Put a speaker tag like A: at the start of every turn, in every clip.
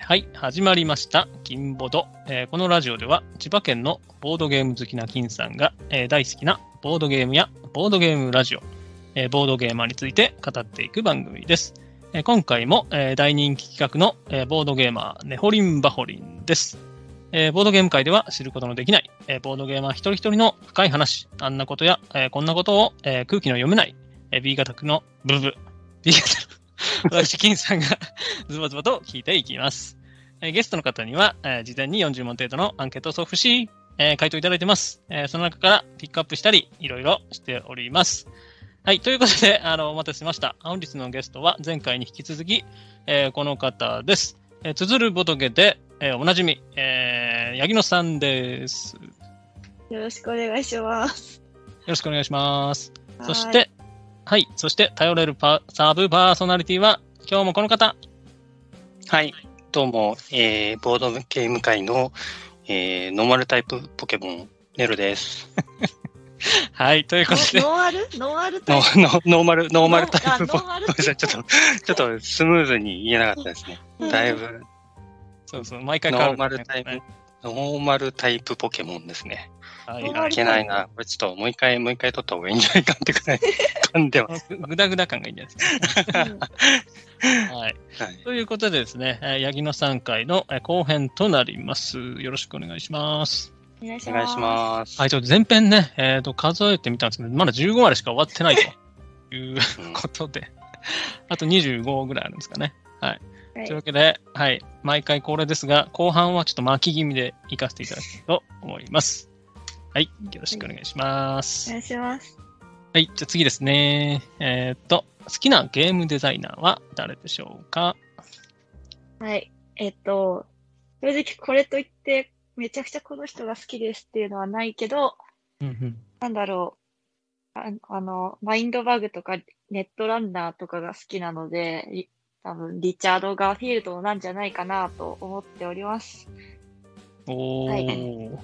A: はい、始まりました。金ボド、えーこのラジオでは、千葉県のボードゲーム好きな金さんが、えー大好きなボードゲームやボードゲームラジオ、えーボードゲーマーについて語っていく番組です。えー今回も、えー大人気企画の、えーボードゲーマー、ねほりんばほりんです。えーボードゲーム界では知ることのできない、えーボードゲーマー一人一人の深い話、あんなことや、えーこんなことを、えー空気の読めない、えー B 型のブブ、B 型の 私、金さんがズバズバと聞いていきます。えーゲストの方には、えー事前に40問程度のアンケートを送付し、えー回答いただいてます、えーその中からピックアップしたり、いろいろしております。はい、ということで、 あの、お待たせしました。本日のゲストは前回に引き続き、えーこの方です。えー、つづるボトゲで、えーおなじみ、えー、八木野さんです。よ
B: よろしくお願いします。
A: ろしくお願いします。そし
B: は
A: て、はい、そして、頼れるパサブパーソナリティは、今日もこの方、
C: はい、どうも、えーボードゲーム界の、えーノーマルタイプポケモン、ネロです。
A: はい、ということ
B: ーい、
A: で、
B: ノノーアルノーアルタ
C: ノ
B: イプ
C: ノノーマル、ノーマルタイプポ
B: ノ
C: ケモン。
B: ーあノーマル
C: ごめんなさい、ちょっと、ちょっとスムーズに言えなかったですね。だいぶ、
A: そうそう、毎回
C: ノ
A: 変わる
C: ー
A: んだ
C: マ
A: よね、
C: ルタイプ、ノーマルタイプポケモンですね。
A: はい
B: ノー
A: は
B: マ
A: い
C: いけないな。これちょっと、もう一回、もう一回撮った方がいいんじゃないかってくらい噛んでます。
A: ぐぐだぐだ感がいいんじゃないです
B: うん
A: か。はい、
C: はい、
A: ということでですね、えー八木野さん会のえー後編となります。よろしくお願いします。
B: お願いし
C: お願いし
B: ま
C: ます。
A: はい、ちょっと前編ね、えーと数えてみたんですけど、まだ15までしか終わってないという
C: うん
A: ことで、あと25ぐらいあるんですかね。はい。
B: はい
A: というわけで、はい、毎回恒例ですが、後半はちょっと巻き気味で行かせていただきたいと思います。はい、よろしくお願いします。
B: す。お願いします。
A: はい、じゃあ次ですね。えーっと、好きなゲームデザイナーは誰でしょうか
B: はい。えっと、正直これといって、めちゃくちゃこの人が好きですっていうのはないけど、
A: うんうん。
B: なんだろう。ああの、マインドバグとかネットランナーとかが好きなので、り多分リチャード・ガーフィールドなんじゃないかなと思っております。
A: おー。
B: は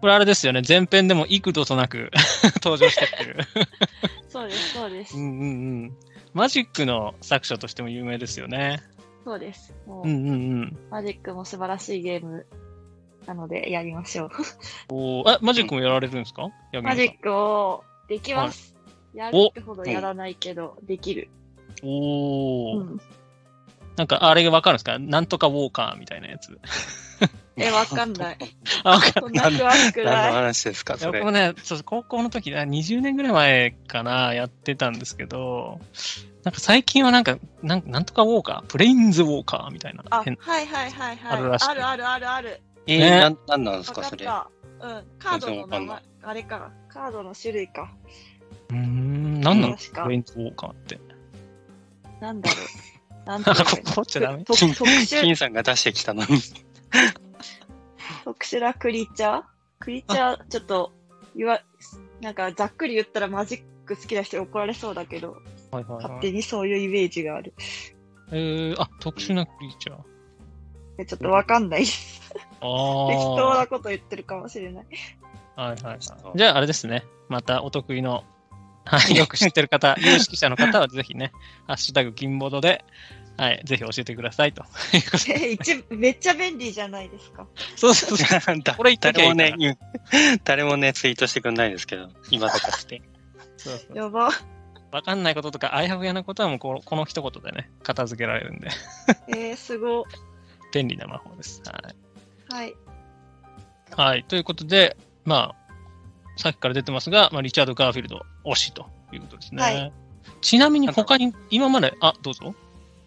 A: これあれですよね。前編でも幾度となく 登場してってる。
B: そうです、そうです
A: う、んうんうん。マジックの作者としても有名ですよね。
B: そうです。もう、
A: うんうんうん。
B: マジックも素晴らしいゲームなのでやりましょう。
A: おーえ、マジックもやられるんですかヤギノ
B: マ
A: さん
B: ジックをできます。や
A: お
B: るほどやらないけど、できる。
A: おー。
B: うん
A: なんか、あれわかるんですかなんとかウォーカーみたいなやつ。
B: え、わか んない。
A: あ、わかる。
B: そんな詳しく
C: 何の
B: ない。
C: 話ですか、
A: いや
C: それ
A: 僕。もね、そう高校の時、あ20年ぐらい前かな、やってたんですけど、なんか最近はなんか、なんなんとかウォーカー、プレインズウォーカーみたいな。
B: あ、
A: 変
B: はいはいはいはい。
A: あるらしい
B: あるあるあるある。
C: えー、
A: ね
C: なんなんなんで
B: わ
C: す
B: か
C: か、
B: っ
C: それ。
B: た。うん。カードの名
C: 全然わ
B: 前
C: か、
B: あれか。カードの種類か。
A: うーん、なんなの
B: 確か
A: プレインズウォーカーって。
B: なんだろ う。なんて
A: ないん
B: うの
A: か
B: か
A: こ
B: な
A: こっちゃダメ
B: と特殊、
C: 金さんが出してきたのに。
B: 特殊なクリーチャークリーチャー、ちょっと、言わ、なんかざっくり言ったらマジック好きな人に怒られそうだけど、
A: はいはいは
B: 勝
A: い。
B: 手にそういうイメージがある。
A: えー、あ、特殊なクリーチャー。
B: えちょっとわかんない。適当
A: あ
B: なこと言ってるかもしれない。
A: あ。はいはいはい。じゃあ、あれですね。またお得意の、はい、 よく知ってる方、有識者の方はぜひね、ハッシュタグ金ボドで、はい、ぜひ教えてくださ いと。
B: え一めっちゃ便利じゃないですか。
A: そうそうそう。これ言っときゃ
C: 誰
A: い
C: も
A: いから
C: ね、言う誰もね、ツイートしてくんないですけど、今とかして。
A: そうそう
B: やば。
A: わかんないこととか、あやふやなことはもうこのこの一言でね、片付けられるんで、
B: えー、すご。
A: 便利な魔法です。はい。
B: はい。
A: はい、ということで、まあ、さっきから出てますが、まあ、リチャード・ガーフィールド推しということですね。
B: はい
A: ちなみに他に、今まで、あ、どうぞ。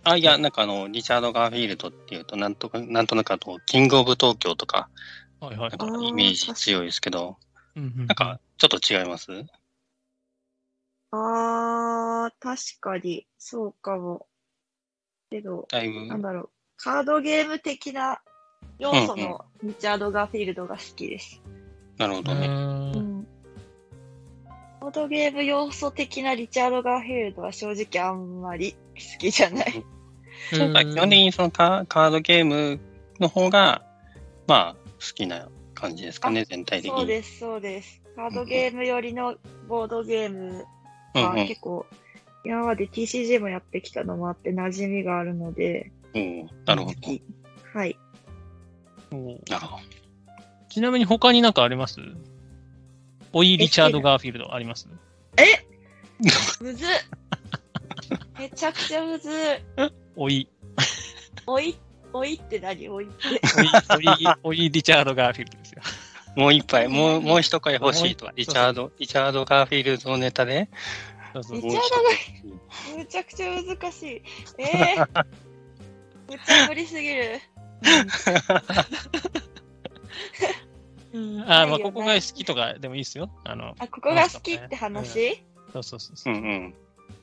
C: あ、いや、なんかあの、リチャード・ガーフィールドっていうと、なんとか、なんとなくあと、キング・オブ・東京とか、
A: はいはい
C: なん。
B: あ
C: か
B: ー
C: イメージ強いですけど、
A: なん
C: なんか、、ちょっと違います
B: あー、確かに、そうかも。けど、
C: だい
B: なん
C: ぶ、
B: だろう。カードゲーム的な要素のリチャード・ガーフィールドが好きです。
C: なるほ
A: う
C: どね。
B: う
A: ーん
B: ん。カードゲーム要素的なリチャード・ガーフィールドは正直あんまり好きじゃない。
C: なんか基本的にそのカカードゲームの方が、まあ、好きな感じですかね、全体的に。
B: そうです、そうです。カードゲームよりのボードゲーム
C: うん
B: が結構、今まで TCG もやってきたのもあって馴染みがあるので、
C: うん。うんなるほ
B: 好
C: ど。
B: きはい。
A: おー
C: なるほど。
A: ちなみに他になんかありますおいリチャード・ガーフィールドあります
B: えむずっ めちゃくちゃむずっ
A: おい、
B: おい、おいって何おい って。
A: おい、おい、おいリチャード・ガーフィールドですよ。
C: もう一杯、もう、もう一回欲しいと
A: も。う
C: リ
A: 一
C: チャード、リチャード・ガーフィールドのネタで。
A: そうそう
B: リ
C: も
B: チ
C: う
B: ャ
C: 一
B: ードがむちゃくちゃ難しい。えー、 むちゃぶりすぎる。
A: ああ、まあ、ここが好きとかでもいいですよ。あの、
B: あ、ここが好きって話、
A: そうそうそうそうう、
C: んうん。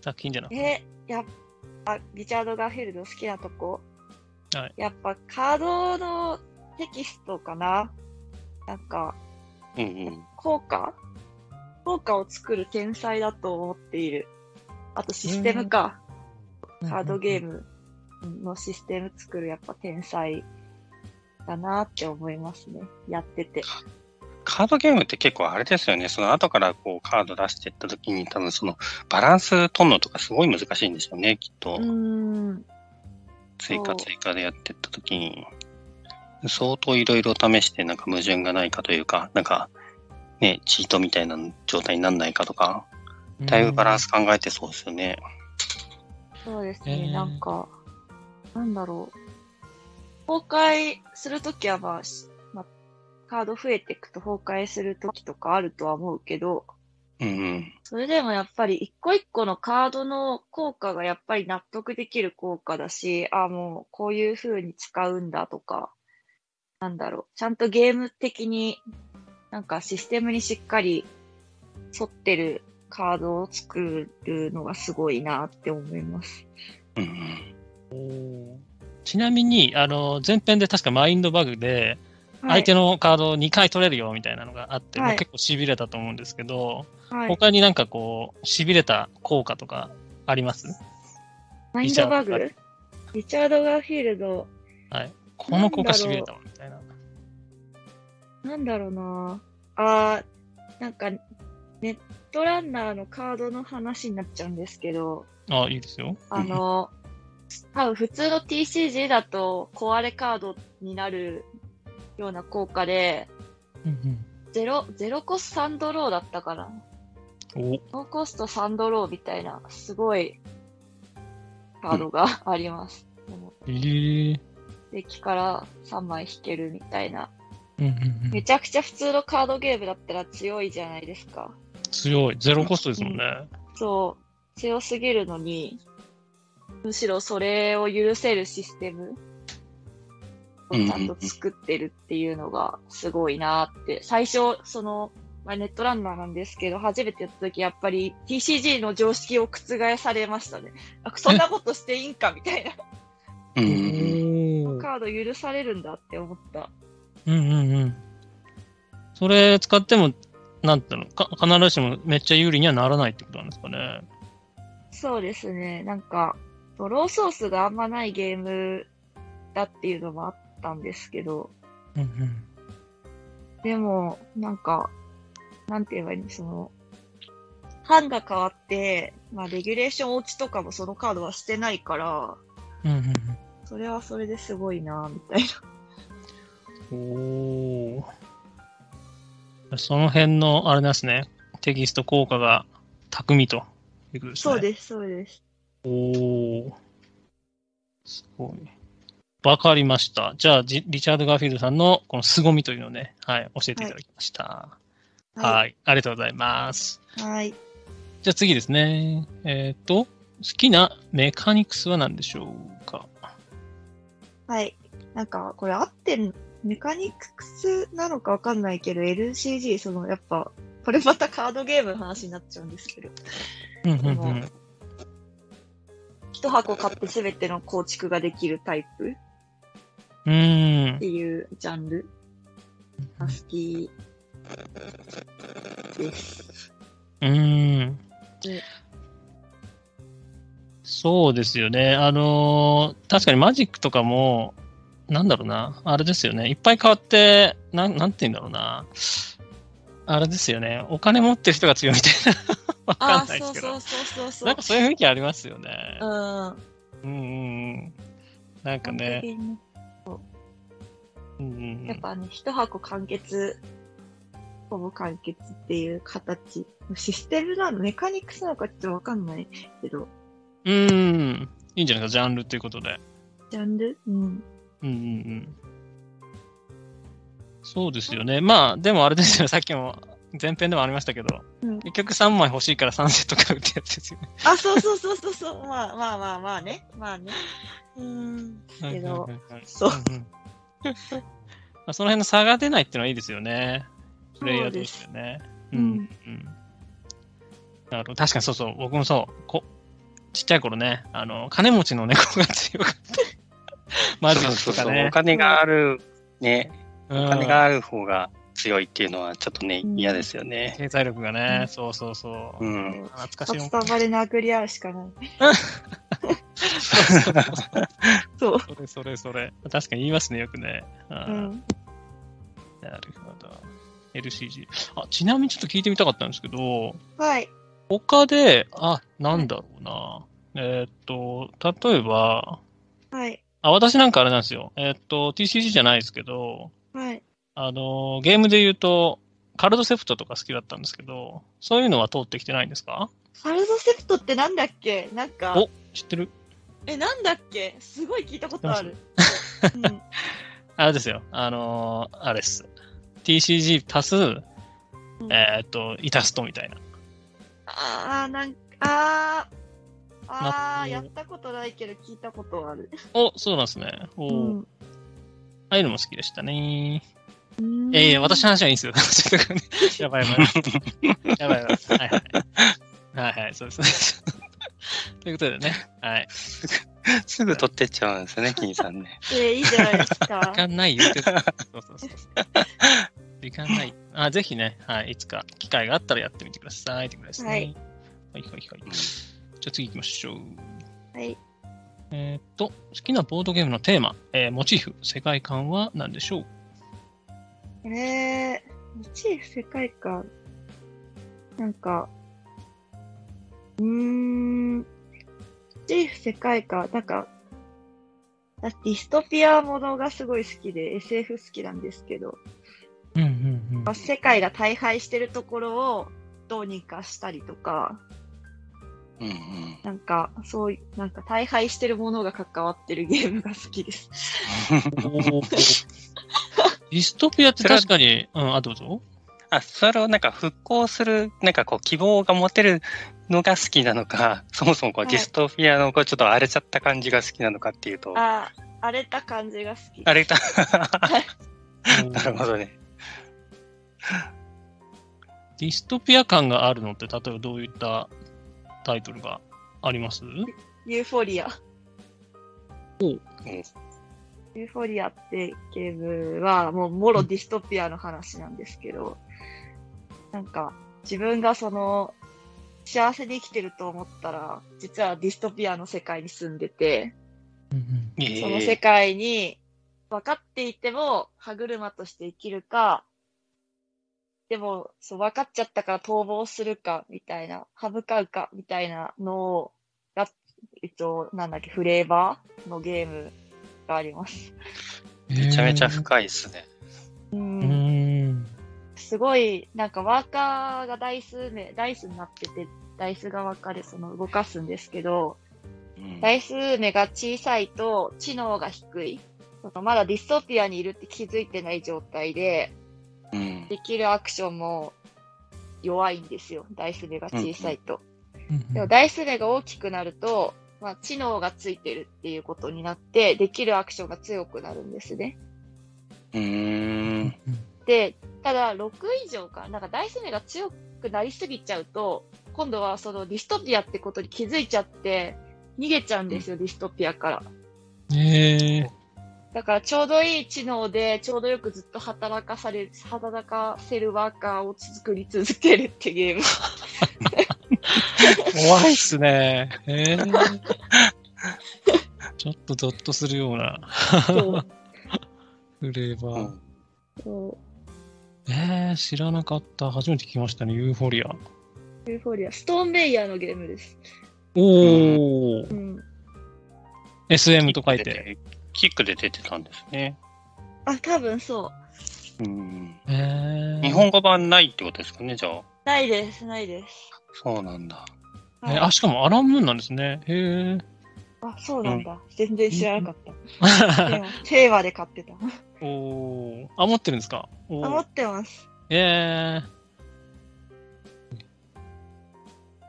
A: 作品じゃなくて。
B: えー、やっぱ、リチャード・ガーフィールド好きなとこ。
A: はい
B: やっぱ、カードのテキストかななんか、
C: うんうん。
B: 効果効果を作る天才だと思っている。あと、システムか。カードゲー
A: ム。
B: ムのシステム作るやっぱ天才だなって思いますね。やってて。
C: カードゲームって結構あれですよね。その後からこうカード出していった時に多分そのバランス取るのとかすごい難しいんでしょうね。きっ
B: う
C: と。
B: ーん。
C: 追
B: そ
C: 加
B: う
C: 追加でやってった時に、相当いろいろ試して、なんか矛盾がないかというか、なんか、ね、チートみたいな状態になんないかとか、だいぶバランス考えてそうですよね。
B: そうですね。
A: えー
B: なんか、なんだろう。崩壊するときはまあ、しまあ、カード増えていくと崩壊するときとかあるとは思うけど、
C: うんうん。
B: それでもやっぱり一個一個のカードの効果がやっぱり納得できる効果だし、あもうこういう風に使うんだとか、なんだろう、ちゃんとゲーム的になんかシステムにしっかり沿ってるカードを作るのがすごいなって思います。
C: うんうん、
A: ちなみに、あの、前編で確かマインドバグで、相手のカードを2回取れるよみたいなのがあって、
B: はい
A: まあ結構痺れたと思うんですけど、
B: はい、はい、
A: 他になんかこう、痺れた効果とかあります
B: マインドバ
A: リチャードガー
B: グリチャード・ガーフィールド、
A: この効果痺れたわみたいな。
B: なんだろうなあーなんかネットランナーのカードの話になっちゃうんですけど、
A: あ、いいですよ。
B: あの、多分普通の TCG だと壊れカードになるような効果で、0、ゼロコスト3ドローだったかな。
A: お
B: ノーコスト3ドローみたいな、すごいカードが あります。この
A: えー
B: デッキから3枚引けるみたいな。
A: うんうんう
B: め
A: ん
B: ちゃくちゃ普通のカードゲームだったら強いじゃないですか。
A: 強い。ゼロコストですもんね。
B: そう、強すぎるのに、むしろそれを許せるシステムをちゃんと作ってるっていうのがすごいなって、最初、その、まあ、ネットランナーなんですけど、初めてやった時やっぱり TCG の常識を覆されましたね。あそんなことしていいんかみたいな。
C: うんうんうん。
A: おー
B: カード許されるんだって思った。
A: うんうんうん。それ使っても、なんていうのか、必ずしもめっちゃ有利にはならないってことなんですかね。
B: そうですね。なんか、ドローソースがあんまないゲームだっていうのもあったんですけど、
A: うんうん。
B: でも、なんか、なんて言えばいいのその、班が変わって、まあ、レギュレーション落ちとかもそのカードはしてないから、
A: うんうんうん。
B: それはそれですごいな、みたいな。
A: おお。その辺の、あれなんですね、テキスト効果が巧みということですね。
B: そうです、そうです。
A: おお。すごい。わかりました。じゃあ、じリチャード・ガーフィールドさんのこの凄みというのをね、はい、教えていただきました。はい、ありがとうございます。
B: い。はい。
A: じゃあ次ですね。えっ、と、好きなメカニクスは何でしょうか
B: はい。なんか、これ合ってん、メカニクスなのかわかんないけど、LCG、その、やっぱ、これまたカードゲームの話になっちゃうんですけど、
A: うんうんうん。
B: 一箱買って全ての構築ができるタイプ
A: うー
B: っ
A: ん
B: て。いうジャンルが好きです。
A: うーん
B: で。
A: そうですよね。あのー確かにマジックとかも、なんだろうな、あれですよね。いっぱい変わって、なんなんて言うんだろうな。あれですよね。お金持ってる人が強いみたいな。 わ
B: あ
A: か
B: あ、
A: んないで
B: そ
A: すけ
B: うそ
A: ど
B: う。そうそう。
A: なんかそういう雰囲気ありますよね
B: う。ん。
A: うんうんうん。なんかね、
B: 本当にね。
A: うんうんう
B: やっ
A: ん、
B: ぱね、一箱完結、ほぼ完結っていう形。システムなの、メカニクスなのかちょっとわかんないけど、
A: うーん。いいんじゃないですか、ジャンルということで。
B: ジャンルうん。
A: うんうんうん。そうですよね。まあ、でもあれですよ、さっきも前編でもありましたけど、
B: うん
A: 結局3枚欲しいから3セット買うってやつですよね。
B: あ、そうそうそうそうそう。まあまあまあまあね。まあね。うーん。けど
A: はいはいはいはい
B: そう。
A: うんうんまあその辺の差が出ないっていうのはいいですよね。プレイヤー
B: そう
A: 同
B: で
A: 士
B: す
A: でね。
B: うん
A: うんなるほど。確かにそうそう。僕もそう。こちっちゃい頃ね、あの、金持ちの猫が強かった。 マジック
C: そ
A: と
C: う
A: か
C: そうそうお
A: ね。
C: 金がある、ね、
A: うん
C: お金がある方が強いっていうのはちょっとね、
B: うん
C: 嫌ですよね。
A: 経済力がね、
B: うん
A: そうそうそう。
C: うん。
A: 懐かしいも
B: 札
A: ん。
B: 束で殴り合うしかない。
A: そう
B: そう。
A: それそれそれ。確かに言いますね、よくね。あー
B: うん。
A: なるほど。LCG。あ、ちなみにちょっと聞いてみたかったんですけど、
B: はい。
A: 他で、あ、なんだろうな。えーっと、例えば、
B: はい。
A: あ、私なんかあれなんですよ。えーっと、TCG じゃないですけど、
B: はい。
A: あの、ゲームで言うと、カルドセプトとか好きだったんですけど、そういうのは通ってきてないんですか
B: サルドセプトってなんだっけなんか、
A: お知ってる
B: え、なんだっけすごい聞いたことある。うん
A: あれですよ。あのーあれです。TCG 足す、
B: ん
A: えーっと、イタストみたいな。
B: ああ、なんか、あーあ
A: な
B: ー、やったことないけど聞いたことある。
A: お、そうなんですね。おー
B: うん
A: ああいうのも好きでしたね。
B: うん
A: ええ私の話はいいんですよ。 ちょっとねやばい やばい。やばいやばい。はいはい。はいはい、そうですそうです。 ということでね、はい。
C: すぐ取ってっちゃうんです ね、金さんね。
B: えーいいじゃないです
A: 時
B: か。
A: 間ないよって。そうそうそうそう。時間ない。あ、ぜひね、はい、いつか機会があったらやってみてください。ってください。
B: はい。
A: はいはいはい。じゃあ次行きましょう。
B: はい。
A: えーっと、好きなボードゲームのテーマ、えーモチーフ、世界観は何でしょう
B: えー、1位世界観。なんか、うーん、1位世界観。なんか、私ディストピアものがすごい好きで、SF 好きなんですけど、
A: うんうんうん。
B: 世界が大敗してるところをどうにかしたりとか、
C: うんうん。
B: なんか、そういう、なんか大敗してるものが関わってる ゲームが好きです。
A: ディストピアって確かに、うん、あ、どうぞ。
C: あ、それをなんか復興する、なんかこう希望が持てるのが好きなのか、そもそもこう
B: はい
C: ディストピアのこうちょっと荒れちゃった感じが好きなのかっていうと、
B: ああ、荒れた感じが好き。
C: 荒れた。 な
A: な
C: るほどね。
A: ディストピア感があるのって、例えばどういったタイトルがあります
B: ユーフォリア。
C: うん
B: ユーフォリアってゲームは、もう、もろディストピアの話なんですけど、なんか、自分がその、幸せに生きてると思ったら、実はディストピアの世界に住んでて、
C: え
B: その世
C: ー
B: 界に分かっていても歯車として生きるか、でもそう分かっちゃったから逃亡するかみたいな、歯向かうかみたいなのが、えっと、なんだっけ、フレーバーのゲームがあります。
A: め
C: めちゃめちゃ深いですね。
B: う
A: い。
B: ん、
A: ん。
B: すごい、なんかワーカーがダイスね、ダイスになってて、ダイスが分かれ、その動かすんですけど、
C: うん
B: 台数目が小さいと知能が低い。そのまだディストピアにいるって気づいてない状態で、
C: うん
B: できるアクションも弱いんですよ。ダイス目が小さいと。でもダイス目が大きくなると、まあ、知能がついてるっていうことになって、できるアクションが強くなるんですね。
C: うーん。
B: で、ただ6以上か、なんかダイス目が強くなりすぎちゃうと、今度はそのディストピアってことに気づいちゃって、逃げちゃうんですよ、ディストピアから。
A: えー
B: だからちょうどいい知能でちょうどよくずっと働かされる働かせるワーカーを作り続けるってゲー ム。
A: 怖いっすね。えーちょっとドッとするような
B: そう
A: フレーバー。
C: うん
B: そ
A: えー、知らなかった。初めて聞きましたね、ユーフォリア。
B: うユーフォリアストーンベイヤーのゲームです。
A: おー
B: う。ん。
A: SM と書いて。
C: キックで出てたんですね。
B: ああ、多分そう。
C: うん。
A: へー
C: 日本語版ないってことですかね、じゃあ。
B: ないです、ないです。
C: そうなんだ。
A: えあ、しかもアランムーンなんですね。へえ。
B: あ、そうなんだ。全然知らなかった。
A: あ
B: でもセーバーで買ってた。
A: おーあ、持ってるんですかおー
B: あ持ってます。
A: え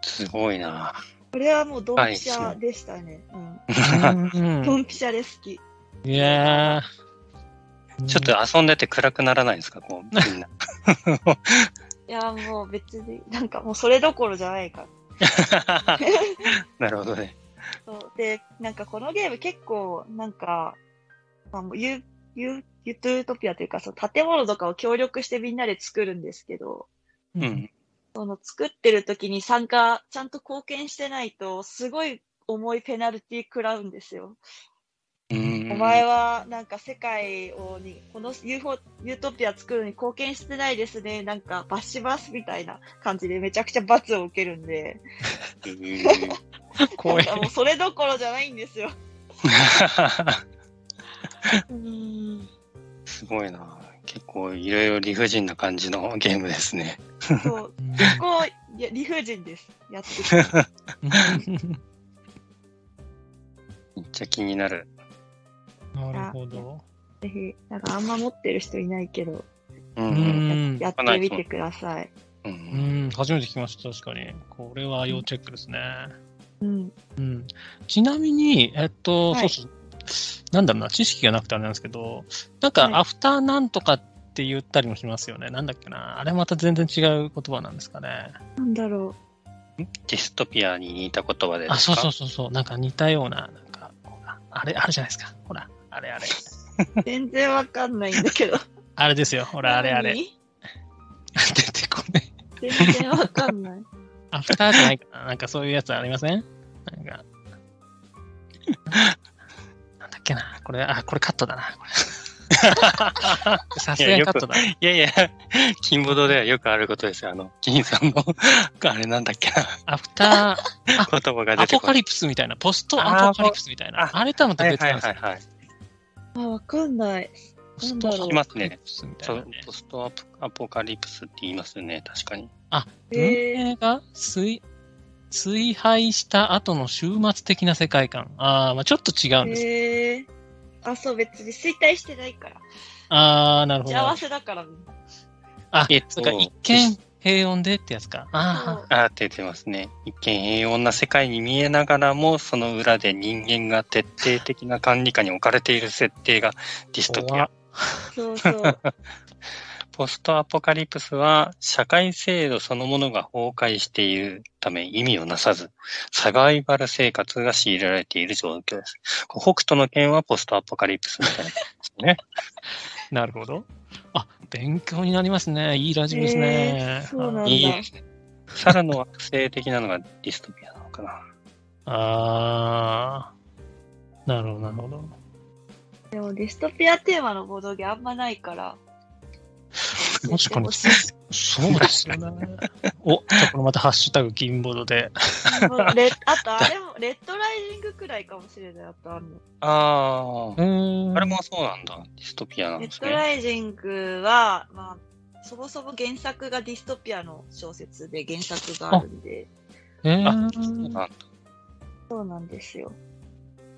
C: すごいな。
B: これはもうドンピシ
C: はい
B: ャ
C: そう
B: でしたね。
A: ーう
B: うん。
A: ん
B: ドンピシャで好き。
A: いやー
C: ちょっと遊んでて暗くならないですか、こう、み んな。
B: いや、もう別に、なんかもうそれどころじゃないから。
C: なるほどね。
B: そうで、なんかこのゲーム結構、なんか、まあ、もうユユユトゥートピアというか、その建物とかを協力してみんなで作るんですけど、
A: うん
C: うん。
B: その作ってる時に参加、ちゃんと貢献してないと、すごい重いペナルティ食らうんですよ。
C: うん
B: お前はなんか世界をに、この UFO ユートピア作るのに貢献してないですね、なんか罰しますみたいな感じでめちゃくちゃ罰を受けるんで、
C: うん
B: な
A: 怖
B: ん
A: い
B: か。もうそれどころじゃないんで すよ。うん
C: すごいな。結構いろいろ理不尽な感じのゲームですね。
B: そう
A: うん
B: そこをいや理不尽です。やって て
C: めっちゃ気になる。
A: なるほど。
B: ぜひ、なんかあんま持ってる人いないけど、
C: う。
A: うんん。
B: やってみてください。
C: う。
A: うんん、初めて聞きました、確かに。これは要チェックですね。
B: うん。
A: うん、ちなみに、えっと、
B: はい
A: そうそう、なんだろうな、知識がなくてあれなんですけど、なんか、
B: はい
A: アフターなんとかって言ったりもしますよね。なんだっけな、あれまた全然違う言葉なんですかね。
B: なんだろ
C: ディストピアに似た言葉で
A: あ、
C: す
A: そう
C: か
A: そうそうそう、なんか似たような、なんか、ほらあれ、あるじゃないですか。ほら、あれあれ。
B: う。全然わかんないんだけど。
A: あれですよ、 ほら、あれあれ。
B: 何
A: 出てこない。
B: 全然わかんない。
A: アフターじゃないかな、なんかそういうやつありませんなんか。なんだっけな、これ、あ、これカットだな、こ れ。さすがにカットだ。
C: いやいや、金ボードではよくあることですよ。あの、金さんの、 あれなんだっけな、
A: アフタ
C: 言葉が
A: ー、ア
C: 出て
A: ポ
C: こ
A: カ
C: ない。
A: リプスみたいな、ポストアポカリプスみたいな、
C: あ
A: あれとはまた
C: はい
A: 別
C: は
A: なんで
C: い
A: す
C: は
A: よ
C: い。はい。
B: あ、わかんない。
A: ポストアポカリプスみた
C: そ
A: いな
C: う
A: ね。
C: ポストアポアポカリプスって言いますよね、確かに。
A: 文
B: え
A: 明が水水敗した後の終末的な世界観。あー、まあちょっと違う
B: ー、
A: んです。
B: えー。あ、そう、別に衰退してないから。
A: あー、なるほど。
B: 幸せだから。
A: あ
C: えっ、と
A: そっか、一見平穏でってやつか。あ
C: あー出てますね。一見平穏な世界に見えながらも、その裏で人間が徹底的な管理下に置かれている設定がディス
A: ー、
C: トピ
A: 怖
C: ア
A: っ。
B: そうそう。
C: ポストアポカリプスは、社会制度そのものが崩壊しているため意味をなさず、サバイバル生活が強いられている状況です。北斗の剣はポストアポカリプスみ たいなですね。
A: なるほど。あ、勉強になりますね。いいラジオですね
B: え。ーそうなんだ
A: いい
C: いいですね。猿の惑星的なのがディストピアなのかな。
A: あー、なるほど、なるほど。
B: でも、ディストピアテーマのボードゲームあんまないから。
A: 確かに
B: 教えて
A: そうですよね。お、じゃあこれまたハッシュタグ金ボードで。
B: ほしいレあと、あれも、レッドライジングくらいかもしれない。あとあるの。
C: あ
A: うーん
C: あ、あれもそうなんだ。ディストピアなん
B: レ
C: で
B: ッ
C: す
B: ド
C: ね。
B: ライジングは、まあ、そもそも原作がディストピアの小説で原作があるん
A: え
B: で、
A: ー
C: そうなんだ
B: そうなんですよ。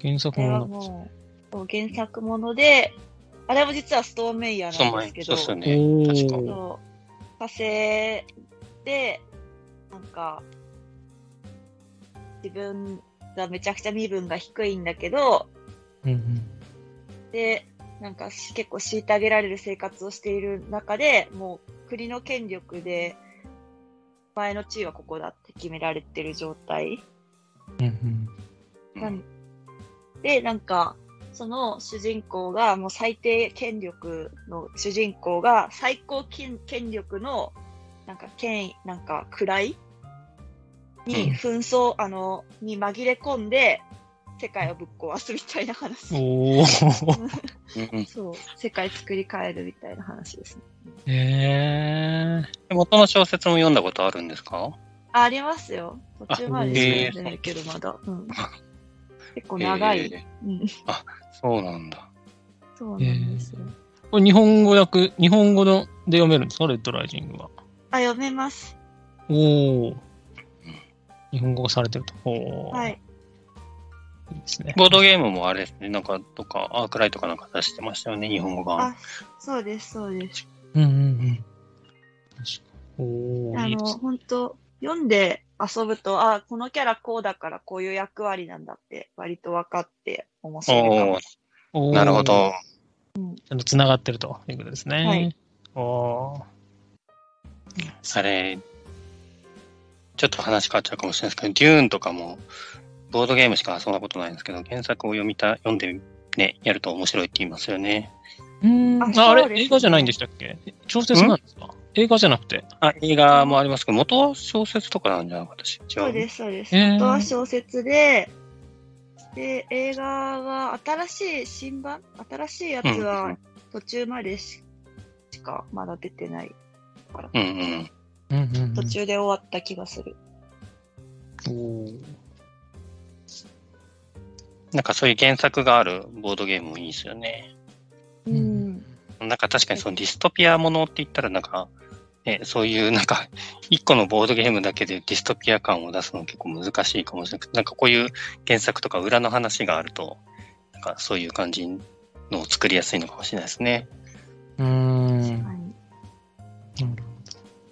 A: 原作
B: これ
A: も
B: はもう、そう原作もので、あれも実はストーンメイヤー
C: そう
B: なん
C: 前
B: ですけ
C: そ
B: ど、
C: うっすよね。
A: お
C: 確か
A: ー
B: そう火星で、なんか、自分がめちゃくちゃ身分が低いんだけど、
A: うんうん
B: で、なんかし結構虐げられる生活をしている中で、もう国の権力で、前の地位はここだって決められてる状態。
A: うんうん
B: なんで、なんか、その主人公が、もう最低権力の主人公が、最高権権力の、なんか、権威、なんか、位
A: うん
B: に、紛争、あの、に紛れ込んで、世界をぶっ壊すみたいな話。
A: おー。
C: うん
B: そう、世界作り変えるみたいな話ですね。
A: えー。
C: 元の小説も読んだことあるんですか
B: あありますよ。途中までしか読んでないけど、まだ。 うん、結構長い、
C: えー
B: うん。
C: そうなんだ。
B: そうなんですよ。
A: これ日本語訳、日本語ので読めるんですかレッドライジングは。
B: あ、読めます。
A: おお。日本語化されてると。おお。
B: は。い。
A: いいですね。
C: ボードゲームもあれですね、なんか、どっか、アークライトかなんか出してましたよね、日本語版。
B: あ、そうです、そうです。
A: うんうんうん。確かにおお。
B: あ
A: いいで
B: の、
A: すね。
B: 本当読んで遊ぶと、あ、このキャラこうだからこういう役割なんだって、割と分かって面白いか
C: お
B: も
C: お。なるほど。
A: あの繋がってるということですね。
B: はい。
A: おお
C: あれ、ちょっと話変わっちゃうかもしれないですけど、デューンとかも、ボードゲームしか遊んだことないんですけど、原作を読みた、読んで、ね、やると面白いって言いますよね。
A: ー。うん。ああ
B: そうです
A: れ、映画じゃないんでしたっけ小説なんですか映画じゃなくて。
C: あ、映画もありますけど、元は小説とかなんじゃなかったし、違。
B: そうですす、そうです。
A: へー
B: あとは小説で、で、映画は新しい新版新しいやつ
C: うん、う
B: は
C: ん
B: 途中までししかまだ出てないから、
C: うんうん。
A: うんうんうん
B: 途中で終わった気がする。
A: おー
C: なんかそういう原作があるボードゲームもいいですよね。
B: う
A: うん
B: ん。
C: なんか確かにそのディストピアものって言ったらなんか、ね、そういうなんか、一個のボードゲームだけでディストピア感を出すの結構難しいかもしれなくて、なんかこういう原作とか裏の話があると、なんかそういう感じのを作りやすいのかもしれないですね。
A: うーん。
B: はい
A: ま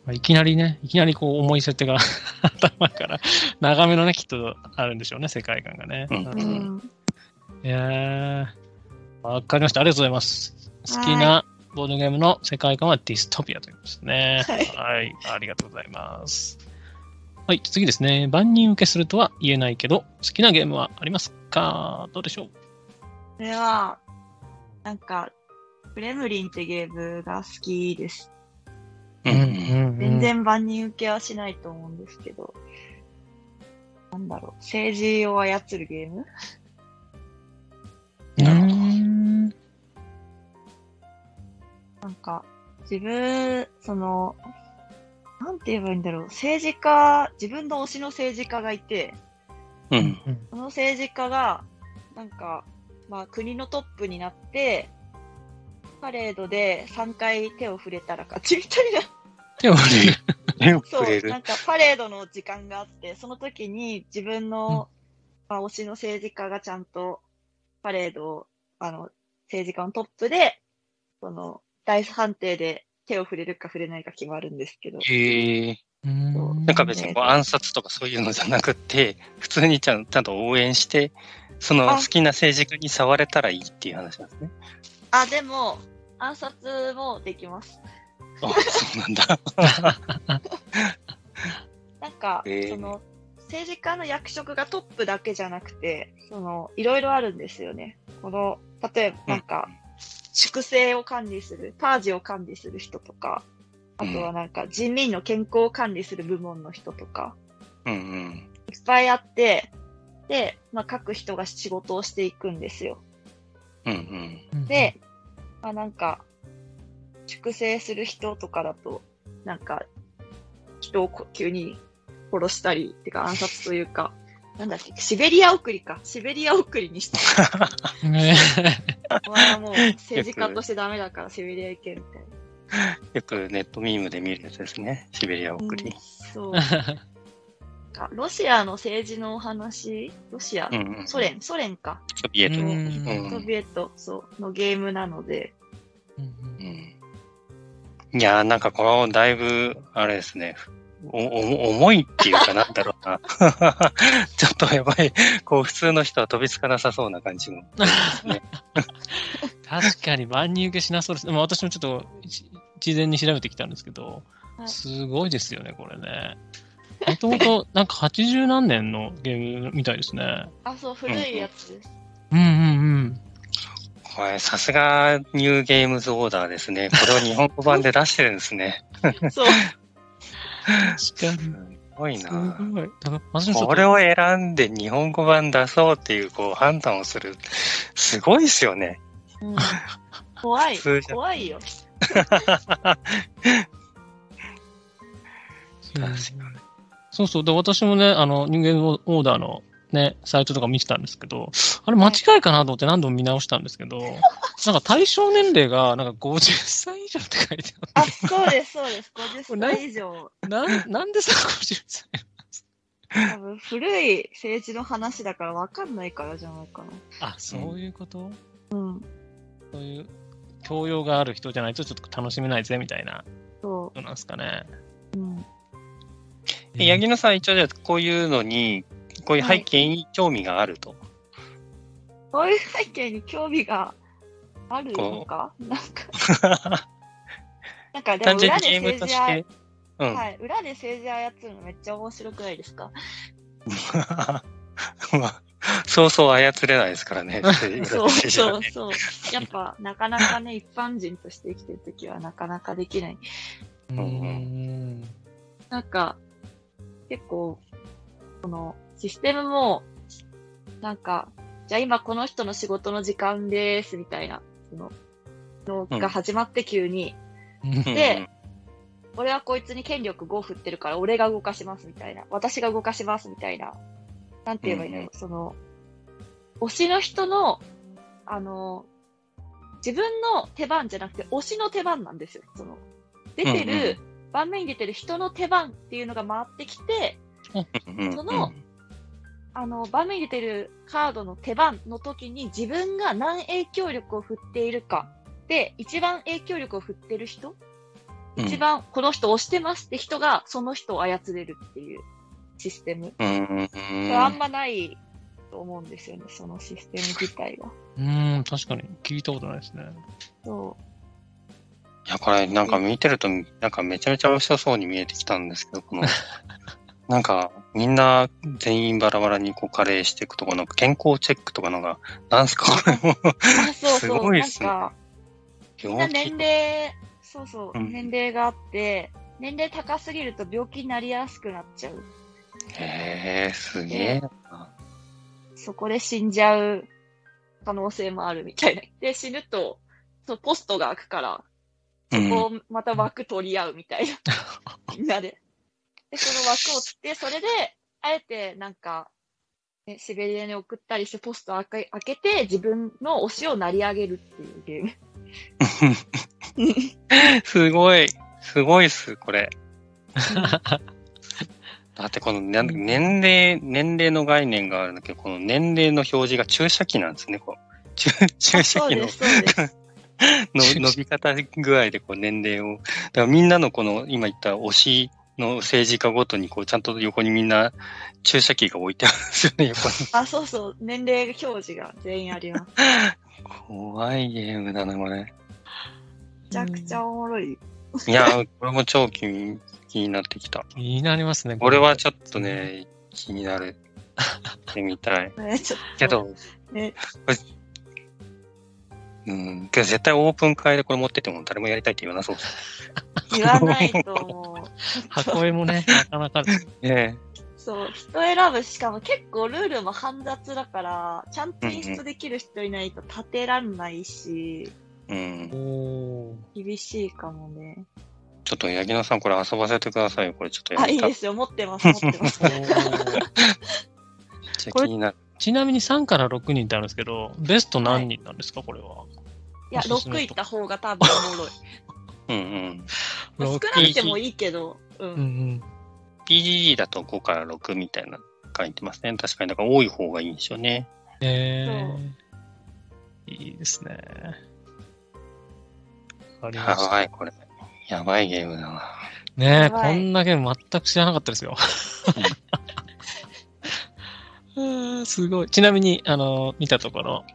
A: あいきなりね、いきなりこう重い設定が 頭から、長めのね、きっとあるんでしょうね、世界観がね。
C: うん
B: う
A: うん
B: ん
A: えー、わかりました。ありがとうございます。好きなボードゲームの世界観はディストピアということですね。
B: は
A: は
B: い
A: い。ありがとうございます。はい。次ですね。万人受けするとは言えないけど、好きなゲームはありますかどうでしょう
B: これは、なんか、クレムリンってゲームが好きです。
C: うんうん。
B: 全。然万人受けはしないと思うんですけど、なんだろう、政治を操るゲーム
C: なるほど
A: うん
B: なんか、自分、その、なんて言えばいいんだろう、政治家、自分の推しの政治家がいて、
C: うん。
B: その政治家が、なんか、まあ、国のトップになって、パレードで3回手を触れたら勝ちみたいな。
A: 手を振る。
C: 手を
B: そ
C: くれ
B: う、
C: る
B: な。んかパレードの時間があって、その時に自分の、まあ、推しの政治家がちゃんとパレードを、あの、政治家のトップで、その、ダイス判定で手を触れるか触れないか決まるんですけど、
C: へえ
A: うん
C: なんか別にこう暗殺とかそういうのじゃなくて、普通にちゃんちゃんと応援して、その
B: あ
C: 好きな政治家に触れたらいいっていう話なんですね。
B: あ、でも、暗殺もできます。
C: あ、そうなんだ。
B: なんか、
C: へー
B: その、政治家の役職がトップだけじゃなくて、その、いろいろあるんですよね。この、例えばなんか、粛清を管理する、パージを管理する人とか、あとはなんか人民の健康を管理する部門の人とか、
C: うんうん。
B: いっぱいあって、で、まあ、各人が仕事をしていくんですよ。
C: うんうん。
B: で、まあ、なんか、粛清する人とかだと、なんか、人をこ急に殺したり、てか暗殺というか、なんだっ け、シベリア送りか。シベリア送りにして、
A: ね
B: お前はもう政治家としてダメだからシベリア行けみたいな。
C: よくネットミームで見るやつですね。シベリア送
B: う
C: り
B: ん。そう。かロシアの政治のお話、ロシア、
C: うんうん。
B: ソ連、ソ連か、
C: ソビエト。
A: う
C: うん
B: ソ
C: ん。
B: ビエトそうのゲームなので、
C: うんいやー、なんかこれはだいぶ、あれですね。おお重いっていうかなんだろうな。 ちょっとやばい。こう、普通の人は飛びつかなさそうな感じも。
A: 確かに万人受けしなそうです。まあ私もちょっとじ事前に調べてきたんですけど、
B: はい
A: すごいですよね、これね。もともとなんか80何年のゲームみたいですね。
B: あ、そう、古いやつです。
A: うんうん
C: これ、さすがニューゲームズオーダーですね。これを日本語版で出してるんですね。
B: そ
A: う
B: う、
A: ん。確かに。
C: すごい
A: す
C: な。
A: ごい。だから私もちょ
C: こ
A: っ
C: れ
A: と
C: を選んで日本語版出そうっていうこう判断をする。すごいですよね。
B: うん怖い
C: 普通、じゃ
B: 怖いよ。
A: うんそうそう。で、私もね、あの、人間オーダーのね、サイトとか見てたんですけど、あれ間違いかなと思って何度も見直したんですけど、なんか対象年齢がなんか50歳以上って書いてあ
B: あ、
A: って、
B: そうです、そうです。50
A: ない
B: 歳以上。
A: なんなんでさ、50歳
B: 多分古い政治の話だから分かんないからじゃないか
A: あ、そういうこと
B: な。うん。
A: そういう教養がある人じゃないとちょっと楽しめないぜみたいな
B: そ
A: ことなんですかね。
B: う。うん。
C: え八木野さん、一応じゃあこういうのに、こういう背景に興味があると。
B: そういう背景に興味があるのかなんか、 なんかで
C: 単
B: も
C: 純
B: 裏
C: に
B: で
C: ゲー
B: 政
C: ムと
B: 治
C: し
B: あ
C: て。うん。
B: はい、裏で政治操るのめっちゃ面白くないですか
C: まあ、そうそう操れないで すからね。
B: そうそうそう。やっぱ、なかなかね、一般人として生きてるときはなかなかできない。
A: う。
C: うん
B: なんか、結構、この、システムも、なんか、じゃあ今この人の仕事の時間です、みたいな、その、の
C: うん
B: が始まって急に、
C: うん
B: で、俺はこいつに権力5振ってるから、俺が動かします、みたいな。私が動かします、みたいな。なんて言えばいいの、
C: うんうん
B: その、推しの人の、あの、自分の手番じゃなくて、推しの手番なんですよ。その、出てる、
C: うんうん
B: 盤面に出てる人の手番っていうのが回ってきて、
C: うん
B: その、あの、盤面に出てるカードの手番の時に自分が何影響力を振っているか。で、一番影響力を振ってる人、
C: うん
B: 一、番この人押してますって人が、その人を操れるっていうシステム。
C: うんうん
B: これあんまないと思うんですよね、そのシステム自体は。
A: うん、確かに聞いたことないですね。
B: そ
C: いや、これなんか見てると、なんかめちゃめちゃ面白そうに見えてきたんですけど、この、なんかみんな全員バラバラにこう加齢していくとか、なんか健康チェックとかなんか、なんすかこれも
B: う。あ、そう
C: す
B: そう。
C: ごいっ
B: なん
C: すね
B: か、みんな年齢、そうそう、
C: うん
B: 年齢があって、年齢高すぎると病気になりやすくなっちゃう。
C: へ え、すげえ。
B: そこで死んじゃう可能性もあるみたいな。で、死ぬと、そうポストが開くから、
C: うん
B: こう、また枠取り合うみたいな。みんなで。で、その枠を取って、それで、あえて、なんか、ね、シベリアに送ったりして、ポスト開け開けて、自分の推しを成り上げるっていうゲーム。
C: すごい、すごいっす、これ。だってこのなん
A: うん
C: 年齢、年齢の概念があるんだけど、この年齢の表示が注射器なんですね、こう。注注
B: あ
C: 射
B: そう
C: 器の
B: です、そうです。
C: の
A: 注射
C: 伸び方具合でこう年齢を。だからみんなのこの今言った推しの政治家ごとにこうちゃんと横にみんな注射器が置いてあるんです よね、横に。
B: あ、そうそう、年齢表示が全員あります。め
C: 怖いゲームだな、これ。
B: ちゃくちゃおもろい。
C: いや、これも超気に気になってきた。
A: 気になりますね。
C: 俺はちょっとね、気になる。ってみ たい。
B: ね、ちょっと。
C: けど、
B: ね、
C: うん、けど絶対オープン会でこれ持ってても誰もやりたいって言わなそうです
B: 言わないと思う。
A: 箱絵も ね、なかなかです
C: ね。
B: そう、人選ぶ、しかも結構ルールも煩雑だから、ちゃんと演出できる人いないと立てらんないし、
C: うん。
A: おー
B: 厳しいかもね。
C: ちょっと八木野さん、これ遊ばせてくださいよ。これちょっとや
B: あ、い
C: り
B: い
C: た
B: で
C: い。
B: すよ、持ってます、持ってます
A: お。ー
C: めっちゃ
A: これ
C: 気になる。
A: ちなみに3から6人ってあるんですけど、ベスト何人なんですか、これは。
B: いや、6いった方が多分お もろい。
C: うんうん。
B: 少なくてもいいけど、う。
A: うんうんん。
C: PGG だと5から6みたいな書いてますね。確かに、だから多い方がいいんでしょうね。
A: えー、いいですね。わかりま
C: や
A: した。
C: ばい、これ。やばいゲーム だな。
A: ねえ、
B: やば
A: こ
B: い
A: んなゲーム全く知らなかったですよ。うん すごい。ちなみに、あの、見たところ、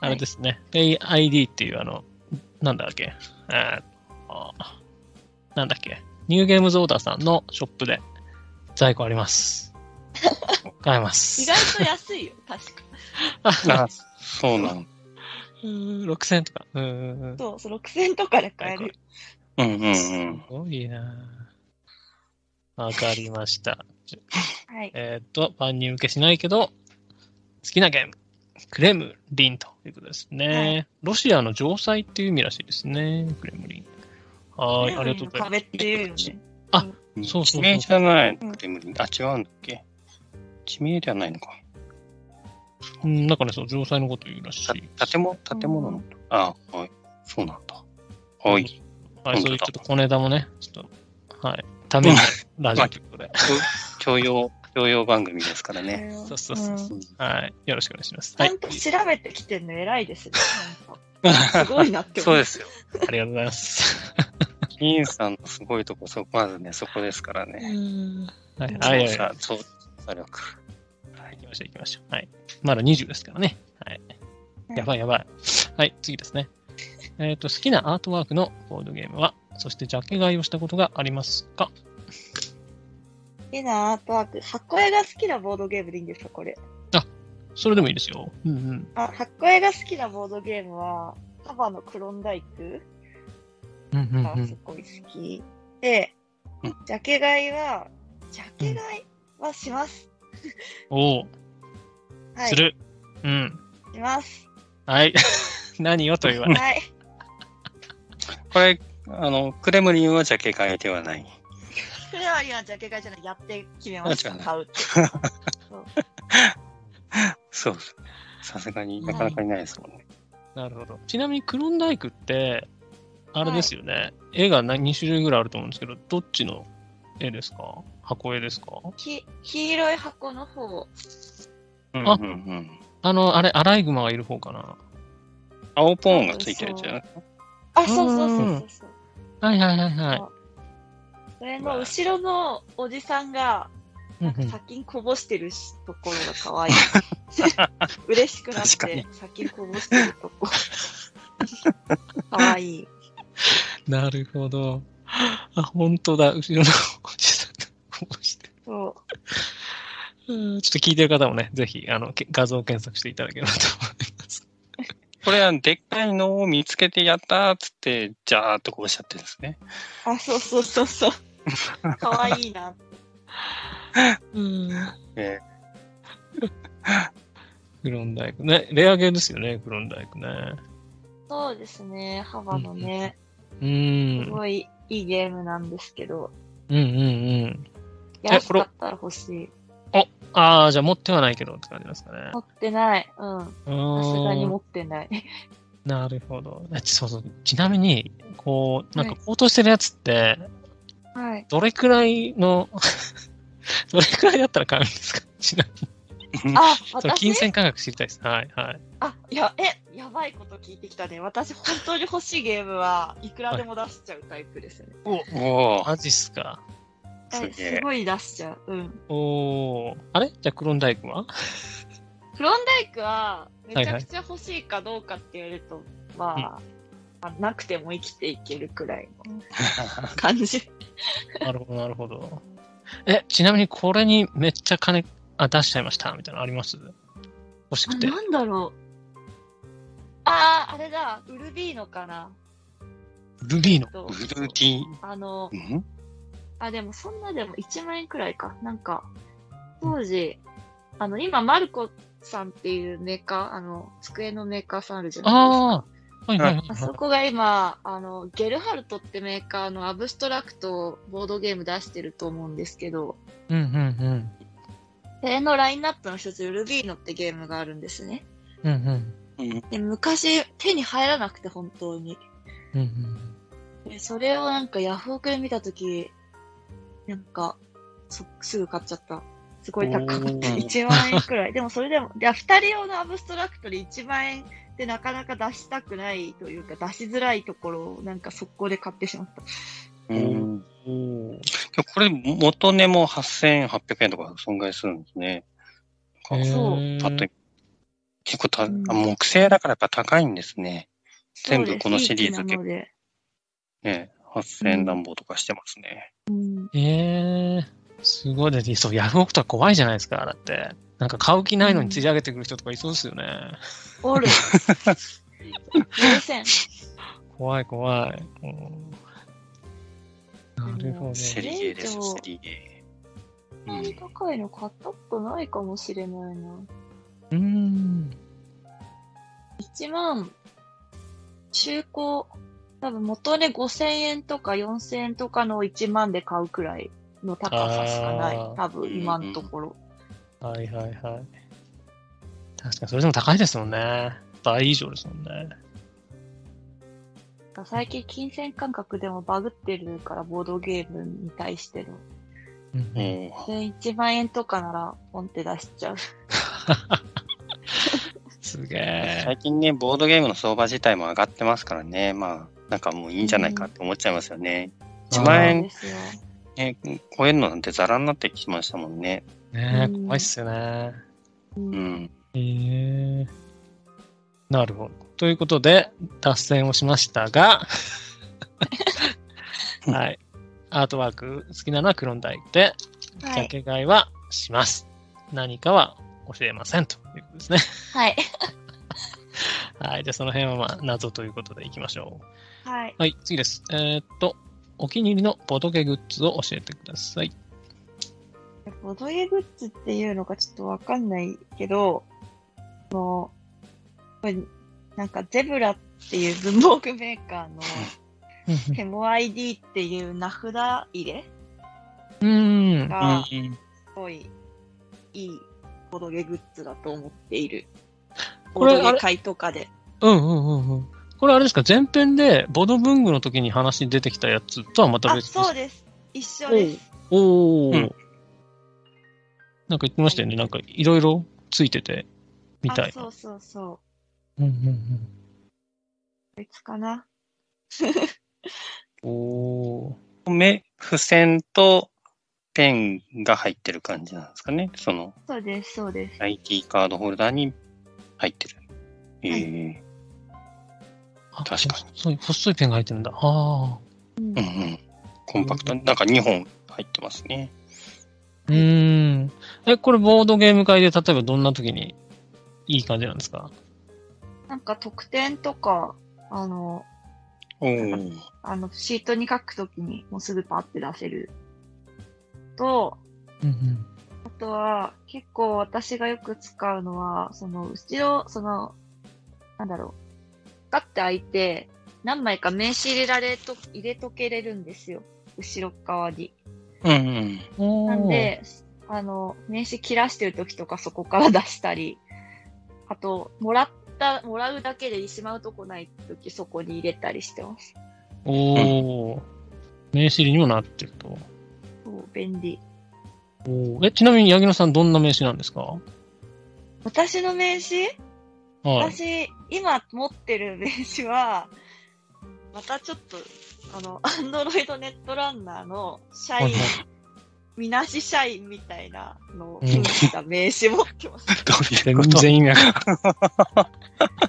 A: あれですね、PayID っていう、あの、なんだっけ、えーっとなんだっけ、ニューゲームズオーダーさんのショップで在庫あります。買えます。
B: 意外と安いよ、確か。
C: あ、そうなの。
A: うん6000円とか。うんうんうん。
B: そう、そう6000とかで買える。
C: うんうんう
A: す
C: ん。
A: ごいなぁわかりました。
B: はい。
A: えーっと、万人受けしないけど、好きなゲーム、クレムリンということですね。
B: は
A: ロシアの城塞っていう意味らしいですね、クレムリン。はーい、ありがとうございます。
B: 壁っていうよね。
A: そうそうそう
C: 地名じゃない。
B: うん
C: クレムリンあ、違うんだっけ地名ではないのか。
A: うん、なんかね、そう、城塞のこと言うらしい。
C: た建物、建物の、あ、はい。そうなんだ。はい。
A: はい、そういう
C: 本
A: ち
C: 当だ
A: ょっと小ネタもね、ちょっと、はい、ためになるラジオということで。
C: 教養、教養番組ですからね。
B: うん
A: そうそうそう
B: うん
C: うん
A: はい、よろしくお願いします。
B: ち
A: は
B: ゃ
A: い
B: ん、と調べてきてるの偉 いですね。なんかすごいなって
C: そ
B: 思
C: う
B: う。
C: ですよ。
A: ありがとうございます。
C: インさんのすごいとこ、そまずね、そこですからね。
B: うん
A: はい、
B: あ
A: は
B: り
A: い、
C: 調
A: はい、
C: 査、調査力。
A: 行きましょう、行きましょう。はい。まだ20ですからね。はい。やばい、やばい。はい、次ですね。えっ、と、好きなアートワークのボードゲームは、そしてジャケ買いをしたことがありますか
B: 好きなアートワーク。箱絵が好きなボードゲームでいいんですか、これ。
A: それでもいいですよ。うんうん。
B: あ、箱絵が好きなボードゲームは、カバのクロンダイク
A: うんうん
B: がすごい好き。で
C: うん、
B: ジャケ買いは、ジャケ買いはします。
A: おお、
B: は
A: す
B: い。し
A: る。うん。
B: ます。
A: はい。 何よと言わない。
B: はい。
C: これ、あの、クレムリンはジャケ買えてはない。
B: それは今、ジャケ買いじゃない、やって決めました。
C: あ違うな
B: 買うって。
C: そうですね。さすがになかなかいないですもんね。
A: なるほど。ちなみに、クロンダイクって、あれですよね。絵が2種類ぐらいあると思うんですけど、どっちの絵ですか箱絵ですか
B: き黄色い箱の方。
C: うん
A: あ
C: うんうん。
A: あの、あれ、アライグマがいる方かな
C: 青ポーンがついてるじゃん。
B: あ、そうそうそうそうそう。
A: はいはいはいはい。
B: それの後ろのおじさんが、なんか先にこぼしてるしところが 可愛い。嬉しくなっ
C: 確か
B: て、先にこぼしてるとこ。可愛い。
A: なるほど。あ、本当だ。後ろのおじさんがこうしてる。
B: そう
A: うんちょっと聞いてる方もね、ぜひあのけ画像検索していただければと思います。
C: これはでっかいのを見つけてやったーっつって、じゃーっとこうしちゃってるんですね。
B: あ、そうそうそうそう。 可愛いな。
C: え
A: クロンダイクね。レアゲーですよね、クロンダイクね。
B: そうですね、幅のね、
A: う
B: す
A: ん。
B: ごいいいゲームなんですけど、
A: うんうんうん。
B: 安かったら欲しい。
A: ああ、じゃあ持ってはないけどって感じなんですかね。
B: 持ってない。うん。さすがに持ってない。
A: うんなるほど。あちそうそう。ちなみに、こう、なんか
B: は
A: 高騰してるやつって、
B: はい。
A: どれくらいの、 どれくらいだったら買うんですかちなみに。
B: あ、
A: その
B: 私
A: 金銭感覚知りたいです。はいはい。
B: あ、いや、え、やばいこと聞いてきたね。私、本当に欲しいゲームはいくらでも出しちゃうタイプですね。
C: ー、おー
A: マジっすか。
C: す
B: え
C: げえ
B: す。ごい出しちゃう。うん。
A: おー。あれじゃあクロンダイクは
B: フロンダイクは、め
A: はい
B: ち
A: は
B: ゃ
A: い
B: くちゃ欲しいかどうかって言われると、まあ、あなくても生きていけるくらいの感じ。
A: なるほど、なるほど。 え、ちなみにこれにめっちゃ金あ出しちゃいましたみたいなのあります欲し
B: あ
A: くて。
B: なんだろう。ああ、あれだ、ウルビーノかな。
A: ルビーの。
B: と
C: ブルーティー
B: あの、
C: ンん
B: あ、でもそんなでも1万円くらいか。なんか、当時、あの、今、マルコさんっていうメーカー、あの、机のメーカーさんあるじゃないですか。
A: ああはいはいはい
B: あ
A: はい。
B: そこが今、あの、ゲルハルトってメーカーのアブストラクトボードゲーム出してると思うんですけど、
A: うんうんうん。
B: それのラインナップの一つ、ルビーノってゲームがあるんですね。
A: うんうん。
C: うん
B: で、昔、手に入らなくて、本当に。
A: うんうん
B: でそれをなんかヤフオクで見たとき、なんか、そすぐ買っちゃった。すごい高かった。
A: おー
B: 1万円くらい。でもそれでも、いや、2人用のアブストラクトで1万円ってなかなか出したくないというか、出しづらいところをなんか速攻で買ってしまった。
C: うん。で
A: おー
C: もこれ、元値も8800円とか損害するんですね。なんか
B: そう
A: へー
C: パッと結構た、あ
B: うん
C: 木製だからやっぱ高いんですね。全部このシリーズ
B: そうですいい機なので。
C: ね、8000何本とかしてますね。
B: うん、
A: えー、すごいですね。そう、ヤフオクとか怖いじゃないですか、だって。なんか買う気ないのに釣り上げてくる人とかいそうですよね。
B: おる。優先。
A: 怖い怖い。うんなるほど。
C: セリゲーです、
B: うん
C: セリゲー。
B: そんなに高いの買ったことないかもしれないな。
A: うーん。
B: 1万、中古、多分元値5000円とか4000円とかの1万で買うくらいの高さしかない
A: あー。
B: 多分今のところ。
A: はいはいはい。確かにそれでも高いですもんね。倍以上ですもんね。
B: 最近金銭感覚でもバグってるから、ボードゲームに対しての。
A: うん
C: うん。
B: で1万円とかなら、ポンって出しちゃう。
A: すげえ。
C: 最近ね、ボードゲームの相場自体も上がってますからね、まあ、なんかもういいんじゃないかって思っちゃいますよね。
A: うん
C: 1
B: そ
C: 万
B: う
C: 円、
B: ですよ。
C: ね、超えるのなんてざらになってきましたもんね。
A: ねえ、
B: うん
A: 怖いっすよね。
B: う。
C: うんん。
A: へえなるほど。ということで、達成をしましたが、はい。アートワーク好きなのはクロンダイクで、ジ
B: は
A: ャ
B: い。
A: ケ買いはします。何かは教えませんということですね。
B: はい。
A: はい。じゃあその辺はまあ謎ということでいきましょう。
B: はい。
A: はい、次です。えーっと、お気に入りのボトゲグッズを教えてください。
B: ボドゲグッズっていうのがちょっとわかんないけど、あの、これ、なんかゼブラっていう文房具メーカーのヘモ ID っていう名札入れ
A: うーん。
B: が
C: うん
B: すごいいいボドゲグッズだと思っている。
A: こ
B: ボ
A: れ
B: ドゲ会とかで。
A: うんうんうんうん。これあれですか、前編でボド文具の時に話に出てきたやつとはまた
B: あ、
A: 別です
B: そうです。一緒です。
A: おお、
C: うん
A: なんか言ってましたよね。なんかいろいろついてて、みた
B: あ、
A: いな。
B: そうそうそう。
A: うんうん
B: 別かな。
A: うん。おー
C: 目、付箋とペンが入ってる感じなんですかね。その
B: そうです、そうです。
C: IT カードホルダーに入ってる。ええ
A: あ
C: 確かに
A: 細い、細いペンが入ってるんだ。ああ。
B: うん
C: うんうん。コンパクトに、なんか2本入ってますね。
A: うーん。え、これボードゲーム会で例えばどんな時にいい感じなんですか
B: なんか特典とか、あの、
C: おお。
B: あの、シートに書くときにもうすぐパって出せる。と、
A: うんうん。
B: あとは、結構私がよく使うのは、その、後ろ、その、なんだろう、ガッて開いて、何枚か名刺入れられと、入れとけれるんですよ。後ろ側に。
C: うんうん。
A: おー
B: なん、で、あの、名刺切らしてるときとかそこから出したり、あと、もらった、もらうだけでしまうとこないときそこに入れたりしてます。
A: おお、名刺入りにもなってると。
B: そう、便利。
A: おーえ、ちなみに、八木野さん、どんな名刺なんですか
B: 私の名刺、
A: はい。
B: 私、今持ってる名刺は、またちょっと、あの、アンドロイドネットランナーの社
A: はい
B: 員
A: はい、
B: みなし社員みたいなのを
A: うん
B: 扮した名刺持っ てます。
C: どういう
A: 全
C: こと
A: 然意味わかんない。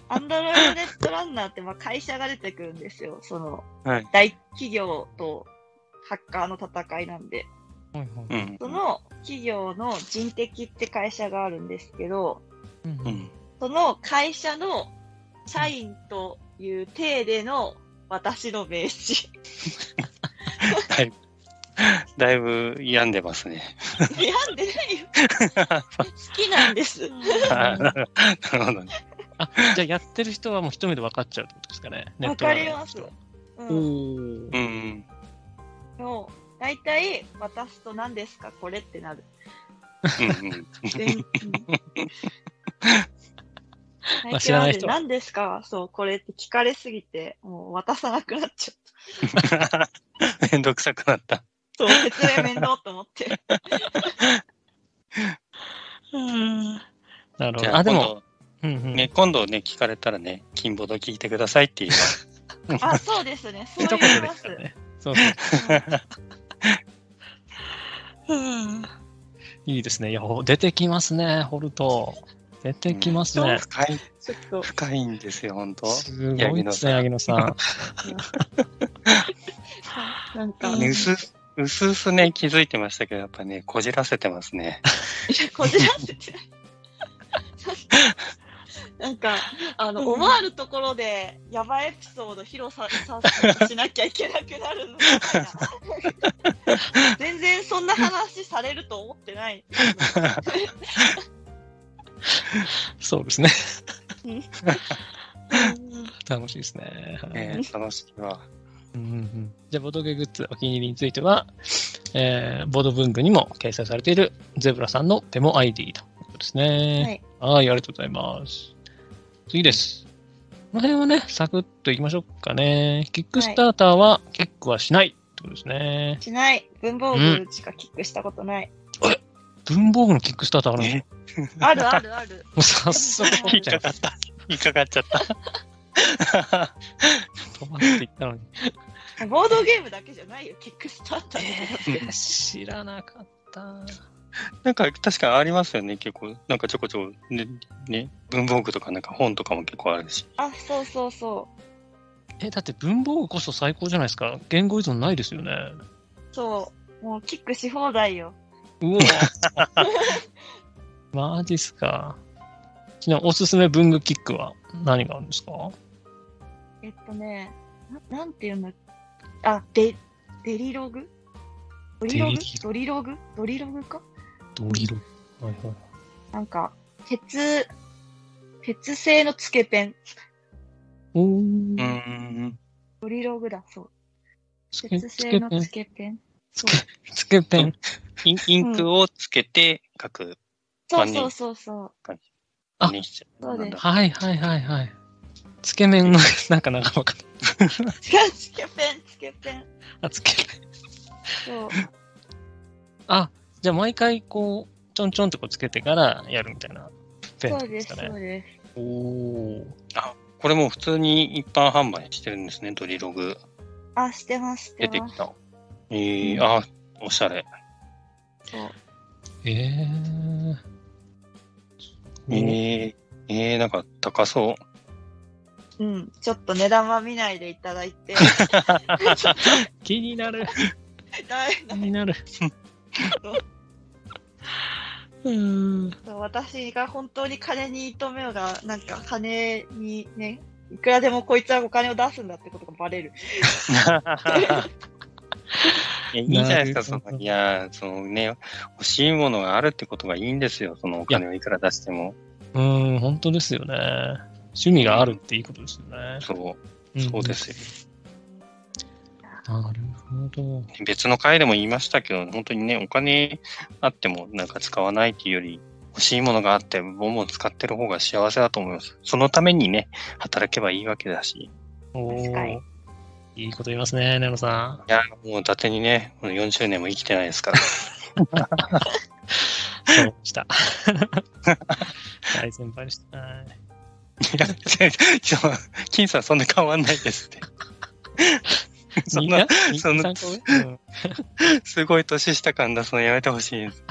B: アンドロイドネットランナーって、まあ、会社が出てくるんですよ。その、
C: はい
B: 大企業とハッカーの戦いなんで。
C: うん
B: その企業の人的って会社があるんですけど、
A: うんう
C: うんん。
B: その会社の社員という体での私の名刺。
C: だいぶ病んでますね。
B: 悩んでないよ。好きなんです。
C: あなるほどね。
A: あ、 じゃあやってる人はもう一目で分かっちゃうってことですかね。
B: わかります。う
A: お
B: ん。
A: お
C: う。ん。
B: もう、大体、私と何ですかこれってなる。
C: うん
B: 全うん
A: まあ知らない人は
B: 何ですかそう、これって聞かれすぎて、もう渡さなくなっちゃった。
C: めんどくさくなった。
B: そう、説明面倒と思って。
A: なるほ
C: じ
A: ど。
C: ゃあ、
A: あ、で
C: 今
A: も、
C: 度、
A: うんうん
C: ね、今度ね、聞かれたらね、金ボード聞いてくださいっていう。
B: あ、そうですね。そう
A: 一言
B: 言い
A: で
B: ますす
A: か。らね。そうそう。いいですね。いや、ほ出てきますね、ホルト。出てきますね。
C: 深い、
B: ちょっと、
C: 深いんですよ、本当。
A: すごいですね、八木野さん。
B: なんか、
C: ね、うす、うすうすね、気づいてましたけど、やっぱね、こじらせてますね。
B: こじらせてない。なんか、あの、思わぬところで、やばいエピソード披露ささしなきゃいけなくなるみた いな。全然そんな話されると思ってない。
A: そうですね。
B: うん
A: 楽しいですね。はい
C: ね楽しいわ。
A: うんうんうんじゃあ、ボードゲーグッズお気に入りについては、えーボード文具にも掲載されているゼブラさんのデモ ID ということですね。
B: はい。
A: はい、ありがとうございます。次です。この辺はね、サクッといきましょうかね。キックスターターはキックはしないってことですね。
B: しない。文房具しかキックしたことない。
A: 文房具のキックスターターあるのも
C: え
B: あるあるある。
A: う早速
B: うん
A: み
C: 引った
A: い
C: か
A: な
C: かった。引っかかっちゃった。
A: 飛ばしていったのに。
B: ボードゲームだけじゃないよ、キックスター ターのこと
C: え
A: 知らなかった。
C: なんか確かありますよね、結構。なんかちょこちょこ、ね、ね文房具とかなんか本とかも結構あるし。
B: あ、そうそうそ
A: え、だって文房具こそ最高じゃないですか。言語依存ないですよね。
B: う。そう。もうキックし放題よ。
A: うお マジっすか。ちなみにおすすめ文具キックは何があるんですか
B: えっとね、ななんていうのあ、デデリログドリログ
A: デリ
B: ドリログドリログか
A: ドリル。はいはい。
B: なんか、鉄、鉄製のつけペン。
A: おー。
C: うん。
B: ドリログだ、そう。
A: つけ
B: 鉄
A: つ
B: 製
A: け
B: の
A: ペン
B: つ。けペン。
A: つけつけペン。
C: インインクをつけて書く
B: そうそうそうそう。
A: あ
C: にしちゃう。
B: そうです
C: なんだ
A: はいはいはいはい。つけ麺の、なんか長分かんない
B: 違う、 つけペン、つけペン。
A: あ、つけ麺。
B: そう。
A: あ、じゃあ毎回こう、ちょんちょんってこうつけてからやるみたいなペンってこ
B: そう
A: とで
B: ですす、
A: か
B: そ
A: ね。
B: うです。
A: おお。
C: これもう普通に一般販売してるんですね、ドリログ
B: あ、してます、して
C: 出て
B: ま
C: き
B: す。
C: た。えー、あ、おしゃれ。
B: そう
A: ええー。
C: えー、えー、なんか高そう。
B: うん、ちょっと値段は見ないでいただいて。
A: 気になる。
B: だい
A: 気にな る。うーん。
B: 私が本当に金に糸目が、なんか金にね、いくらでもこいつはお金を出すんだってことがバレる。
C: いやいいじゃないですか、
A: な
C: そ
A: るほど
C: の、いやー、そのね、欲しいものがあるってことがいいんですよ、そのお金をいくら出しても。
A: うーん、本当ですよね。趣味があるっていいことですよね。
C: そう、そうですよ。
A: うん。なるほど。
C: 別の回でも言いましたけど、本当にね、お金あってもなんか使わないっていうより、欲しいものがあって、ボンボン使ってる方が幸せだと思います。そのためにね、働けばいいわけだし。
A: お
B: 確か
A: ー
B: に
A: いいこと言いますね、ネロさ
C: いや、もう伊達にね、この40年も生きてないですから。
A: ん。そうでした。大先輩でした。はい
C: いや、ちょ金さんそんな変わんないですって。そんな、
A: み
C: そんな
A: み参考ねうん
C: すごい年下感出すのやめてほしいです。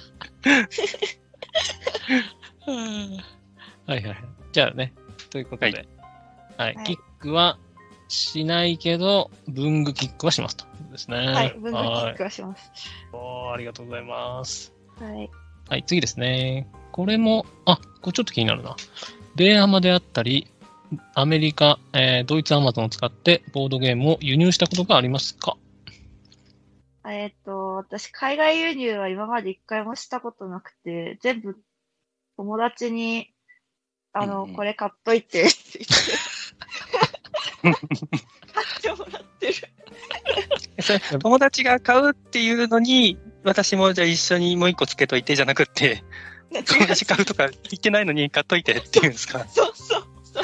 A: はいはいはい。じゃあね、ということで、はい、
B: はい
A: キックはしないけど、文具キックはしますと。ですね。
B: はい、文具キ
A: は
B: ッ
A: い
B: クはします。
A: おーありがとうございます。
B: はい。
A: はい、次ですね。これも、あ、これちょっと気になるな。米アマであったり、アメリカ、えードイツアマゾンを使ってボードゲームを輸入したことがありますか
B: えっと、私、海外輸入は今まで一回もしたことなくて、全部友達に、あの、
C: うんうん
B: これ買っといてって言って、買ってもらってる。
C: それ友達が買うっていうのに、私もじゃあ一緒にもう一個つけといてじゃなくって、友達買うとか言ってないのに買っといてっていうんですか。
B: そうそうそう。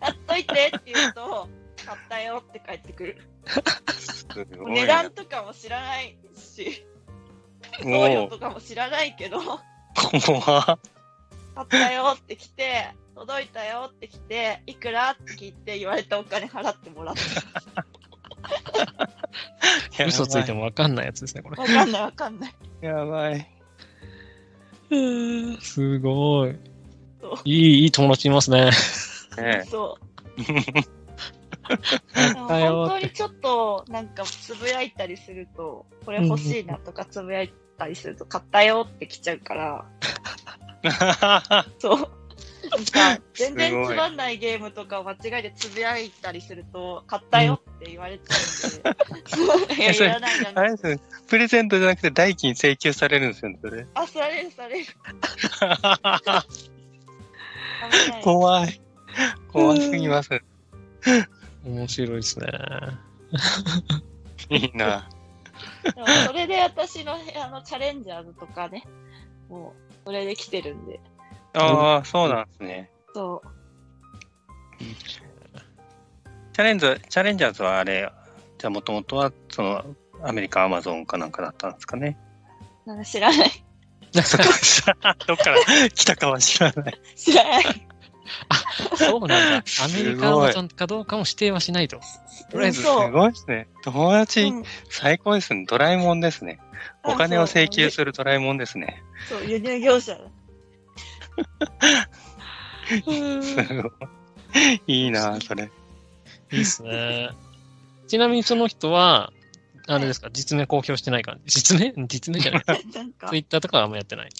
B: 買っといてって言うと、買ったよって返ってくる。
C: すごいな
B: 値段とかも知らないし、送料
C: も
B: とかも知らない けど、買
C: う、 怖
B: ったよって来て、届いたよって来て、いくらって聞いて言われたお金払ってもら った。
A: 嘘ついてもわかんないやつですね、これ。
B: わかんないわかんない。
C: やばい。
A: すごい
B: そう。
A: いい、いい友達いますね。
C: ね
B: そう。
C: え
B: で
A: 買
B: も
A: ったよって
B: 本当にちょっとなんかつぶやいたりすると、これ欲しいなとかつぶやいたりすると、買ったよって来ちゃうから、そう。 なんか全然つまんないゲームとかを間違えてつぶやいたりすると、買ったよって言われちゃうんで、 いや、い
C: それ
B: らない
C: あ
B: な
C: れですねプレゼントじゃなくて代金請求されるんですよね、そ れ。
B: あ、されるされる。危ない
C: 怖い。怖すぎます。
A: 面白いですね。
C: いいな。
B: でもそれで私のあのチャレンジャーズとかね、もう、それで来てるんで、
C: あああ、 そうなんですね。
B: そう。
C: チャレンジ、チャレンジャーズはあれ、じゃあもともとは、その、アメリカ、アマゾンかなんかだったんですか ね。
B: なんか知らない。
C: そっか、どっから 来たかは知らない。
B: 知らない。
A: そうなんだ。アメ
C: す
A: リ
C: ごい
A: カのジョンかどうかも指定はしない と。
C: とりあえず、す
B: そう。
C: ごいですね。友達、
B: うん
C: 最高ですね。ドラえもんですね。お金を請求
B: そ
C: するドラえもんですね。
B: うそう、輸入業者。
C: すごい。 いいな、それ。
A: いいですね。ちなみにその人は、あれですか、実名公表してない感じ。実名実名じゃ ない。
B: なんか、
A: ツイ
B: い
A: ッターとかはあんまやってない。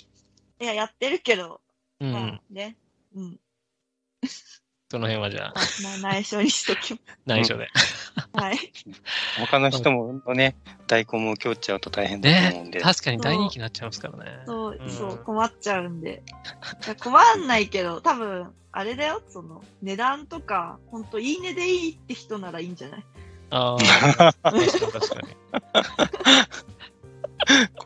B: や、やってるけど、
A: う
B: ま
A: ん
B: あ。ね。うん。
A: その辺はじゃあ、
B: まあ内緒にしときま
A: 内緒で。
B: す。はい。
C: 他の人ものね、代行も受け負っちゃうと大変だと思うん
A: ね
C: で。
A: 確かに大人気になっちゃいますからね。
B: そう、
A: ん
B: そう、困っちゃうんで。いや困んないけど、多分、あれだよ、その、値段とか、ほんと、いいねでいいって人ならいいんじゃない
A: ああ、確かに確かに。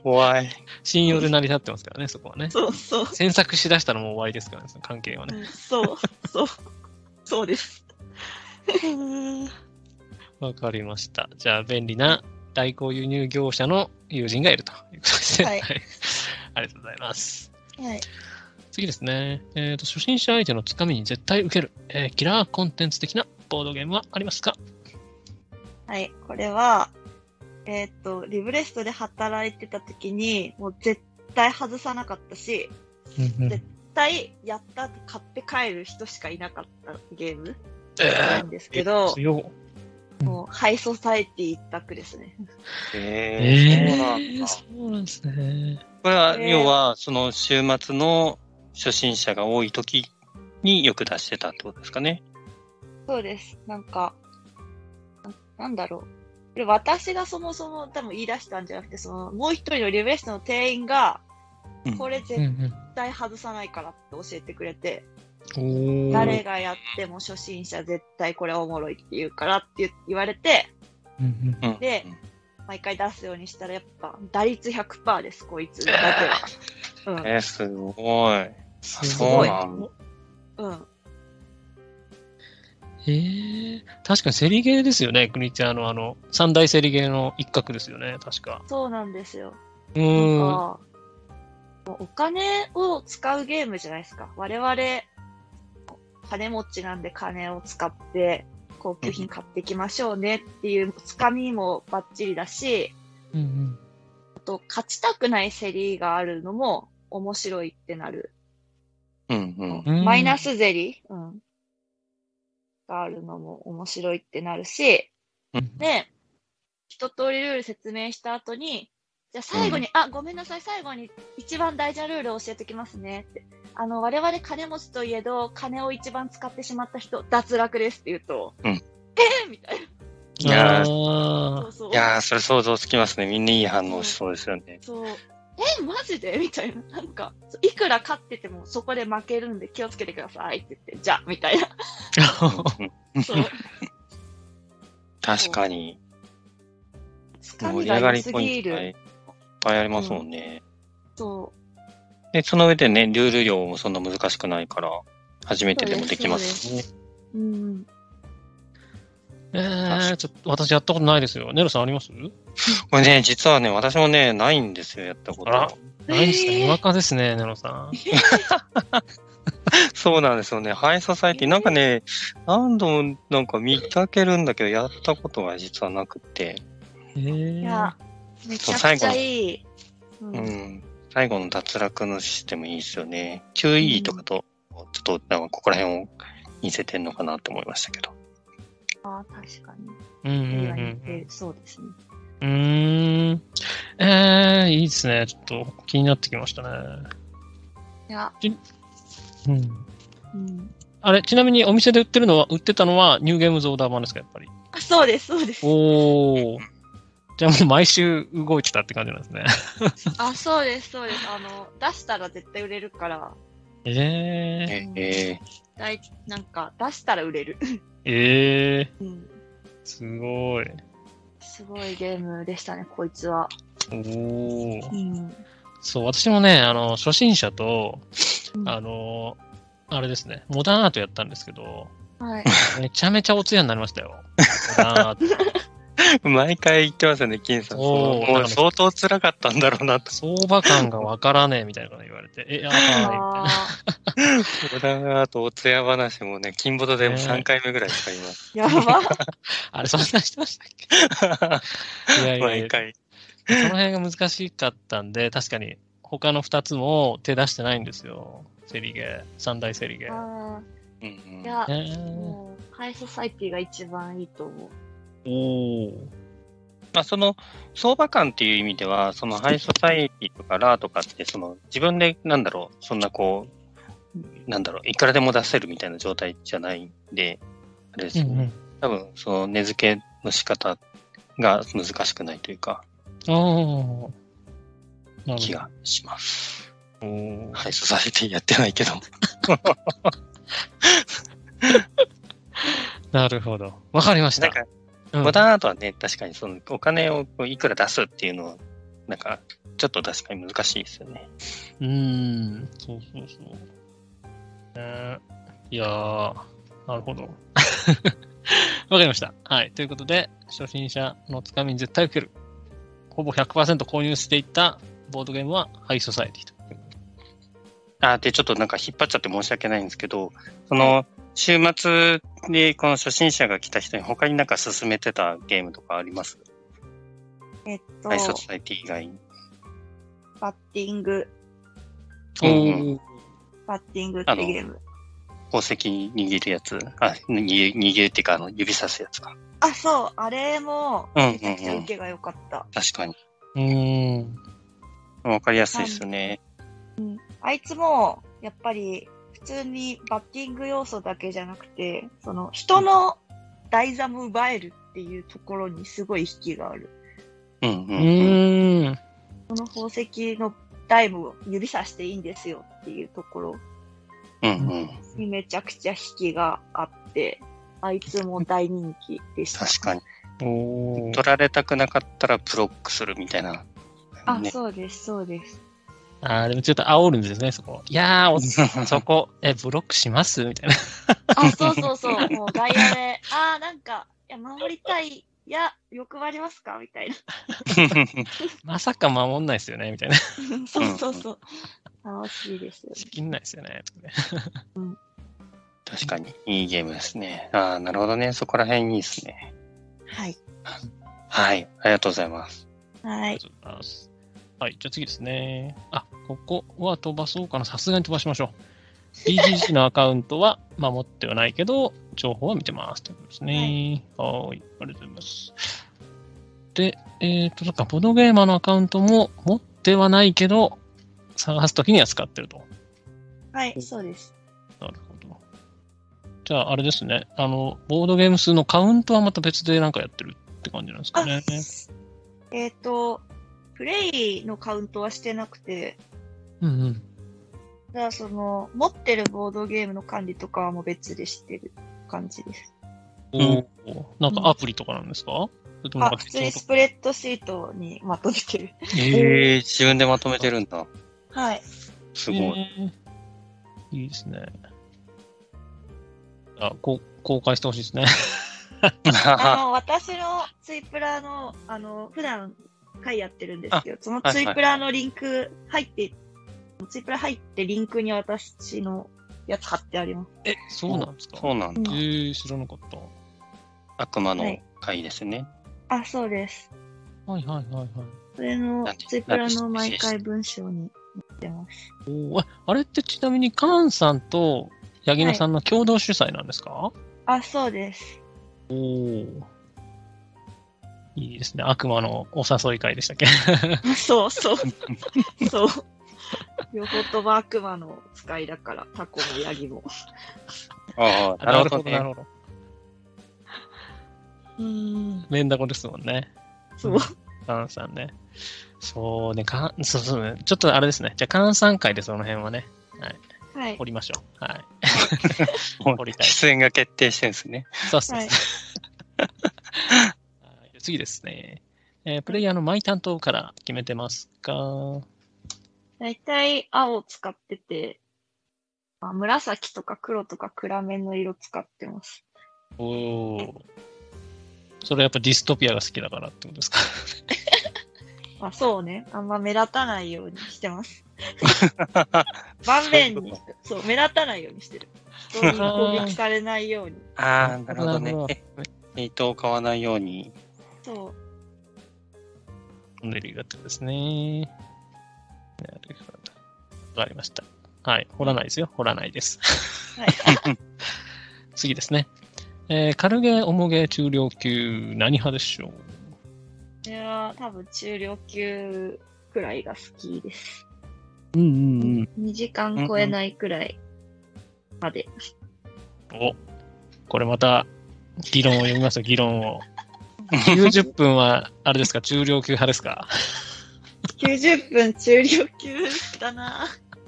C: 怖い。
A: 信用で成り立ってますからね、そこはね。
B: そうそう。
A: 詮索しだしたらもう終わりですからね、その関係はね。
B: うんそう、そう、そうです。
A: わかりました。じゃあ、便利な代行輸入業者の友人がいるということですね。
B: はい
A: ありがとうございます。
B: はい。
A: 次ですね。えっ、と、初心者相手のつかみに絶対受ける、えーキラーコンテンツ的なボードゲームはありますか
B: はい、これは、えーっと、リブレストで働いてた時に、もう絶対外さなかったし、絶対やったって買って帰る人しかいなかったゲームなんですけど、
A: 強
B: もうハイソサイティ一択ですね。
C: え
A: え
C: そうなん
A: ー、
C: だ。
A: そうなんですね。
C: これは、
B: えー
C: 要は、その週末の初心者が多い時によく出してたってことですかね。
B: そうです。なんか、ななんだろう。これ私がそもそも多分言い出したんじゃなくて、その、もう一人のリブレストの店員が、
C: うん
B: これ
A: うん
B: 絶対外さないからって教えてくれて、
A: うん、おー
B: 誰がやっても初心者絶対これおもろいって言うからって言われて、
A: うんうん
C: うん
B: で毎回出すようにしたらやっぱ打率100%です、こいつだけは。
C: えー、すごい。
A: す
B: そう
C: なの
B: うん。うん。
A: えー、確かにセリゲーですよね、クニチャーのあの、三大セリゲーの一角ですよね、確か。
B: そうなんですよ。
A: う
B: なんか、
A: ーん。
B: もうお金を使うゲームじゃないですか。我々、金持ちなんで金を使って高級品買ってきましょうねっていうつかみもバッチリだし、
A: うんうん
B: と勝ちたくない競りがあるのも面白いってなる。
C: うんうん。
A: うん
B: マイナス競り、うん、があるのも面白いってなるし、
C: うん
B: で、一通りルール説明した後に、じゃあ最後に、あ、ごめんなさい、最後に一番大事なルールを教えてきますねって。あの、我々金持ちといえど、金を一番使ってしまった人、脱落ですって言うと、
C: うん
B: えーみたい
C: いやー
B: な。
A: あ
B: そうそう。
C: いやー、それ想像つきますね。みんないい反応しそうですよ ね。
B: そう。え、マジでみたいな。なんか、そういくら勝っててもそこで負けるんで気をつけてくださいって言って、じゃあ、みたいな。
A: ー
B: そう。
C: 確かに。
B: つか
C: 盛
B: み
C: り上が
B: が良
C: り
B: す
C: ポイ
B: ぎ
C: ントがい
B: る。
C: っぱいありますもんね。
B: そう。
C: で、その上でね、ルール量もそんな難しくないから、初めてでもできますしね。
B: うん。
A: えー、ちょっと私やったことないですよ。ネロさんあります
C: これね、実はね、私もね、ないんですよ、やったこ
A: あら
C: と。
A: ないです
B: え
A: ね。
B: ー
A: にわかですね、ネロさん。
C: そうなんですよね。ハイソサイティ、なんかね、何度もなんか見かけるんだけど、やったことが実はなくて、
A: え
B: い
A: ー
B: や、めちゃくちゃいい。う。
C: うんん。最後の脱落のシステムいいですよね。QE とかと、ちょっと、なんかここら辺を似せてんのかなと思いましたけど。
B: あー確かに。
A: うんうん
B: 絵が
A: う
B: 似
A: ん
B: て
A: うん
B: る。そうですね。
A: うーん。えー、いいですね。ちょっと気になってきましたね。
B: いや、
A: うん。
B: うん。
A: あれ、ちなみにお店で売ってるのは、売ってたのはニューゲームズオーダー版ですか、やっぱり。
B: あ、そうです、そうです。
A: おー。じゃあもう毎週動いてたって感じなんですね。
B: あ、そうです、そうです。あの、出したら絶対売れるから、
A: え
C: ええ
B: 大なんか、出したら売れる。
A: ー、え
B: うん。
A: ー、すごい。
B: すごいゲームでしたね、こいつは。
A: おー
B: う。ん。
A: そう、私もね、あの、初心者と、
B: うん
A: あのーあれですね、モダンアートやったんですけど、
B: はい。
A: めちゃめちゃお通夜になりましたよ。 モダンアート。
C: 毎回言ってますよね、金さん。
A: おー
C: もう相当辛かったんだろうなと。
A: 相場感がわからねえみたいなこと言われて、え、あーねみたいな。
B: あ
C: モダンアート、お通夜話もね、金ボトでも
A: ね
C: 3回目ぐらいしか言い ます。
B: ーやば。
A: あれ、そんなしてましたっけいやいやいや
C: 毎、回。
A: その辺が難しかったんで、確かに他の2つも手出してないんですよ。セリゲー、三大セリゲー。
B: あ
C: う
B: ー
C: ん
B: い
C: うん
B: や、
A: ね
B: もう、ハイソサイティが一番いいと思う。
A: えおー
C: まあ、その相場感っていう意味では、そのハイソサイティとかラーとかって、その自分で、なんだろう、そんなこう、なんだろう、いくらでも出せるみたいな状態じゃないんで、あれですよね。多分、その根付けの仕方が難しくないというか、
A: うんうん。ああ。なるほど
C: 気がします。
A: おー
C: ハイソサイティやってないけど。
A: なるほど。わかりまし
C: な
A: た
C: ん。か、
A: うん
C: モダンアートはね、確かにそのお金をこういくら出すっていうのは、なんか、ちょっと確かに難しいですよね。
A: うーん、そうそうそう。ね、いやー、なるほ ど。わかりました。はい。ということで、初心者のつかみに絶対受ける。ほぼ100%購入していったボードゲームはハイソサイティと。
C: あで、ちょっとなんか引っ張っちゃって申し訳ないんですけど、その、週末でこの初心者が来た人に他になんか勧めてたゲームとかあります
B: えっと、
C: ハイソサイティ以外に。
B: バッティング、
C: うんうん
A: おー
B: バッティングってゲーム。
C: 宝石握るやつ。あ、握る握るっていうか、あの指さすやつか。
B: あそう、あれも、
C: うんうんう
B: め
C: ん
B: ちゃくちゃ受けが良かった。
C: 確かに。
A: うーん。
C: わかりやすいですよね。
B: あいつも、やっぱり、普通にバッティング要素だけじゃなくて、その、人の台座も奪えるっていうところにすごい引きがある。
C: うんう
A: うん
C: うん。
A: ーん。
B: この宝石の台も指さしていいんですよっていうところ
C: うんうん。
B: にめちゃくちゃ引きがあって、あいつも大人気でした。
C: 確かに。
A: おー
C: 取られたくなかったらブロックするみたいな。
B: あ、
C: ね、
B: そうです、そうです。
A: あーでもちょっと煽るんですね、そこ。いやー、 おそこ、え、ブロックしますみたいな。
B: あ、そうそうそう、もう外野で、あー、なんか、いや、守りたい、いや、欲張りますかみたいな。
A: まさか守んないですよねみたいな。
B: そうそうそう。楽しいですよね
A: 仕切んないですよねとかね
C: 確かに、いいゲームですね。ああ、なるほどね。そこら辺いいですね。
B: はい。
C: はい、ありがとうございます。
B: はい。
A: ありがとうございます。はい、じゃあ次ですね。あ、ここは飛ばそうかな。さすがに飛ばしましょう。BGC のアカウントは守ってはないけど、情報は見てます。ということですね。はーい、ありがとうございます。で、えっ、と、そっか、ボードゲーマーのアカウントも持ってはないけど、探すときには使ってると。
B: はい、そうです。
A: なるほど。じゃあ、あれですね。あの、ボードゲーム数のカウントはまた別でなんかやってるって感じなんです
B: あ
A: かね。、
B: えっ、と、プレイのカウントはしてなくて、
A: うんうん。
B: ただその、持ってるボードゲームの管理とかはもう別でしてる感じです。
A: おお、なんかアプリとかなんですか、それともな
B: あ
A: ん、か
B: 普通に
A: 別
B: スプレッドシートにまとめて る。
C: ええ自分でまとめてるんだ。
B: はい。
C: す
A: の
C: ごい。
A: えーいいですね。あ、こう公開してほしいですね。
B: あの、私のツイプラの、あの、普段会やってるんですけど、そのツイプラのリンク入って、ツイプラ入ってリンクに私のやつ貼ってあります。
A: え、そうなんですか
C: そうなん
A: え
C: だ。
A: ー、知らなかった。
C: 悪魔の会ですね。
B: あ、そうです。
A: はいはいはいはい。
B: それの
C: なんて
B: ツイプラの毎回文章に載ってま
A: お
B: す。
A: ーえあれってちなみに、カーンさんと八木野さんの共同主催なんですか、
B: あ、そう です。
A: おお。いいですね。悪魔のお誘い会でしたっけ
B: そうそう。そう。両方とも悪魔の使いだから、タコもヤギも。
C: ああ、
A: あ
C: なるほど ね。
A: なるほど。
B: うん。
A: メンダコですもんね。
B: そう。
A: カンさんね。そうね、カ ン、そうそうね。ちょっとあれですね。じゃあ、カンさん会でその辺はね、
B: はい
A: 掘。りましょう。はい。
C: もう
A: 掘りたい
C: 出演が決定してるんで すね。
A: そうそうそう。
B: はい
A: はい次ですね。えープレイヤーのマイ担当から決めてますか
B: 大体、青使ってて、まあ、紫とか黒とか暗めの色使ってます。
A: おお。それやっぱディストピアが好きだからってことですか。
B: まあ、そうね。あんま目立たないようにしてます。盤面に、そう、目立たないようにしてる。人に攻撃されないように。
C: ああ、なるほど
A: な
C: ね
A: るほど。
C: え、糸を買わないように。
B: そう。
A: トンネルがってことですね。なるほど。わかりました。はい。掘らないですよ。掘らないです。
B: はい。
A: 次ですね。えー軽ゲー、重ゲー、中量級、何派でしょう
B: これは多分中量級くらいが好きです。
A: うんうん
B: 2時間超えないくらいまで。
A: うん。おこれまた、議論を読みますよ、議論を。90分は、あれですか、中量級派ですか
B: 90分中量級だな。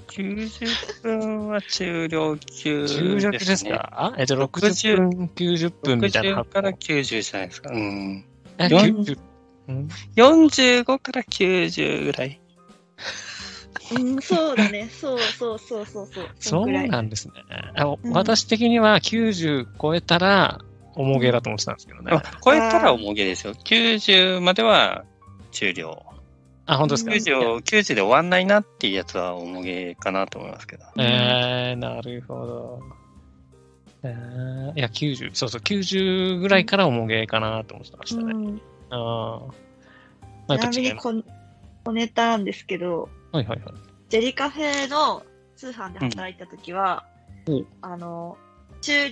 C: 90分は中量級
A: 中量級ですかあえ、じゃあ60分、90分みたいな
C: 60
A: 発
C: から
A: 表。
C: 90じゃないですか。うん。
A: え
B: 40
A: 90うん
C: 45から90ぐらい。
B: うん、そうだね。そうそうそうそうそう。
A: そ
B: ん
A: う
B: くらい
A: なんですね。あお
B: うん
A: 私的には90超えたら、重げだと思ってたんですけどね。
C: あ超えたら重げですよ。90までは中量。
A: あ、本当ですか。
C: 90を90で終わんないなっていうやつは重げかなと思いますけど。
A: えー、なるほど。えー、いや、90、そうそう、90ぐらいから重げかなと思ってましたね。
B: うん
A: ああ。な
B: ち
A: んか
B: なみ
A: 違い
B: に
A: ます。
B: こ、小ネタなんですけど、
A: はいはいはい。
B: ジェリカフェの通販で働いた時は、あの、中、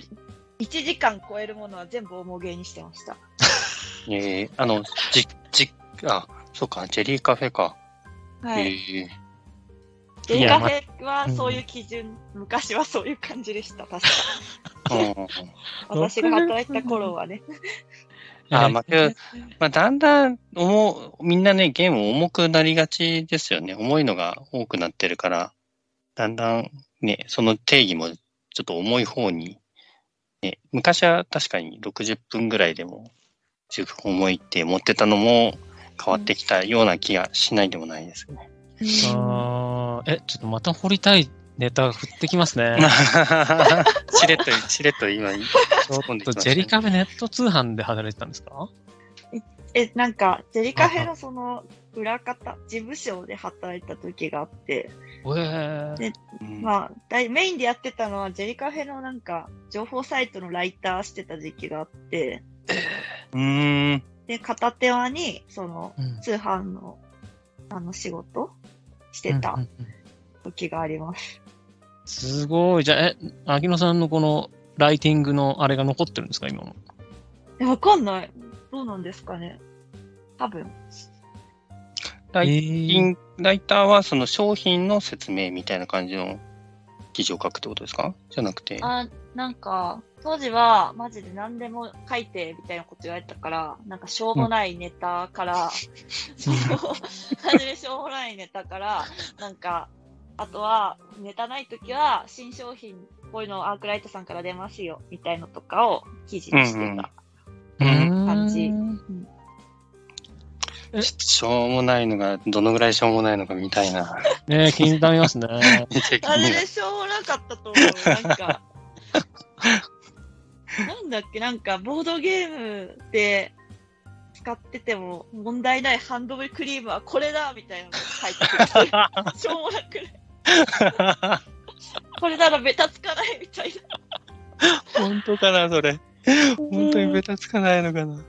B: 1時間超えるものは全部重ゲーにしてました。
C: えー、あの、じ、じ、あ、そうか、ジェリーカフェか。
B: はい。
C: え
B: ジェリカフェはそういう基準、昔はそういう感じでした、確か。
C: ーうん
B: 私が働いてた頃はね。
C: あーまあけどまあ、だんだん重、みんなね、ゲーム重くなりがちですよね。重いのが多くなってるから、だんだんね、その定義もちょっと重い方に、ね、昔は確かに60分ぐらいでも十分重いって思ってたのも変わってきたような気がしないでもないですよね。
A: あーえ、ちょっとまた掘りたいネタ振ってきますね。
C: しれっと、しれっと今、
A: ちょっとジェリカフェネット通販で働いてたんですか
B: え、なんか、ジェリカフェのその裏方、事務所で働いた時があって、
A: えー、
C: うん
B: まあ、大メインでやってたのは、ジェリカフェのなんか、情報サイトのライターしてた時期があって、
C: うーん。
B: で、片手間に、その、
A: うん
B: 通販の、あの、仕事して
A: うん
B: た
A: うんうん
B: 時があります。
A: すごい。じゃあ、え、秋野さんのこのライティングのあれが残ってるんですか、今も。
B: えわかんない。どうなんですかね。多分。
C: ライ
A: え
C: ライ
A: ー
C: ンライターはその商品の説明みたいな感じの記事を書くってことですかじゃなくて。
B: あ、なんか、当時は、マジで何でも書いて、みたいなこと言われたから、なんか、しょうもないネタから、その、はじめしょうもないネタから、なんか、あとは、ネタないときは、新商品、こういうのをアークライトさんから出ますよ、みたいのとかを記事にしてた。
C: うんうん
B: 感じ
A: うんえ
C: しょうもないのが、どのぐらいしょうもないのかみたいな。
A: ねえ、気になりますね。
C: めっちゃ気
B: あれ
C: にな
B: で
C: る
B: しょうもなかったと思う。なん か。なんだっけ、なんか、ボードゲームで使ってても問題ないハンドクリームはこれだみたいなのが書いてくる。しょうもなくない。 これならベタつかないみたいな。
C: 本当かな、それ。本当にベタつかないのかな。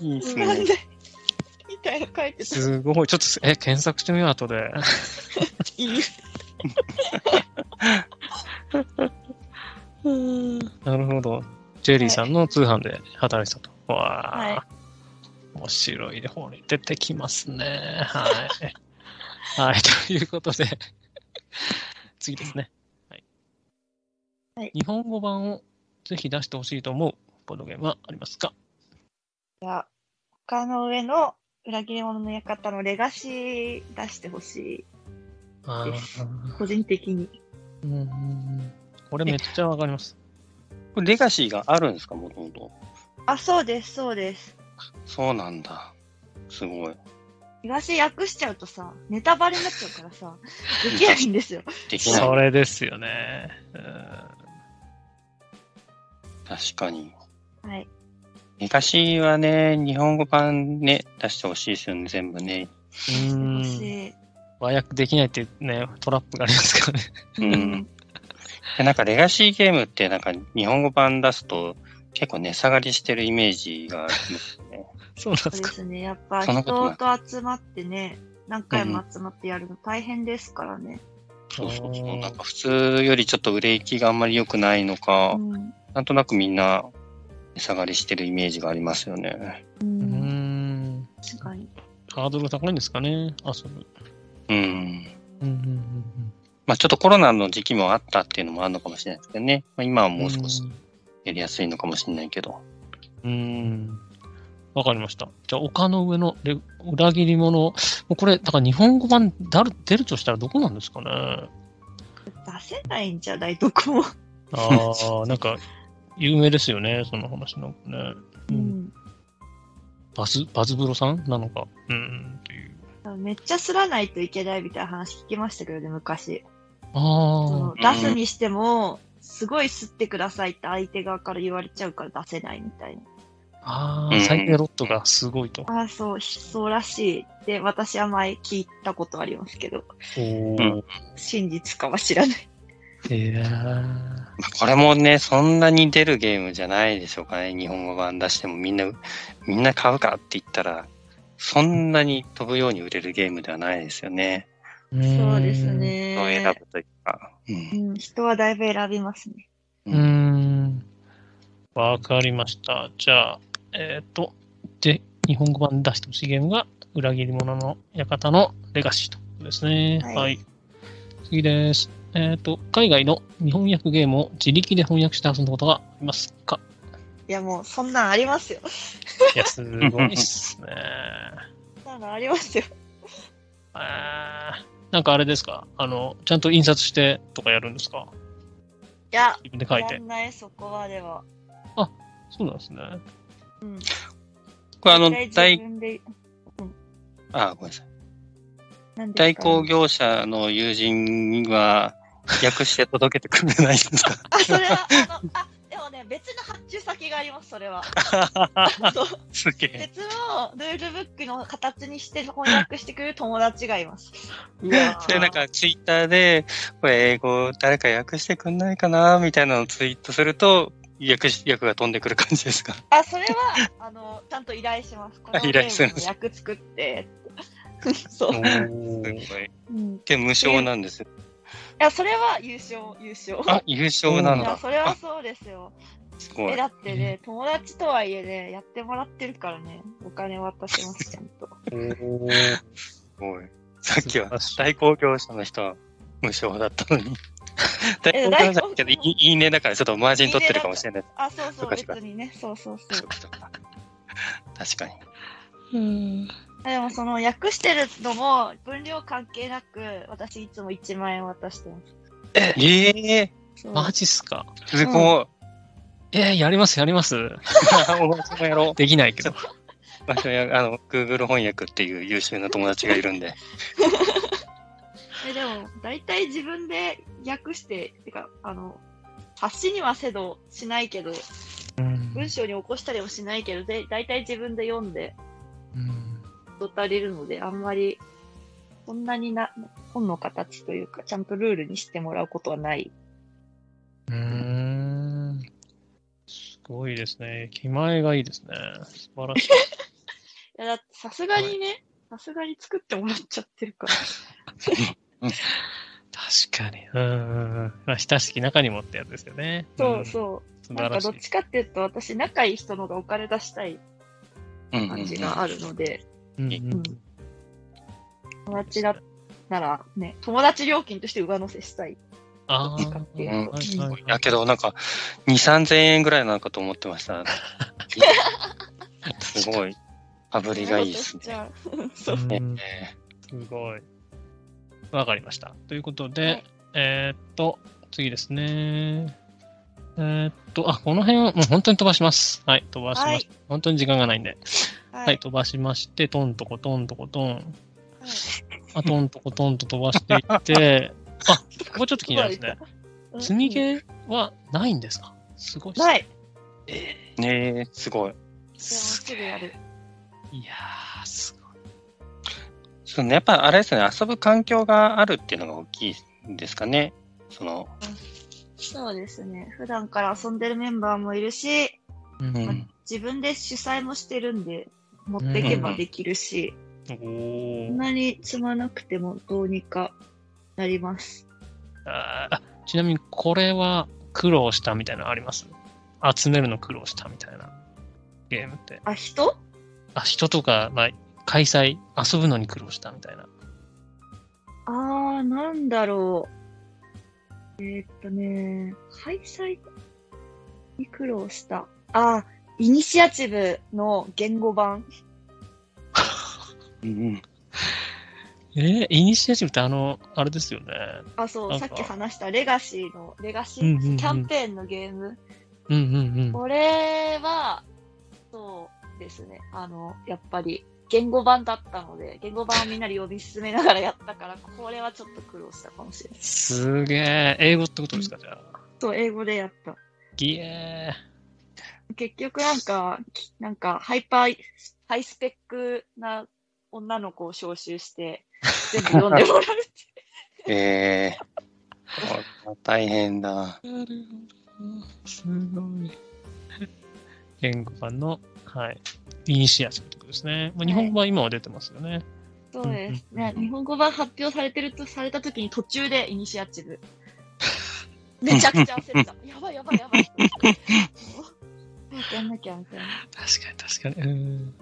C: いいです
B: な
C: ね
B: ん。でみたいなの書いてた。
A: すごい。ちょっと、え、検索してみよう、後で。なるほど。ジェリーさんの通販で働いてたと。わあ、
B: はい
A: 面白いね。ほれ出てきますね。はい。はい、ということで、次ですね。はい。
B: はい
A: 日本語版をぜひ出してほしいと思うボードゲームはありますか
B: いや、他の上の裏切り者の館のレガシー出してほしい。
A: あー
B: 個人的に。
A: うんうんうんこれめっちゃわかります。
C: これレガシーがあるんですか、もともと。
B: あ、そうです、そうです。
C: そうなんだ。すごい。
B: 東訳しちゃうとさ、ネタバレになっちゃうから さ、できないんですよ。
C: できない。
A: それですよね。うん
C: 確かに。
B: はい。
C: 昔はね、日本語版ね、出してほしいですよね、全部ね。
A: うん
B: し
A: 和訳できないってね、トラップがありますからね。
C: うん。でなんか、レガシーゲームって、なんか、日本語版出すと、結構値下がりしてるイメージがありますね。
A: そうなんです
B: そうで
A: か。
B: すね。やっぱ
C: そんな
B: 人
C: ことない
B: と集まってね、何回も集まってやるの大変ですからね。
C: そうそうそうう。
A: ん
C: なんか、普通よりちょっと売れ行きがあんまり良くないのか、
B: うん。
C: なんとなくみんな、値下がりしてるイメージがありますよね。
B: う。
A: うんん。
B: 確かに。
A: ハードルが高いんですかね、遊ぶ。
C: う
A: う
C: ん。
A: んうんうん
C: まあ、ちょっとコロナの時期もあったっていうのもあるのかもしれないですけどね。まあ、今は
A: うん
C: もう少し。やりやすいのかもしれないけど。
A: うん。わかりました。じゃあ、丘の上のレ裏切り者、もうこれ、だから日本語版だる出るとしたらどこなんですかね。
B: 出せないんじゃないどこも。
A: ああ、なんか、有名ですよね、その話なんかね。う
B: うんん。
A: バズ、バズブロさんなのか。うん、っていう。
B: めっちゃすらないといけないみたいな話聞きましたけどね、昔。そ
A: あ
B: の出すにしても、すごいすってくださいって相手側から言われちゃうから出せないみたいな。
A: あ、あ
C: う
A: あ、
C: ん
A: 最低ロットがすごいと。
B: ああ、そう、そうらしい。で、私は前聞いたことありますけど、
A: おお
C: う
A: ー。
B: 真実かは知らない。
A: えー
C: まあこれもね、そんなに出るゲームじゃないでしょうかね。日本語版出してもみんな、みんな買うかって言ったら、そんなに飛ぶように売れるゲームではないですよね。
B: そうです。
C: 人を選
B: ね。
C: ぶというか。う
B: うんん、人はだいぶ選びますね。
A: うーん。わかりました。じゃあ、えっ、と、で、日本語版出してほしいゲームが、裏切り者の館のレガシーということですね。は。
B: はいい
A: 次です。えっ、と、海外の日本訳ゲームを自力で翻訳して遊んだことがありますか
B: いや、もう、そんなんありますよ。
A: いや、すごいっすね。
B: そんなんありますよ。
A: あーなんかあれですかあの、ちゃんと印刷してとかやるんですか
B: いや、
A: 自分で書い
B: や
A: て
B: ん。ない、そこまでは。
A: そうなんですね。
B: うん。
C: これあの、
B: 絶対自
C: 代、
B: 分で、
C: あ、ごめんなさい。
B: なんです
C: 代
B: か
C: 行業者の友人は、訳して届けてくれないんですか
B: あ、それは、あの、あ、でもね、別の発注先があります、それは。そう
C: すげ え。
B: 別のルールブックの形にして翻訳してくれる友達がいます。
A: うわ
C: それなんかツイッターで、これ英語誰か訳してくんないかなみたいなのをツイートすると、訳し、訳が飛んでくる感じですか
B: あ、それ は、あの、ちゃんと依頼します。この
C: 依頼する
B: ゲー
C: んで
B: ム
C: す
B: の役作って。 そう。
A: お
C: すご
A: ー
C: い。
B: うん、い
C: で、無償なんですよ。
B: や、それは優勝、優勝。
C: あ、優勝なん
B: いや、
C: だ。
B: それはそうですよ。
C: すご
B: え、
C: い。
B: だってね、友達とはいえね、やってもらってるからね、お金渡します、ちゃんと。
A: お
C: すごい。さっきは
A: 素晴らしい
C: 代行業者の人は無償だった のに。代行業者だけど、
B: 代
C: い
B: 行業
C: いいいねだからちょっとマージン取ってるかもしれない。
B: あ、そうそ
C: そう
B: う、
C: かそうか
B: 別にね、そうそうそ
C: そうう。かそうか 確かに。
A: うん。
B: あでも、その、訳してるのも、分量関係なく、私いつも1万円渡してます。
C: ええ
B: そう
A: マジっすか
C: すごい。
A: えー、やります、やります。
C: おばちもやろう。
A: できないけど。
C: 私はやあの、Google 翻訳っていう優秀な友達がいるんで。
B: えでも大体自分で訳しててかあの発信にはせどしないけど
A: うん
B: 文章に起こしたりもしないけどで大体自分で読んで
A: うん
B: 取たれるのであんまりそんなにな本の形というかちゃんとルールにしてもらうことはない。
A: うーん。すごいですね。気前がいいですね。素晴らしい。
B: いやだってさすがにねさすがに作ってもらっちゃってるから。
A: 確かに。うんうんうん。まあ、親しき中にもってやつですよね。
B: そう
A: うん。
B: そ
A: 素
B: う。な
A: 晴
B: んから
A: し
B: どっちかっていうと私仲いい人の方がお金出したい
C: うんうんうん
B: 感じがあるので
A: い。うんうん
B: うん友達だならね友達料金として上乗せしたい。
A: あ
B: どっちかっていう
A: ー
C: と
A: はいはい
C: だけど、なんか、2、3000円ぐらいなのかと思って ました。すごい。羽振りがいいですね。
B: そんなことしちゃう そううん
C: え
A: すごい。わかりました。ということで、
B: はい
A: えーっと、次ですね。えーっと、あ、この辺をもう本当に飛ばします。はい、飛ばします。
B: はい
A: 本当に時間がないんで。
B: は
A: はい、飛ばしまして、トントコトントコトン、あトントコトンと飛ばしてい って、あ、ここちょっと気になるんですね。
B: うん
A: 積み毛はないんですかすごいっすね
B: ない。
C: ねえ、すごい。
B: じゃあすぐやる。
A: いやー、すごい。
C: そのやっぱあれですね、遊ぶ環境があるっていうのが大きいんですかね。その、
B: そうですね。普段から遊んでるメンバーもいるし、
A: うん
C: う
A: うんん、
B: 自分で主催もしてるんで、持ってけばできるし、
A: お
B: そん
A: ー
B: なに積まなくてもどうにかなります。
A: あーちなみにこれは苦労したみたいなのあります集めるの苦労したみたいなゲームって。
B: あ、人
A: あ、人とか、まあ、開催、遊ぶのに苦労したみたいな。
B: あー、なんだろう。えー、っとね、開催に苦労した。あー、イニシアチブの言語版。
C: うん
A: えー、イニシアチブってあの、あれですよね。
B: あ、そ
A: な
B: う、
A: ん
B: さ
A: か
B: っき話したレガシーの、レガシ
A: うんうんうん
B: ーキャンペーンのゲーム。
A: うんうんうん。
B: これは、そうですね。あの、やっぱり、言語版だったので、言語版をみんなで呼び進めながらやったから、これはちょっと苦労したかもしれない。
A: すげえ。英語ってことですか、じゃあ。
B: そう、英語でやった。
A: ギエ
B: 結局なんか、きなんか、ハイパー、ハイスペックな女の子を招集して、全部読んでもらうっていう
C: ええ これは大変だ。
A: ー。なるほど。すごい。言語版の、はい。イニシアチブってことですね。まあ、日本語は今は出てますよね。
B: そうです。ね、日本語版発表されてると、された時に途中でイニシアチ ブ。めちゃくちゃ焦った。 やばいやばいやばい。もう早くやんなきゃみたいな。
A: 確かに確かに。うん。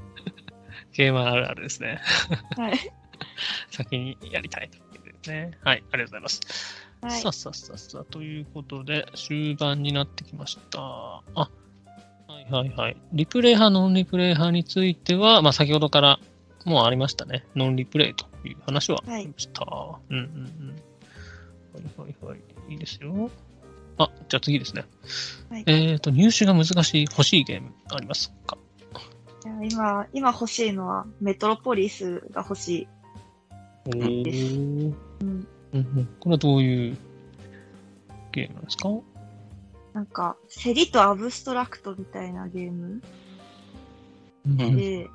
A: ゲーマーあるあるですね。
B: はい。
A: 先にやりたいということですね。はい、ありがとうございます。
B: はい
A: さあさあさあさあ、ということで、終盤になってきました。あ、はいはいはい。リプレイ派、ノンリプレイ派については、まあ先ほどからもうありましたね。ノンリプレイという話はありました。うんうんうん。はいはいはい。いいですよ。あ、じゃあ次ですね。
B: はい
A: えっ、と、入手が難しい、欲しいゲームありますか
B: いや今、今欲しいのは、メトロポリスが欲しい。
A: お
B: です
A: ーうんうん、これはどういうゲームなんですか
B: なんか、セリとアブストラクトみたいなゲーム
A: うん
C: うん
B: で、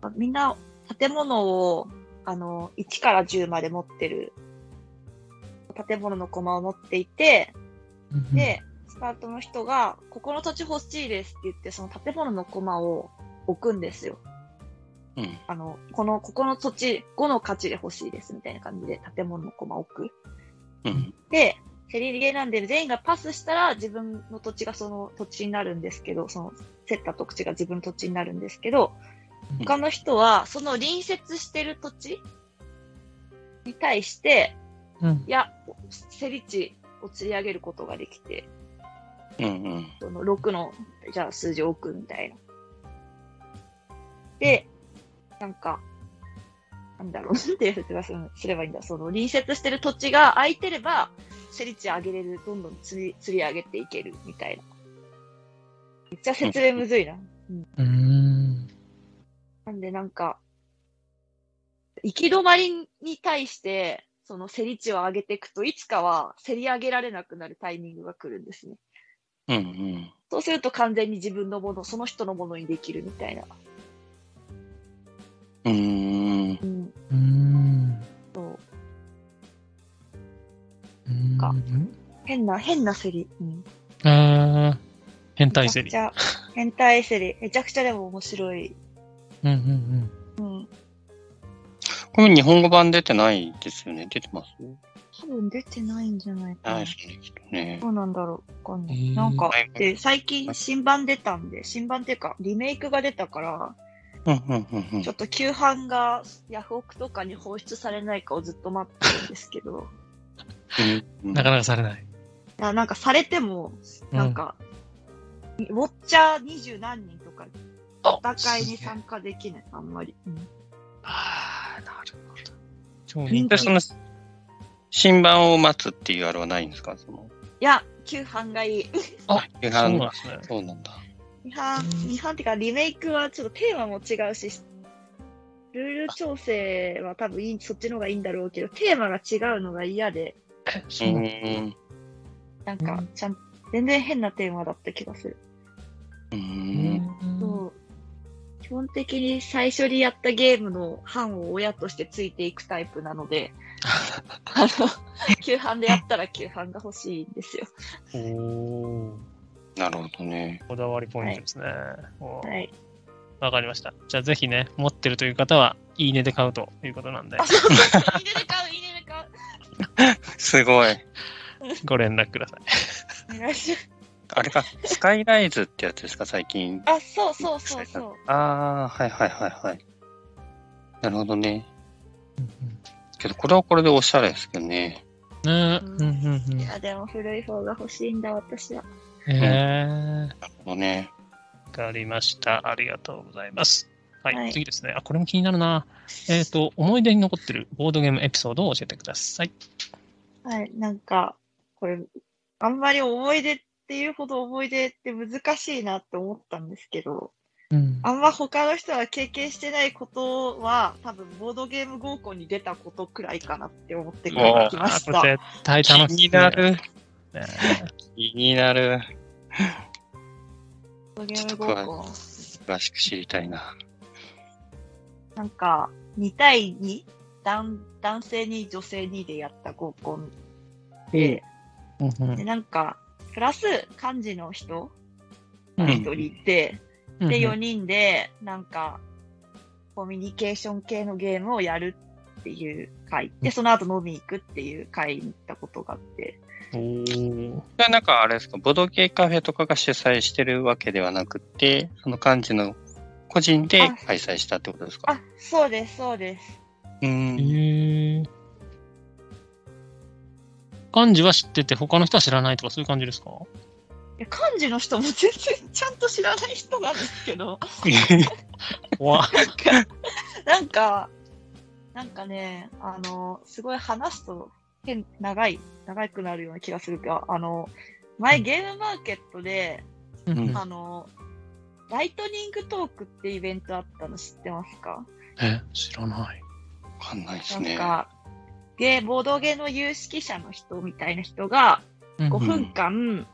B: まあみんな建物を、あの、1から10まで持ってる、建物のコマを持っていて、
A: うん、
B: で、スタートの人が、ここの土地欲しいですって言って、その建物のコマを置くんですよ。
C: うん。
B: あの、この、ここの土地5の価値で欲しいですみたいな感じで建物のコマを置く。
C: うん。
B: で、セリゲなんで全員がパスしたら自分の土地がその土地になるんですけど、その競った土地が自分の土地になるんですけど
A: う、ん
B: 他の人はその隣接してる土地に対して、
A: うん
B: いや、セリ値を釣り上げることができて、
C: うん。うん。
B: その6の、じゃあ数字を置くみたいな。で、なんか、なんだろう、 なんて説明するすればいいんだ。その隣接してる土地が空いてれば、セリ値上げれる、どんどん釣り釣り上げていけるみたいな。めっちゃ説明むずいな。
A: うーん。
B: なんでなんか、行き止まりに対して、そのセリ値を上げていくと、いつかは競り上げられなくなるタイミングが来るんですね。
C: うん。うん。
B: そうすると完全に自分のもの、その人のものにできるみたいな。
C: うん。
B: うん。
A: うーん。
B: そう。
A: うーん
B: か変な、変なセリ。うん。
A: あー変態セ
B: め
A: リ
B: ち。ゃくちゃ、変態セリ。めちゃくちゃでも面白い。
A: うんうん
B: うん。
C: これ日本語版出てないですよね。出てます
B: 多分出てないんじゃないか
C: な
B: な。
C: いですよね。
B: どうなんだろう。わかんな
A: へ
B: い。
A: ー
B: なんか
C: はい、
B: で、最近新版出たんで、新版っていうか、リメイクが出たから、
C: うん。うん。うん。うん
B: ちょっと旧版がヤフオクとかに放出されないかをずっと待ってるんですけど、
C: う
A: うんん。なかなかされない。
B: ななんかされても、なんか、ウォッチャー二十何人とか
A: あ
B: 戦いに参加できない、あんまり。
A: あーなるほど。超
B: 人
A: 人
B: 気
A: 気
C: で、その、新版を待つっていうあれはないんですかその、
B: いや、旧版がいい。
A: あ、
C: 違
A: そうなん
C: う。
A: ですね。
C: そうなんだ。
B: 日版、日版っていうかリメイクはちょっとテーマも違うし、ルール調整は多分いいそっちの方がいいんだろうけど、テーマが違うのが嫌で、
C: う
A: そう
C: ーん。
B: なんか
A: うん
B: ちゃん、全然変なテーマだった気がする。
C: う
A: う
C: ーん。
A: ん
B: そう基本的に最初にやったゲームの班を親としてついていくタイプなので、あの、旧版でやったら旧版が欲しいんですよ。
A: おー
C: なるほどね。
A: こだわりポイントですね。おー
B: はい。
A: わかりました。じゃあぜひね、持ってるという方は、いいねで買うということなんで
B: あ、、そうそうそう。入れるか、入れるか。
C: すごい。
A: ご連絡ください。
B: お願いします。
C: あれか、スカイライズってやつですか、最近。
B: あ、そうそうそうそう。
C: ああ、はいはいはいはい。なるほどね。けど、これはこれでおしゃれですけどね。
A: ねえ、
B: う
A: うんんうんうん
B: い。や、でも古い方が欲しいんだ、私は。
A: え
C: なるほどね。
A: わかりました。ありがとうございます。はい、
B: はい
A: 次ですね。あ、これも気になるな。えっ、と、思い出に残ってるボードゲームエピソードを教えてください。
B: はい、なんか、これ、あんまり思い出っていうほど思い出って難しいなって思ったんですけど、
A: うん
B: あんま他の人が経験してないことは、多分ボードゲーム合コンに出たことくらいかなって思ってき
C: うわ
B: まし
A: こ
B: た。
A: れ絶対楽しい、
C: 気にな。る。
A: ね
C: 気になる。
B: ボードゲーム合コン。
C: 詳しく知りたいな。
B: なんか、2対2男、男性に女性にでやった合コンで、
A: うん
B: でなんか、プラス幹事の人
A: う
B: が
A: ん
B: 1人いて、
A: うん
B: で、4人で、なんか、コミュニケーション系のゲームをやるっていう回。で、その後飲みに行くっていう回に行ったことがあって。
A: おー
C: それはなんかあれですか、ボドゲーカフェとかが主催してるわけではなくて、その幹事の個人で
B: あ
C: 開催したってことですか
B: あ、そうです、そうです。
C: うー
A: へ
C: ん。
A: ー漢字は知ってて、他の人は知らないとか、そういう感じですか
B: いや幹事の人も全然ちゃんと知らない人なんですけど、
A: 怖っ
B: なんか、なんかね、あの、すごい話すと変、長い、長くなるような気がするが、あの、前ゲームマーケットで、
C: ん
B: あの、ライトニングトークってイベントあったの知ってますか
A: え、知らない。
C: わかんないです
B: なん
C: ね。
B: か、ゲーボードゲーの有識者の人みたいな人が、5
C: ん
B: 分間、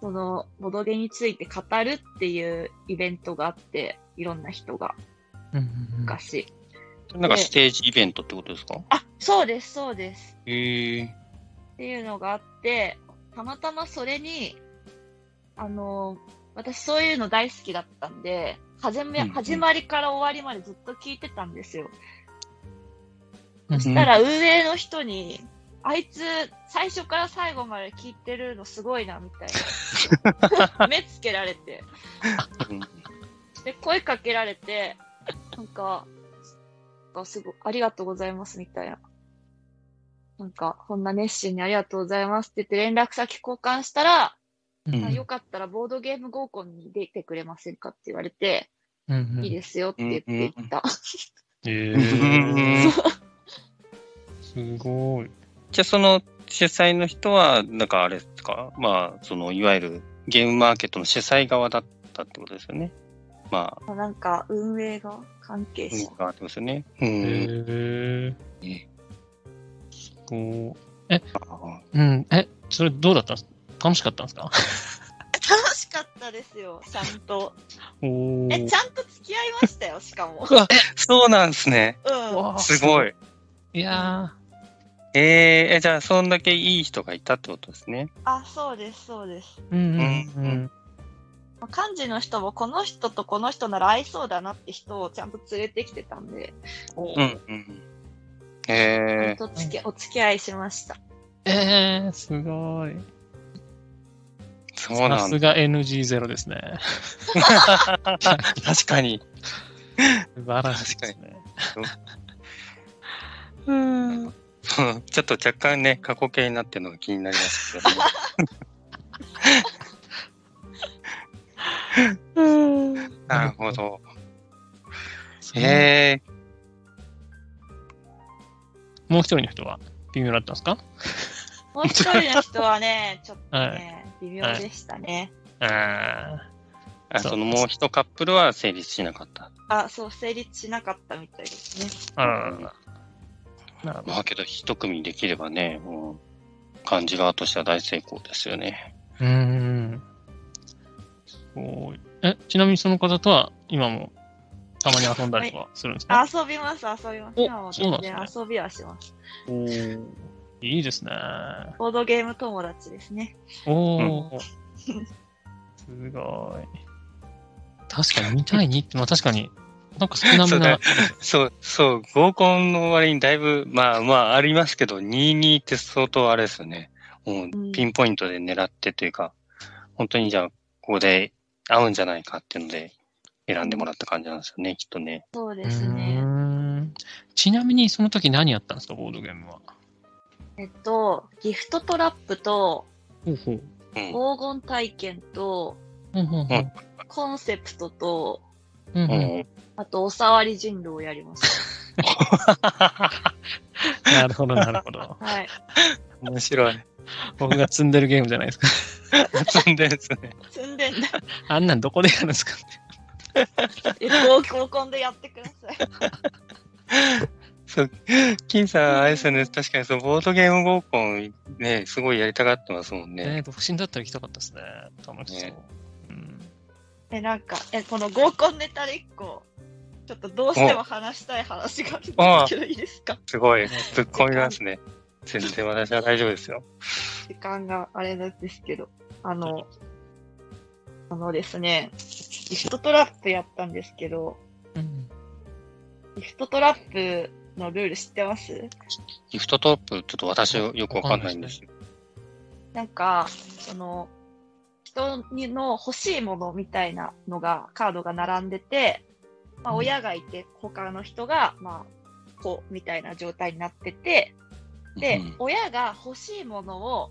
B: その、ボードゲーについて語るっていうイベントがあって、いろんな人が、
A: うんうんうん
B: 昔。
C: なんかステージイベントってことですか
B: あ、そうです、そうです。
C: へえ。
B: っていうのがあって、たまたまそれに、あの、私そういうの大好きだったんで、始め、
C: うんうん
B: 始まりから終わりまでずっと聞いてたんですよ。
A: うん
B: そしたら運営の人に、あいつ、最初から最後まで聞いてるのすごいな、みたいな。目つけられて。で、声かけられて、なんか、なんかすごい、ありがとうございます、みたいな。なんか、こんな熱心にありがとうございますって言って連絡先交換したら、
A: うん
B: あよかったらボードゲーム合コンに出てくれませんかって言われて、
A: うんうん
B: いいですよって言って行った。
A: へ
C: うん
A: ーすごい。
C: じゃあその主催の人は、なんかあれですかまあ、そのいわゆるゲームマーケットの主催側だったってことですよね。ま あ、
B: なんか、運営が関係
C: 運営
B: 者。
C: 側ってことですよね。う
A: へ
C: ん。
A: ー
C: ね
A: すごい。
C: あ
A: うん、え、それどうだったんです楽しかったんですか
B: 楽しかったですよ、ちゃんと。
A: お
B: え、ちゃんと付き合いました よ、しかも。
C: ーそうなんですね。
B: うん。
C: すご
A: い。
C: い。
A: いや
C: えー、えじゃあ、そんだけいい人がいたってことですね。
B: あ、そうです、そうです。
A: ー、うんうんうん。
B: まあ幹事の人もこの人とこの人なら合いそうだなって人をちゃんと連れてきてたんで、
A: お
C: うんうん。え
B: ちゃんと付きお付き合いしました。
A: えー、すごい。
C: ー、そう
A: さ
C: なん
A: す
C: だ。
A: が NG0 ですね。
C: 確かに。
A: 素晴らしいですね。
B: うん。
C: うんちょっと若干ね、過去形になってるのが気になります けど、ね、なるほど。
A: え
C: えー、
A: もう一人の人は微妙だったんですか
B: もう一人の人はね、ちょっと
A: は
B: ね、微妙でしたね。
A: あ
C: あそのもう一カップルは成立しなかった。
B: あ、そう、成立しなかったみたいですね。
A: あらららら。なるほど
C: まあけど一組できればね、もう感じ側としては大成功ですよね。
A: うーん。おーいえ、ちなみにその方とは今もたまに遊んだりとかするんですか、
B: 遊びます、遊びます。
A: お
B: 今は
A: そうなん
B: 全
A: です
B: 然
A: ね
B: 遊びはします。
A: おーいいですね。
B: ボードゲーム友達ですね。
A: おお、すごい。確かに2対2って、まあ 確かに、なんか少な
C: そ
A: め
C: うだ
A: な
C: ね。そう、そう、合コンの割にだいぶ、まあまあありますけど、22って相当あれですよね。もうピンポイントで狙ってというか、本当にじゃあここで合うんじゃないかっていうので選んでもらった感じなんですよね、きっとね。
B: そう
A: う
B: です
A: ー
B: ね。
A: んちなみにその時何やったんですか、ボードゲームは。
B: えっと、ギフトトラップと、
A: ほうほう。
C: うん。
B: 黄金体験と、
A: うんうん
C: うん
B: コンセプトと、
A: うん
C: う
A: うん
C: ん
B: あと、おさわり人狼をやりました。
A: なるほど、なるほど。
B: はい。
C: 面白い。
A: 僕が積んでるゲームじゃないですか。
C: 積んでるんですね。
B: 積んでんだ。
A: あんなんどこでやるんですか
B: え、合コンでやってください。
C: そう、金さん、あれですよね、確かにそう、ボードゲーム合コン、ね、すごいやりたがってますもん
A: ね
C: ね。
A: え、独身だったら行きたかったですね。楽しそう。
C: ね
A: うん
B: え、なんか、え、この合コンネタで一個、ちょっとどうしても話したい話があるんですけど、いいですか
C: すごい、突っ込みますね。全然私は大丈夫ですよ。
B: 時間があれなんですけど、あの、あのですね、ギフトトラップやったんですけど、
A: うん
B: ギフトトラップのルール知ってます
C: ギフトトップ、ちょっと私よくわかんないんですけど。
B: なんか、その、人にの欲しいものみたいなのが、カードが並んでて、まあ、
A: うん
B: 親がいて、他の人が、まあ、こう、みたいな状態になってて、で、
C: うん
B: 親が欲しいものを、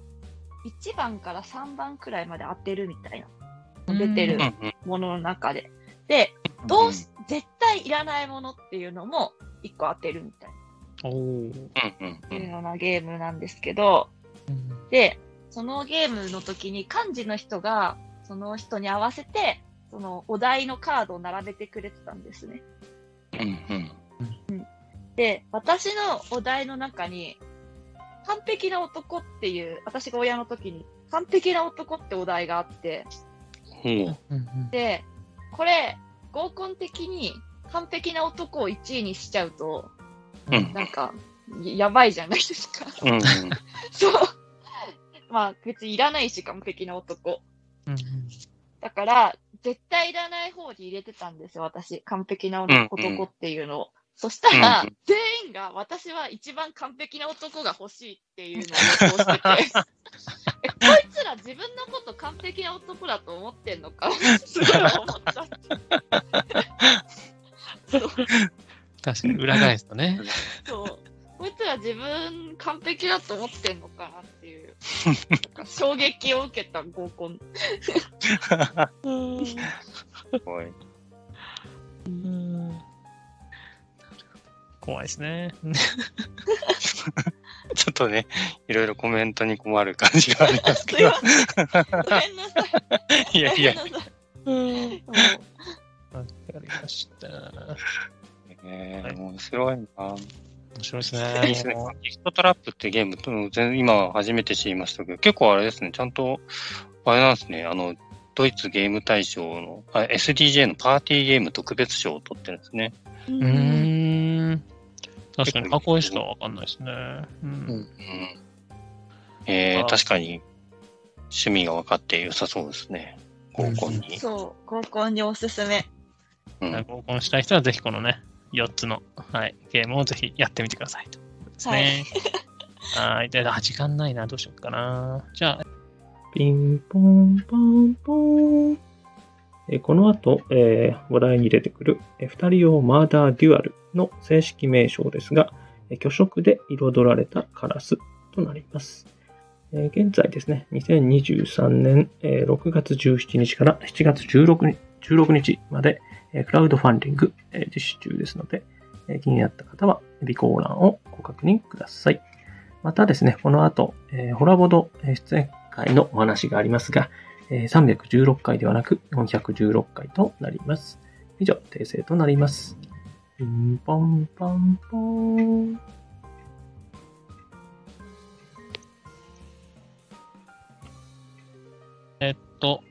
B: 1番から3番くらいまで当てるみたいな、出てる
C: うんうん
B: ものの中で。で、どうし、絶対いらないものっていうのも、1個当てるみたい
A: おお。
C: うんう
B: な、いうんようなゲームなんですけど、で、そのゲームの時に漢字の人が、その人に合わせて、そのお題のカードを並べてくれてたんですね。
C: うんうん
B: で、私のお題の中に、完璧な男っていう、私が親の時に、完璧な男ってお題があって、
C: ほ
B: で、これ、合コン的に完璧な男を1位にしちゃうと、
C: ううん
B: なんか、ややばいじゃないですか。
C: うんうん
B: そう。 まあ、別にいらないし、完璧な男。
A: うん
B: だから、絶対いらない方に入れてたんですよ、私。完璧な
C: うんうん
B: 男っていうのを。そしたら、
C: うんう
B: 全員が私は一番完璧な男が欲しいっていうのを予想して て。えこいつら自分のこと完璧な男だと思ってんのかすごい思ったって。そう
A: 確かに裏返すとね。
B: そう。こいつら自分完璧だと思ってんのかなって いう、なんか衝撃を受けた合コン。うん
C: すごい。
A: 怖いです ね。
C: ちょっとね、いろいろコメントに困る感じがあります
B: す
C: け
B: い
C: ど
B: ま。せん。ごめんなさい。
C: いやいや。
B: ごめんなさい
A: うん。わ
B: も
A: かりました。面
C: えー面白いな。
A: 白いです
C: いいですね
A: ね。。
C: ギフトトラップってゲーム、うん全然今初めて知りましたけど、結構あれですね、ちゃんと、あれなんですね、あの、ドイツゲーム大賞の、あ SDJ のパーティーゲーム特別賞を取ってるんですね。
B: う
A: うーん。確かに、
C: 結構いいで
A: 箱絵し
C: すね
A: かわかんないですね。うん。
C: うん。えー
A: あ
C: 確かに、趣味が分かって良さそうですね。合コンに。
B: そう、合コンにおすすめ。
C: うん
A: なんか合コンしたい人は、ぜひこのね、4つの、はい、ゲームをぜひやってみてくださいと。ですね。はい。で、あ、時間ないな。どうしようかな。じゃあ、
D: ピンポンパンポン。えーこの後、えー話題に出てくる、えー二人用マーダーデュアルの正式名称ですが、えー虚飾で彩られたカラスとなります。えー現在ですね、2023年、えー6月17日から7月16日 ,16 日まで、えークラウドファンディング、えー実施中ですので、えー気になった方は備考欄をご確認ください。またですね、この後、えーホラボドえー出演会のお話がありますが、えー316回ではなく416回となります。以上、訂正となります。ピンポンパンポン。
A: えっと、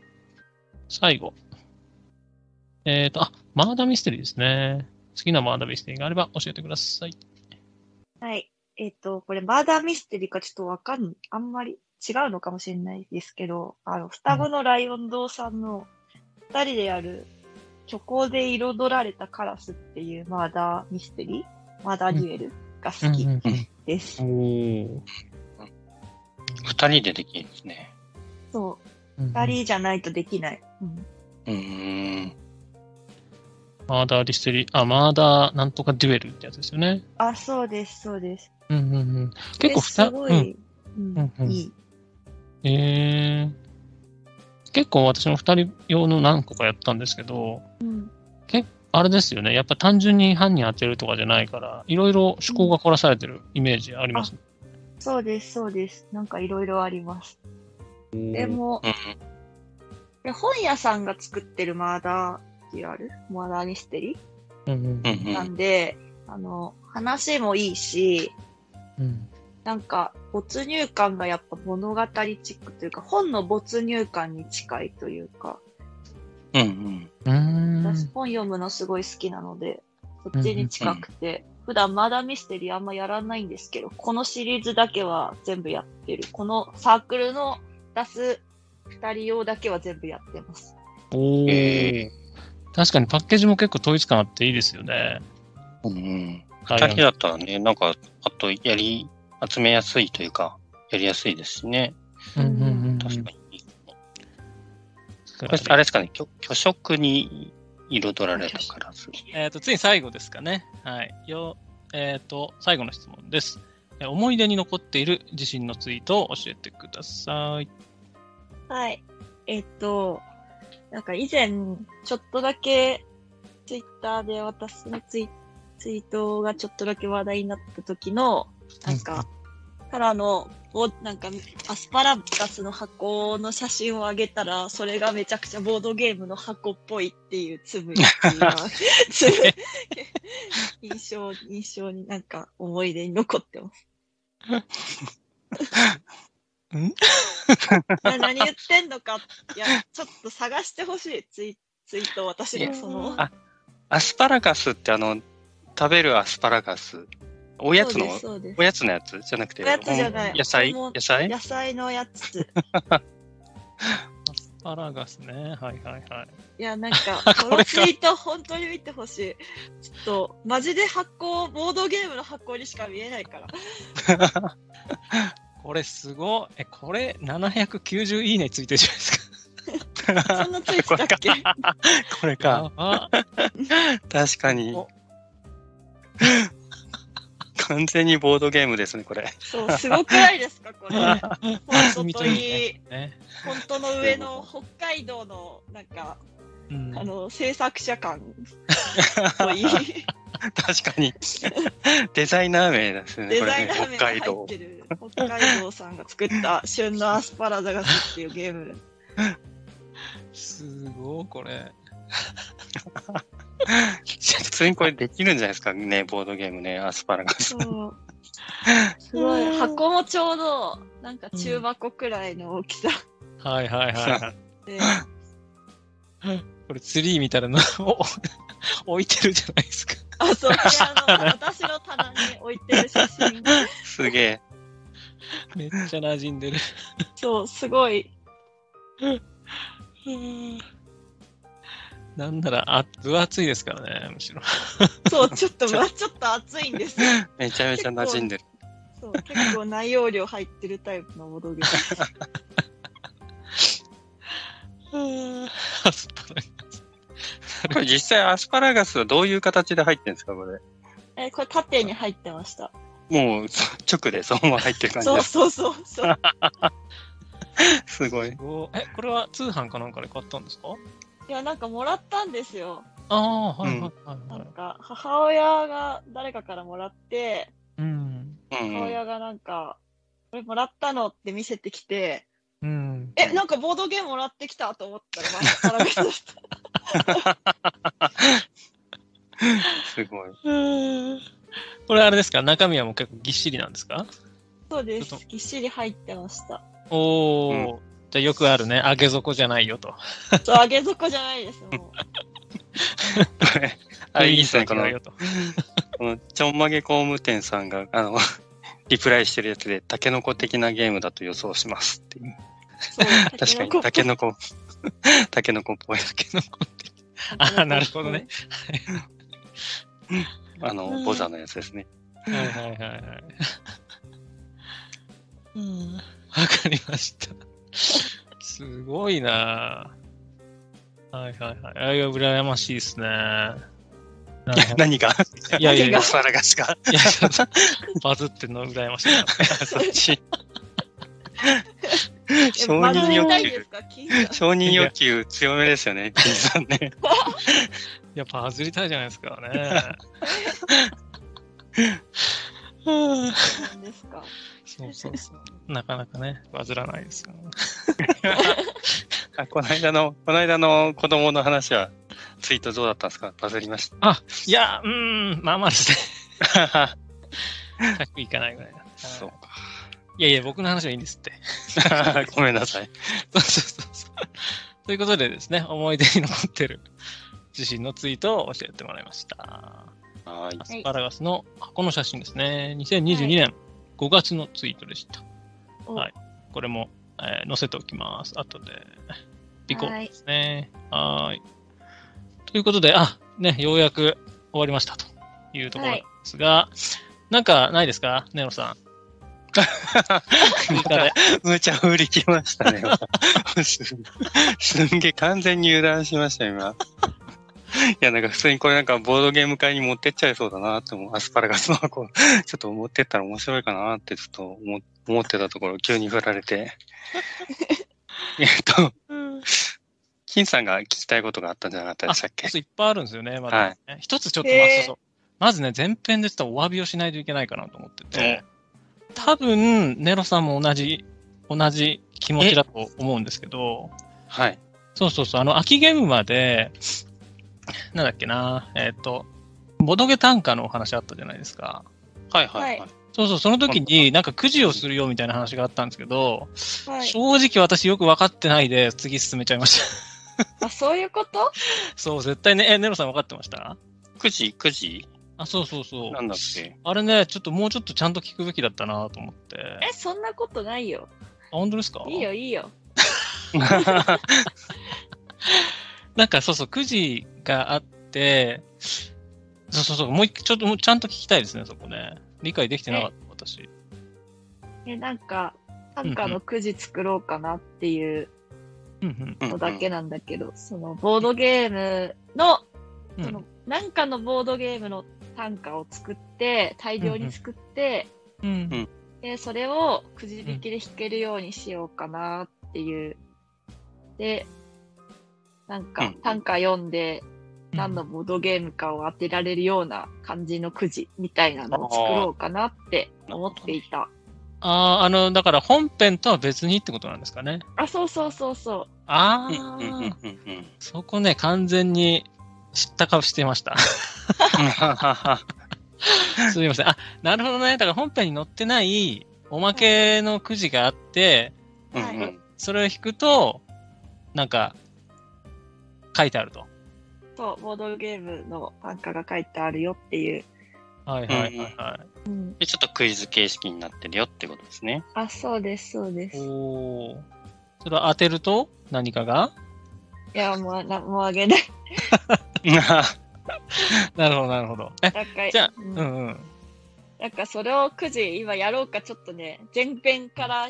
A: 最後。えっと、あ、マーダーミステリーですね。好きなマーダーミステリーがあれば教えてください。
B: はい。えっ、と、これ、マーダーミステリーかちょっとわかん、あんまり違うのかもしれないですけど、あの、双子のライオン堂さんの二人でやる虚構で彩られたカラスっていうマーダーミステリー、マーダーデュエルが好き
A: うんうん
B: です。
D: お
C: 二人でできるんですね。
B: そう。
A: うん
B: 二人じゃないとできない。うん。
C: うーん。
A: マーダーミステリー、あ、マーダーなんとかデュエルってやつですよね。
B: あ、そうです、そうです。
A: うんうんうん。結構
B: これ
A: ふ
B: す
A: た
B: ご
A: うん
B: い、うん
A: うんうん
B: いい。
A: えー結構私も二人用の何個かやったんですけど、
B: うん。
A: あれですよね。やっぱ単純に犯人当てるとかじゃないから、いろいろ趣向が凝らされてるイメージあります。
B: そうです、そうです。なんかいろいろあります。でも、
C: うん
B: で本屋さんが作ってるマーダーデュアルマーダーミステリ
A: うんうん
C: うんう
B: ー
C: ん。
B: なんで、あの、話もいいし、
A: うん
B: なんか没入感がやっぱ物語チックというか、本の没入感に近いというか、
C: うんうん。
A: うーん
B: 私本読むのすごい好きなので、そっちに近くて、普段マーダーミステリーあんまやらないんですけど、このシリーズだけは全部やってる。このサークルの出す二人用だけは全部やってます。
A: おー
C: え
A: 確かにパッケージも結構統一感あっていいですよね。
C: ーうんうん。二人だったらね、なんか、あと、やり、集めやすいというか、やりやすいですしね。
A: うんうんうんうん
C: 確かに。
A: 確かに
C: これあれですかね、虚虚飾に彩られたからず。
A: えっと、ついに最後ですかね。はい。よ、えっ、と、最後の質問です。え思い出に残っている自身のツイートを教えてください。
B: はい。えっと、なんか以前、ちょっとだけ、ツイッターで私のツイツイートがちょっとだけ話題になった時の、なんか、からの、ぼなんか、アスパラガスの箱の写真をあげたら、それがめちゃくちゃボードゲームの箱っぽいっていうつぶやきが、つぶ印象、印象になんか思い出に残ってます。
A: ん
B: な何言ってんのか、いや、ちょっと探してほしい、ツイツイート、私のその。
C: あアスパラガスってあの、食べるアスパラガス。おやつの、
B: そうです
C: おやつのやつじゃなくて、
B: おやつじゃない
C: ほん野菜
B: ほんも
C: 野菜
B: 野菜のやつ。
A: アスパラガスね。はいはいはい。
B: いや、なんか、このツイート、本当に見てほしい。ちょっと、マジで発行、ボードゲームの発行にしか見えないから。
A: これすごい。え、これ790いいねついてるじゃないですか。
B: そんなツイートだっけ
C: これ
A: や
C: か。
A: ば
C: 確かに
A: お。
C: 完全にボードゲームですね、これ。
B: そう、すごくないですか、こ れ。本当といい、
A: ね。
B: 本当の上の北海道の、なんか、
A: うん
B: あの、制作者感といい、
C: 確かに。デザイナー名ですね、
B: デ
C: こ
B: ザ
C: れ
B: イ
C: ね
B: ナー。名
C: 北海
B: が入
C: 道
B: っ。てる、北海道さんが作った、旬のアスパラガスっていうゲーム。
A: すごい、これ。
C: 普通にこれできるんじゃないですかね、ボードゲームね、アスパラガス。
B: そう。すごい。箱もちょうど、なんか中箱くらいの大きさ
A: はいはい はい。
B: で、
A: これツリーみたいなのを 置いてるじゃないですか。
B: あ、そう、であの、私の棚に置いてる写真。
C: すげえ。
A: めっちゃ馴染んでる。
B: そう、すごい。
A: なんなら、あ、分厚いですからね、むしろ。
B: そう、ちょっと、まあ、ちょっと熱いんですよ。
C: めちゃめちゃ馴染んでる。
B: そう、結構内容量入ってるタイプのボードゲーム。
A: アスパラ
C: これ実際アスパラガスはどういう形で入ってるんですか、これ。
B: え、これ縦に入ってました。
C: もうそ直でそのまま入ってる感じ
B: そう
C: だ。
B: そうそうそう。
C: すごい。
A: え、これは通販かなんかで買ったんですか
B: いや、なんかもらったんですよ。
A: ああ、はいはい
B: な
A: はいはい
B: ん。か、母親が誰かからもらって、
A: うん。
C: うん
B: 母
C: うん。
B: 親がなんか、これもらったのって見せてきて、
A: うん。
B: え、なんかボードゲームもらってきたと思ったら、またからめてた。
C: すごい。
A: これあれですか中身はもう結構ぎっしりなんですか
B: そうで
A: ちょっ
B: す。ぎっしり入ってました。
A: おお、じゃあよくあるね、上げ底じゃないよと。
B: そう、上げ底じゃないです。も
C: あ、いいですね、こ
A: 雰囲気が違う
C: の、
A: よと。
C: このちょんまげ工務店さんが、あの、 リプライしてるやつで、タケノコ的なゲームだと予想しますっていう。
B: う。そう
C: 確かに、タケノコ、 タケノコっぽい。
A: タケノコ的あ、なるほどね。。
C: あの、ボザのやつですね。
A: はいはいはいはい。
B: タケノコうん。
A: わかりました。すごいなぁはいはいはい。あいや、羨ましいですね。なんか
C: 何が
A: いやいやいや、い
B: 何が
C: スパラガスか。
A: やちょっとバズってんの羨ましいな。
C: そっち。
B: え
C: 承
B: まず
C: 認
B: い
C: 欲
B: ないで
C: 求
B: す。か金さん
C: 承認欲求強めですよ ね、金さんね。
A: いや、バズりたいじゃないですかね。うん
B: そうなんですか。
A: そうそうそう。なかなかね、バズらないですよ、
C: あこの間の、この間の子供の話は、ツイートどうだったんですかバズりまし
A: いや、うーん、まあまあ ですね。
C: た。
A: 100いかないぐらいな。
C: そう
A: はい。いやいや、僕の話はいいんです って。
C: か。 ごめんなさい。
A: そうそうそうそう。ということでですね、思い出に残ってる自身のツイートを教えてもらいました。
C: はい。
A: アスパラガスの箱の写真ですね。2022年5月のツイートでした。
B: お
A: はい。これも、えー載せておきます。後で。リコールですね。はーいということで、あ、ね、ようやく終わりましたというところですが、なんかないですかネロ さん。追加で
C: 無茶振りきましたね。 すんすんげえ完全に油断しました、今。いや、なんか普通にこれなんかボードゲーム会に持ってっちゃいそうだなって思う。アスパラガスの箱、ちょっと持ってったら面白いかなってちょっと思思ってたところ、急に振られ て。えっと、金さんが聞きたいことがあったんじゃなかったで
A: あ、
C: したっけ
A: そういっぱいあるんですよね。まだね一つちょっと、
B: へー
A: まあそうそうまずね、前編でちょっとお詫びをしないといけないかなと思ってて、
B: ん
A: 多分、ネロさんも同じ、同じ気持ちだと思うんですけど、
C: はい。
A: そうそうそう、あの、秋ゲームまで、なんだっけな、えっ、と、ボドゲ短歌のお話あったじゃないですか。
C: はいは
B: は
C: いはいい。
A: そうそう、その時になんかくじをするよみたいな話があったんですけど、
B: はい。
A: 正直私よく分かってないで次進めちゃいました。
B: あ、そういうこと
A: そう、絶対ね、え、ネロさん分かってました
C: 9時、9時
A: あ、そうそうそう。
C: なんだっけ
A: あれね、ちょっともうちょっとちゃんと聞くべきだったなと思って。あ、
B: え、そんなことないよ。
A: 本当ですか
B: いいよ、いいよ。
A: なんかそうそう、くじがあって、そうそうそう、もう一回、ちょっともうちゃんと聞きたいですね、そこね。理解できてなかった、私。
B: え、なんか、短歌のくじ作ろうかなっていう
A: うんうん
C: うんう
B: の
C: ん
B: だけなんだけど、そのボードゲームの、
A: うん。
B: その、なんかのボードゲームの短歌を作って、大量に作って、
A: うん
C: うん
B: で、それをくじ引きで弾けるようにしようかなっていう。で、なん
C: う
B: か
C: ん
B: 短歌読んで、何のボードゲームかを当てられるような感じのくじみたいなのを作ろうかなって思っていた。
A: ああ、あの、だから本編とは別にってことなんですかね。
B: あ、そうそうそうそ
A: あ
C: うん
A: あ、
C: うん うんうんうん。
A: そこね、完全に知った顔してました。 すみません。あ、なるほどね。だから本編に載ってないおまけのくじがあって、
C: うん
B: はい
C: うん
A: それを引くと、なんか、書いてあると。
B: う。そう、ボードゲームの短歌が書いてあるよっていう。
A: はいはいはいはい。
B: うん。
C: でちょっとクイズ形式になってるよってことで すね。
B: あ、そうです、そうです。い
A: おお。それを当てると何かが
B: や、もう、なもうあげない。
A: なるほどなるほど。え、
B: なんか、
A: じゃあ、
B: う
A: うんんうん。
B: なんかそれをくじ今やろうかちょっとね、前編から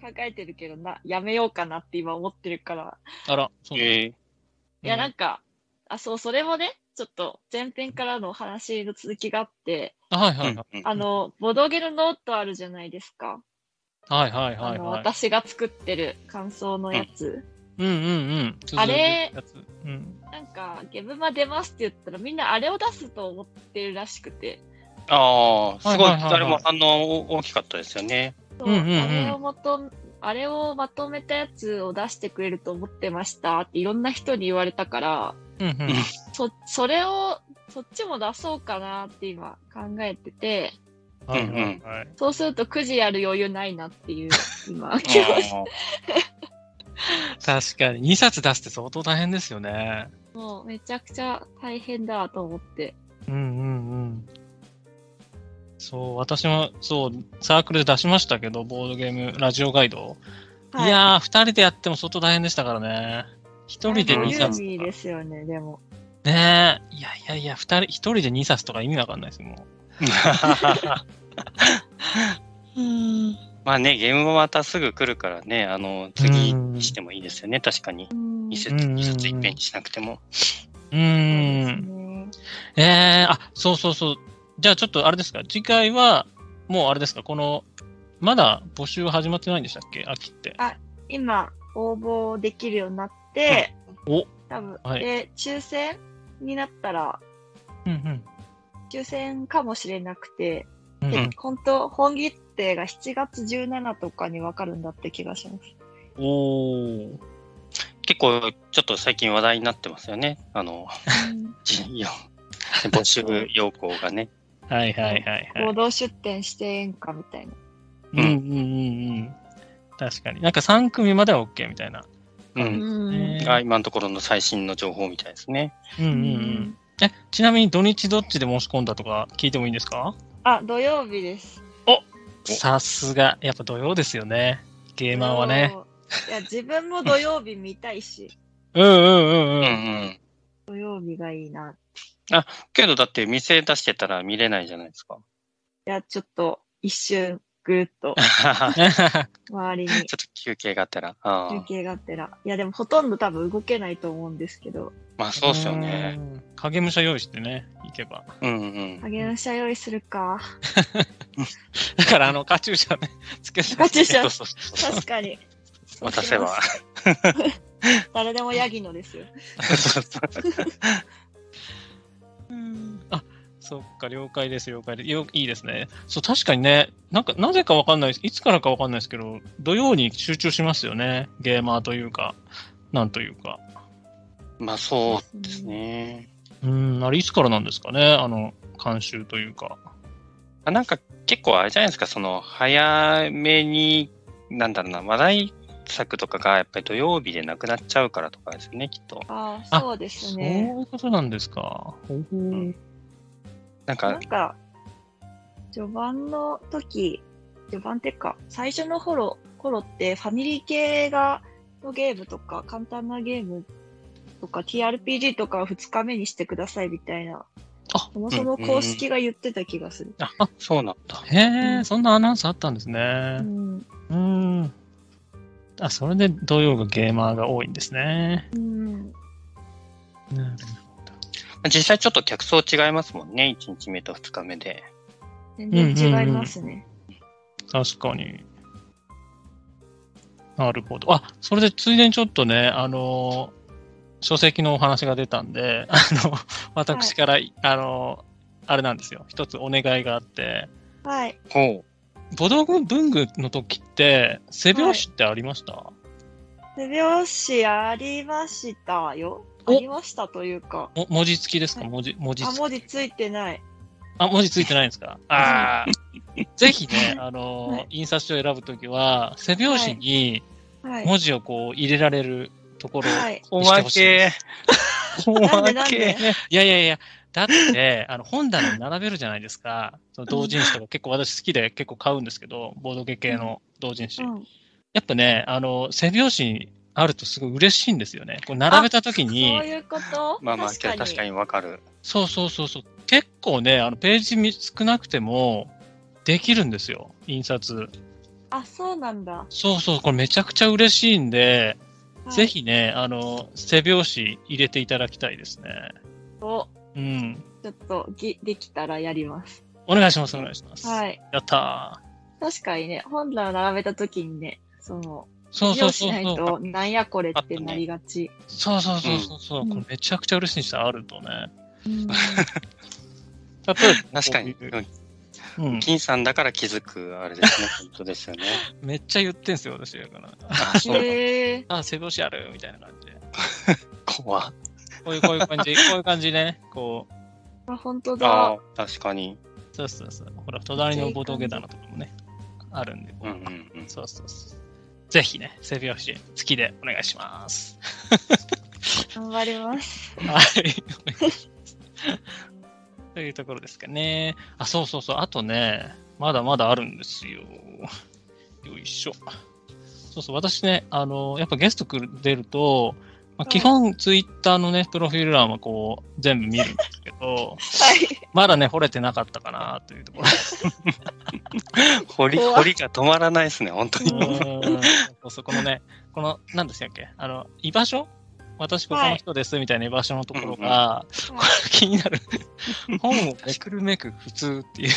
B: 考えてるけどな、やめようかなって今思ってるから。
A: あら、そうだ。
C: え
B: いや、なん
A: か、
B: か、あ、そう、それもね、ちょっと前編からのお話の続きがあって、
A: あはい
C: ー
A: はいはい。
C: うん
B: あの、ボドゲのノートあるじゃないですか。
A: はいはいは
B: あ
A: い
B: の、
A: はい。
B: 私が作ってる感想のやつ。
A: うんうんうん。
B: あれ
A: 続くやつうん。
B: なんか、ゲブマ出ますって言ったらみんなあれを出すと思ってるらしくて。
C: ああ、すご
A: はいはいは
C: い、
A: いはい
C: 誰も反応大きかったですよね。
B: そう、
A: うんうんうん
B: あれをもとあれをまとめたやつを出してくれると思ってましたっていろんな人に言われたから、
A: うんうん
C: うん
B: そ、それを、そっちも出そうかなって今考えてて、
A: はいはいはい。
B: そうすると9時やる余裕ないなっていう、今、気持ち。
C: あ
A: 確かに、2冊出すって相当大変ですよね。
B: もうめちゃくちゃ大変だと思って。
A: うんうんうん。そう、私もそう、サークルで出しましたけど、ボードゲームラジオガイド。い、やー、2人でやっても相当大変でしたからね。1人で2冊
B: ユーミ
A: と
B: ー
A: か。
B: ですよね、でも。
A: ねえ。いやいやいや、二人、1人で2冊とか意味わかんないですもん。
C: ーまあね、ゲームもまたすぐ来るからね、あの、次にしてもいいですよね、確かに。
B: うん
C: 2冊、
A: うんうんうん
C: 2冊いっぺんにしなくても。
A: う
B: そ
A: ーん。
B: うですね
A: ええあ、そうそうそう。じゃあちょっとあれですか、次回は、もうあれですか、この、まだ募集始まってないんでしたっけ秋って。
B: 今、応募できるようになって、
A: お
B: 多分、
A: はい
B: で、抽選になったら、
A: うん
B: 抽選かもしれなくて、
A: うん。うんう
B: で
A: ん、
B: 本当、本決定が7月17とかに分かるんだって気がします。
A: おー。
C: 結構、ちょっと最近話題になってますよね。あの、じ よ募集要項がね。
A: はいはいはいは
B: 合
A: い。
B: 同出店してええんかみたいな。
A: うんうんうんうん。確かに。なんか3組までは OK みたいな。
C: う。
B: うんん
A: ね
C: が今のところの最新の情報みたいですね。
A: うんうんうん。え、ちなみに土日どっちで申し込んだとか聞いてもいいんですか
B: あ、土曜日です。
C: お
A: さすが。やっぱ土曜ですよね。ゲーマーはね。
B: そう。いや、自分も土曜日見たいし、
A: うんうんうんうん。
C: ううんん。
B: 土曜日がいいな。
C: けどだって店出してたら見れないじゃない ですか。
B: いや、ちょっと一瞬、ぐるっと
C: ちょっ
B: 周りに
C: と休憩があったら。あ
B: 休
C: あ
B: 憩 があってら。いや、でもほとんど多分動けないと思うんですけど、
C: まあそうっすよね。
A: うん。影武者用意してね、行けば。
C: うんうん。
B: 影の車用意するか。
A: だから、あの、カチューシャね、つけて
B: カチューシャ
C: そうそうそう
B: 確かに。
C: 渡せば。
B: 誰でもヤギのですよ。
C: そうそう
A: あ、そっか、了解です、了解です。よいいですね。そう、確かにね、なんか、なぜかわかんないです。いつからかわかんないですけど、土曜に集中しますよね。ゲーマーというか、なんというか。
C: まあそうですね。
A: うん、あれ、いつからなんですかね、あの、監修というか。
C: あなんか結構あれじゃないですか、その早めに、なんだろうな、話題作とかがやっぱり土曜日でなくなっちゃうからとかですね、きっと。
B: あ
A: あ
B: あ、そうです
A: そう
B: ね。
A: いうことなんですか。ほうほう
C: なんか、
B: なんか、序盤の時、序盤っていうか、最初の頃、頃ってファミリー系が、のゲームとか、簡単なゲームとか、TRPG とかを2日目にしてくださいみたいな、
A: あ
B: そもそも公式が言ってた気がする。
C: あ、あそうなんだ。
A: へ
B: う
A: え、
B: ん
A: そんなアナウンスあったんですね
B: う。ん。
A: うん。あ、それで土曜がゲーマーが多いんですね。
B: うん。
A: うん
C: 実際ちょっと客層違いますもんね、1日目と2日目で。
B: 全然違いますね。
A: 確かに。なるほど。あ、それでついでにちょっとね、あのー書籍のお話が出たんで、あの、私から、あのーあれなんですよ。一つお願いがあって、
B: はい。
C: ほ
A: ボドグ文具の時って、背拍子ってありました、
B: 手拍子ありましたよ。あ
A: お
B: りましたというか、
A: も文字付きですか、
B: はい
A: 文字、文字
B: あ、
A: 付き。
B: 文字ついてない。
A: あ、文字付いてないんですかああ。 ぜひね、あのー
B: はい
A: 印刷所を選ぶときは、背拍子に
B: はい。
A: 文字をこう入れられるところを
B: はい。
C: う。お
A: ま
C: ま
A: け
C: け。
B: な
C: お
B: んで
C: ま
B: なん
C: け
B: で。
A: いやいやいや、だって、あの本棚に並べるじゃないですか、その同人誌とか結構私好きで結構買うんですけど、ボードゲ系の同人誌。
B: う
A: や
B: ん。
A: っぱね、あの背拍子にあるとすごい嬉しいんですよね。こう並べた時に
B: そう、いうこと
C: まあまあ、けど確かにわかる。
A: そうそうそうそう、結構ね、あのページみ少なくてもできるんですよ、印刷。
B: あ、そうなんだ。
A: そうそう、これめちゃくちゃ嬉しいんで、
B: はい
A: ぜ。ひね、あの背拍子入れていただきたいですね。
B: お
A: うん、
B: ちょっとぎ、できたらやります。
A: お願いします、お願いします。
B: はい。
A: やったー。
B: 確かにね、本棚を並べたときにね、その、
A: そう
B: 授
A: そうそ
B: 業し
A: う
B: ない
A: そう。
B: と、なんやこれってなりがち。
A: そうそうそうそうそう、
B: うん
A: これめちゃくちゃ嬉しいしあるとね。
B: うん
A: 例えば
C: 確かに。
A: こう
C: う
A: いうんうん、
C: 金さんだから気づく、あれです ね、本当ですよね。
A: めっちゃ言ってんすよ、私だから。
C: あ、そう、
B: へえ。
A: あ、背拍子あるみたいな感じで。
C: 怖っ
A: こういう、こういう感 じ、こういう感じでね、こう、
B: あ、本当
C: あ
B: だ。
C: ー確かに。
A: そうそうそう。ほら、隣のボトゲ棚とかもね、あるんで、こ
C: う
A: う、
C: んうんうん。
A: そうそうそう。ぜひね、背拍子、好きでお願いします。
B: 頑張ります。
A: はい。 というところですかね。あ、そうそうそう。あとね、まだまだあるんですよ。よいしょ。そうそう、私ね、あの、やっぱゲスト来る出ると、まあ、基本ツイッターのね、プロフィール欄はこう、全部見るんですけど、
B: はい。
A: まだね、惚れてなかったかなというところ。
C: 掘り、
B: 怖っ
C: 掘りが止まらないですね、本当に。
A: うーんそこのね、この、何でしたっけ、あの、居場所私ここの人ですみたいな居場所のところが、
B: うんうん
A: これ気になる。本をめくるめく普通っていう。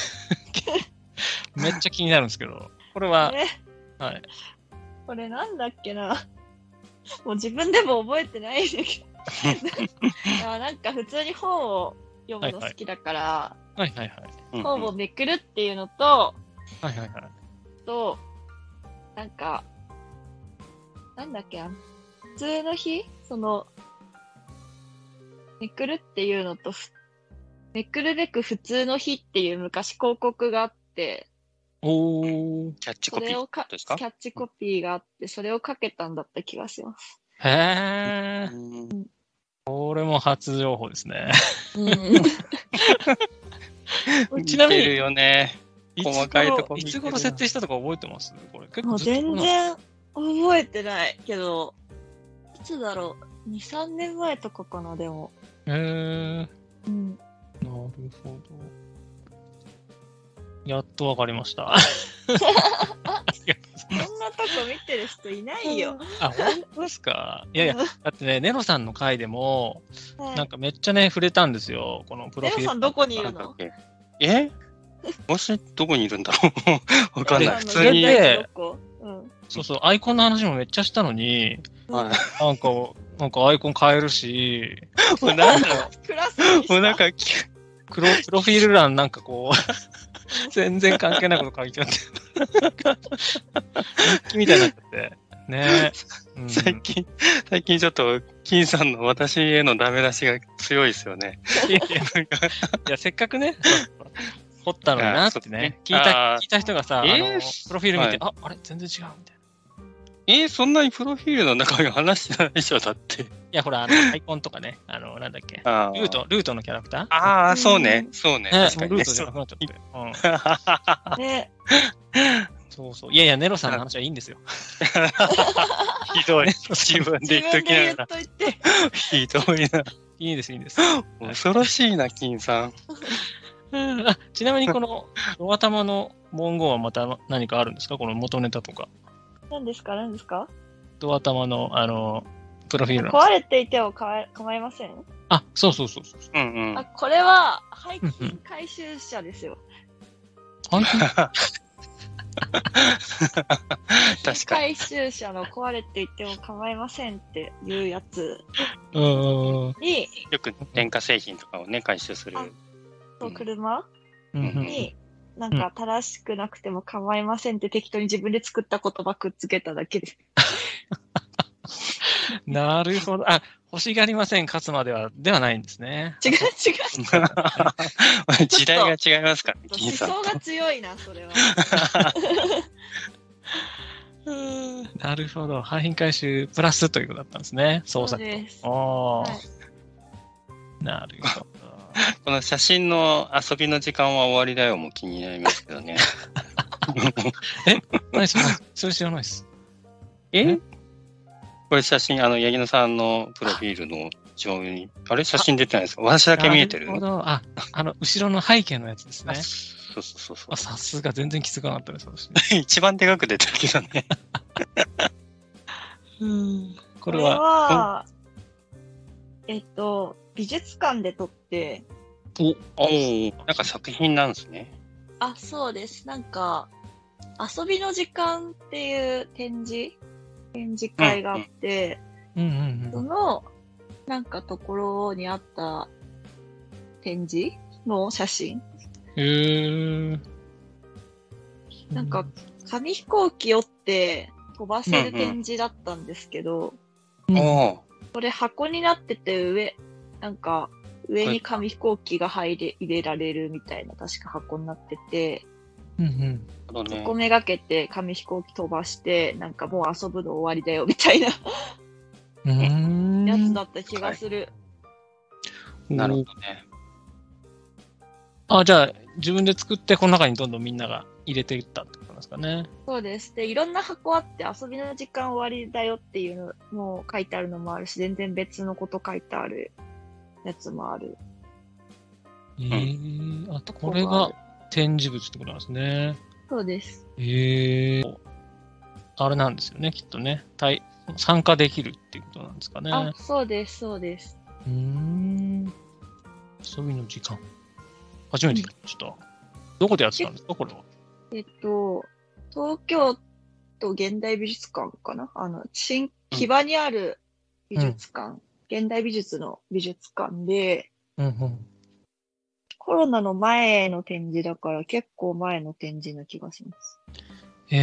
A: めっちゃ気になるんですけど、これは、
B: ね
A: はい。
B: これなんだっけな。もう自分でも覚えてないんだ けど。あなんか普通に本を読むの好きだから、
A: はいはいはい。
C: うんうん
B: 本をめくるっていうのと、
A: はいはいはい。
B: と、なんか、なんだっけ、あの普通の日その、めくるっていうのと、ふめくるべく普通の日っていう昔広告があって、
A: おー。
C: キャッチ
B: そ
C: コピ
B: れ
C: ー
B: を。か
C: で
B: キ
C: すか
B: ャッチコピーがあって、それをかけたんだった気がします。
A: へー。
C: うん
A: これも初情報ですね。ちな
C: 似
A: み
C: てる
A: に、
C: よね。
A: つ頃
C: 細かいとこ見
A: い
C: てる
A: つ頃設定したとか覚えてますこれ結
B: も
A: 構
B: う
A: ずっと
B: 全然覚えてないけど、いつだろう、2、3年前とかかな、でも。
A: へー。
B: うん、
A: なるほど。やっとわかりました。ありがとうござい
B: そんなとこ見てる人いないよ。
A: ますあ、本当です かいやいや、だってね、ネロさんの回でも、
B: はい
A: なんかめっちゃね、触れたんですよ、このプロフィール。
B: ネロさんどこにい
C: な
B: る
C: ん
B: の
C: だっけえもしどこにいるんだろう わかんな
B: え
C: い。普通に。
A: え
B: 現代のどこ
A: そうそう、アイコンの話もめっちゃしたのに、
B: うん
C: はい
A: なんか、なんかアイコン変えるし、
C: もうなんだろ
B: クラス
C: うもうなんか、き
A: 黒プロフィール欄なんかこう、全然関係ないこと書いちゃ って。日記みたいになっちゃって。ねえ。 うん
C: 最近、最近ちょっと、金さんの私へのダメ出しが強いですよね。
A: いやいや
C: なんか
A: いや、せっかくね、掘ったのになってね、
C: い
A: 聞い
C: やそうね
A: た
C: あー
A: 聞いた人がさ、あ
C: え
A: の
C: ー
A: プロフィール見て、
C: はい
A: ああれ、全然違うみたいな。
C: えそんなにプロフィールの中に話してないでしょだって。
A: いや、ほら、 あのアイコンとかね、あの、なんだっけ、
C: あ
A: ルート、ルートのキャラクター
C: ああ、そうね
B: う。ん
C: そうね。
A: ね
C: 確か
A: も
C: に
A: うル
C: ね。
A: ートじ
C: そ
A: ゃな
C: う
A: くなっちゃって。うん、
B: ね、
A: そうそう。いやいや、ネロさんの話はいいんですよ。
C: ひ どい。自分
B: 自
C: で言っ
B: 分
C: と
B: で
C: きな
B: 言
C: が
B: っ
C: ら。
B: といて。
C: ひどい
A: い
C: な。
A: いです、いいです。
C: 恐ろしいな、金さん。
A: うんあちなみに、この、ドア玉の文言はまた何かあるんですかこの元ネタとか。
B: 何ですか何ですか
A: ドア玉の、あの、プロフィールの。
B: 壊れていてもかわ構いません。
A: あ、そうそうそうそう。
C: うんうん
B: あ、。これは廃品回収者ですよ。
A: 本当に
C: 確かに。
B: 回収者の壊れていても構いませんっていうやつ
A: うんうんうん
B: に、
C: よく電化製品とかをね、回収する。
B: と車
A: うんうん。
B: に、なんか正しくなくても構いませんって適当に自分で作った言葉くっつけただけです。
A: なるほど。あ、欲しがりません、勝つまでは、ではないんですね。
B: 違う違う。
C: 時代が違いますからね、
B: 思
C: 金さん。
B: 想が強いな、それは。
A: なるほど。廃品回収プラスということだったんですね。創
B: そう
A: 作と。
B: です。
A: おー
B: は
A: なるほど。
C: この写真の遊びの時間は終わりだよも気になりますけど ね。
A: 何それそれ知らないです。
C: えこれ写真、あの、八木野さんのプロフィールの上に、あれ写真出てないですか私だけ見えてる
A: なるほど。あ、あの、後ろの背景のやつです
C: あ
A: ね。
C: そうそうそう
A: あ、
C: そ
A: さすが、全然気づかなかったです、私。
C: う。一番でかく出てるけどね。
A: これは、
B: えっと、美術館で撮って、
C: おお、なんか作品なんですね。
B: あ、そうです。なんか、遊びの時間っていう展示展示会があって、
A: うんうんう
B: そ
A: ん。
B: の、なんかところにあった展示の写真
A: へー
B: なんか、紙飛行機をって飛ばせる展示だったんですけど、
A: うん
C: お
B: これ箱になってて上、なんか上に紙飛行機が入れ入れられるみたいな確か箱になってて、
A: うんうん。
C: お、
B: そ
C: ね
B: こ、めがけて紙飛行機飛ばして、なんかもう遊ぶの終わりだよみたいな
A: うーん
B: やつだった気がする。
C: なるほど ね。
A: あ、じゃあ、自分で作って、この中にどんどんみんなが入れていったってことなんですかね。
B: そうです。で、いろんな箱あって遊びの時間終わりだよっていうのも書いてあるのもあるし、全然別のこと書いてあるやつもある。
A: えー、あと、これが展示物ってことなんですね。
B: そうです。
A: えー、あれなんですよね、きっとね。対参加できるっていうことなんですかね。
B: あ、そうです、そうです。
A: うーん。遊びの時間。初めて聞きました。どこでやってたんですか、これは。
B: えっと、東京都現代美術館かなあの、新
C: うん
B: 木場にある美術館、現代美術の美術館で、
A: うんうん。
B: コロナの前の展示だから結構前の展示な気がします。
A: ええ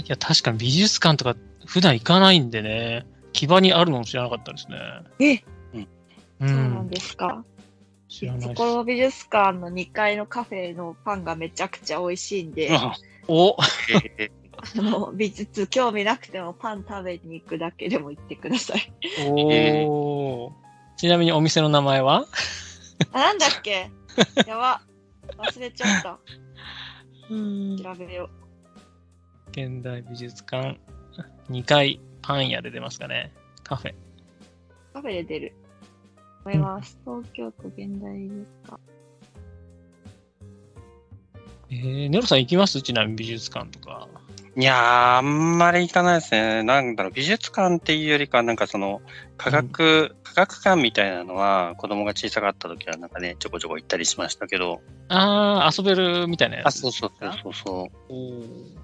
A: ー、いや、確かに美術館とか普段行かないんでね、木場にあるのも知らなかったですね。
B: え、
A: う
B: そうなん
A: ん、
B: ですか
A: 知らない
B: そ
A: で
B: こ
A: す。
B: の美術館の2階のカフェのパンがめちゃくちゃ美味しいんで、あ
C: あ
A: お
C: へへ
B: の美術興味なくてもパン食べに行くだけでも行ってください。
A: おーちなみにお店の名前は
B: あ、なんだ っけやば。忘れちゃった。調べよ
A: 現代美術館2階パン屋で出ますかね。カフェ。
B: う。カフェで出る。思います。東京都現代美術館。
A: えー、ネロさん行きますちなみに美術館とか。
C: いやー、あんまり行かないですね。なんだろう、美術館っていうよりか、なんかその、科学、科学館みたいなのは、子供が小さかった時は、なんかね、ちょこちょこ行ったりしましたけど、
A: あー、遊べるみたいなやつ。
C: あ、そうそうそうそうそう。
A: おー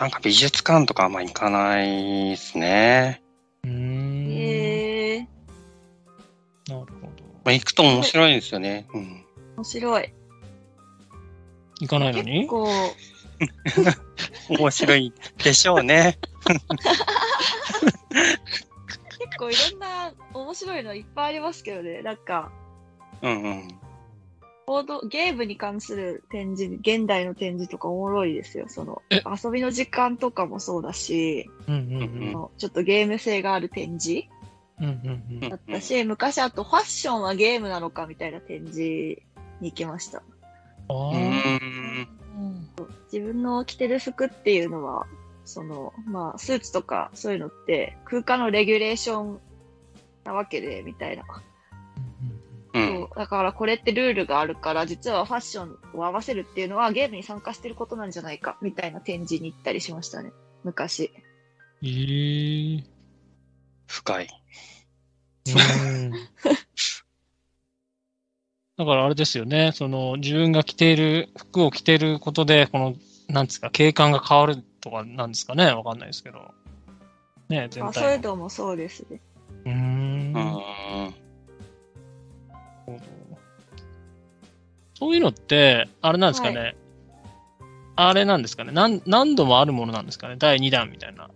C: なんか美術館とかあんま行かないですね。
A: うーん。
B: へえ
A: なるほど。
C: まあ、行くと面白いですよね。うん。
B: ー、面白い。
A: 行かないの
B: 結
A: に
B: 構、
C: 面白いでしょうね。
B: 結構いろんな面白いのいっぱいありますけどね。なんか、
C: うんうん。
B: ボードゲームに関する展示、現代の展示とかおもろいですよ。その
A: え
B: 遊びの時間とかもそうだし、
A: うん
B: そ
C: ん
B: のちょっとゲーム性がある展示
A: うんうん
B: だったし、昔あとファッションはゲームなのかみたいな展示に行きました。
C: う
A: あ
C: ん。
B: 自分の着てる服っていうのは、そのまあスーツとかそういうのって空間のレギュレーションなわけでみたいな、
C: う
B: そ
C: ん。
B: うだからこれってルールがあるから実はファッションを合わせるっていうのはゲームに参加してることなんじゃないかみたいな展示に行ったりしましたね昔
A: ええ
C: 深い。
A: うん だからあれですよね、その自分が着ている服を着ていることで、この、なんですか、景観が変わるとかなんですかね、わかんないですけど。ね、全体の
B: あそういうのもそうですね
A: うーん
C: う
A: なるほ
C: ん。
A: どそういうのって、あれなんですかね、あれなんですかね何、何度もあるものなんですかね、第2弾みたいな。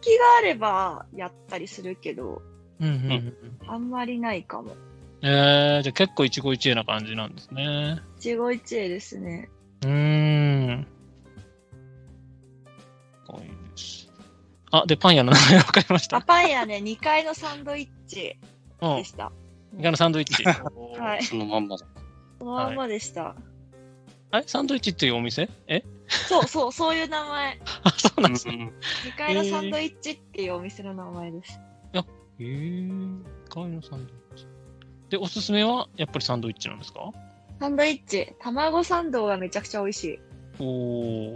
B: 気があればやったりするけど
A: うんうん
C: んうん
B: あんまりないかも
A: えー、じゃあ結構一期一会な感じなんですね。
B: 一期一会ですね
A: うーん。かわいいです。あ、で、パン屋の名前わかりました。
B: あパン屋ね2階のサンドイッチ
A: うん。
B: で
A: イ
B: した
A: カのサンドイッチ。
B: はい
C: そのま んまだ。
B: そのまんまでした、
A: あれサンドイッチっていうお店え
B: そうそうそういう名前
A: あ、そうなんです
C: う
A: ね。
C: ん
B: 2階のサンドイッチっていうお店の名前です、
A: へー。かわいいのサンドイッチ。で、おすすめはやっぱりサンドイッチなんですか
B: サンドイッチ卵サンドがめちゃくちゃ美味しい
A: おー。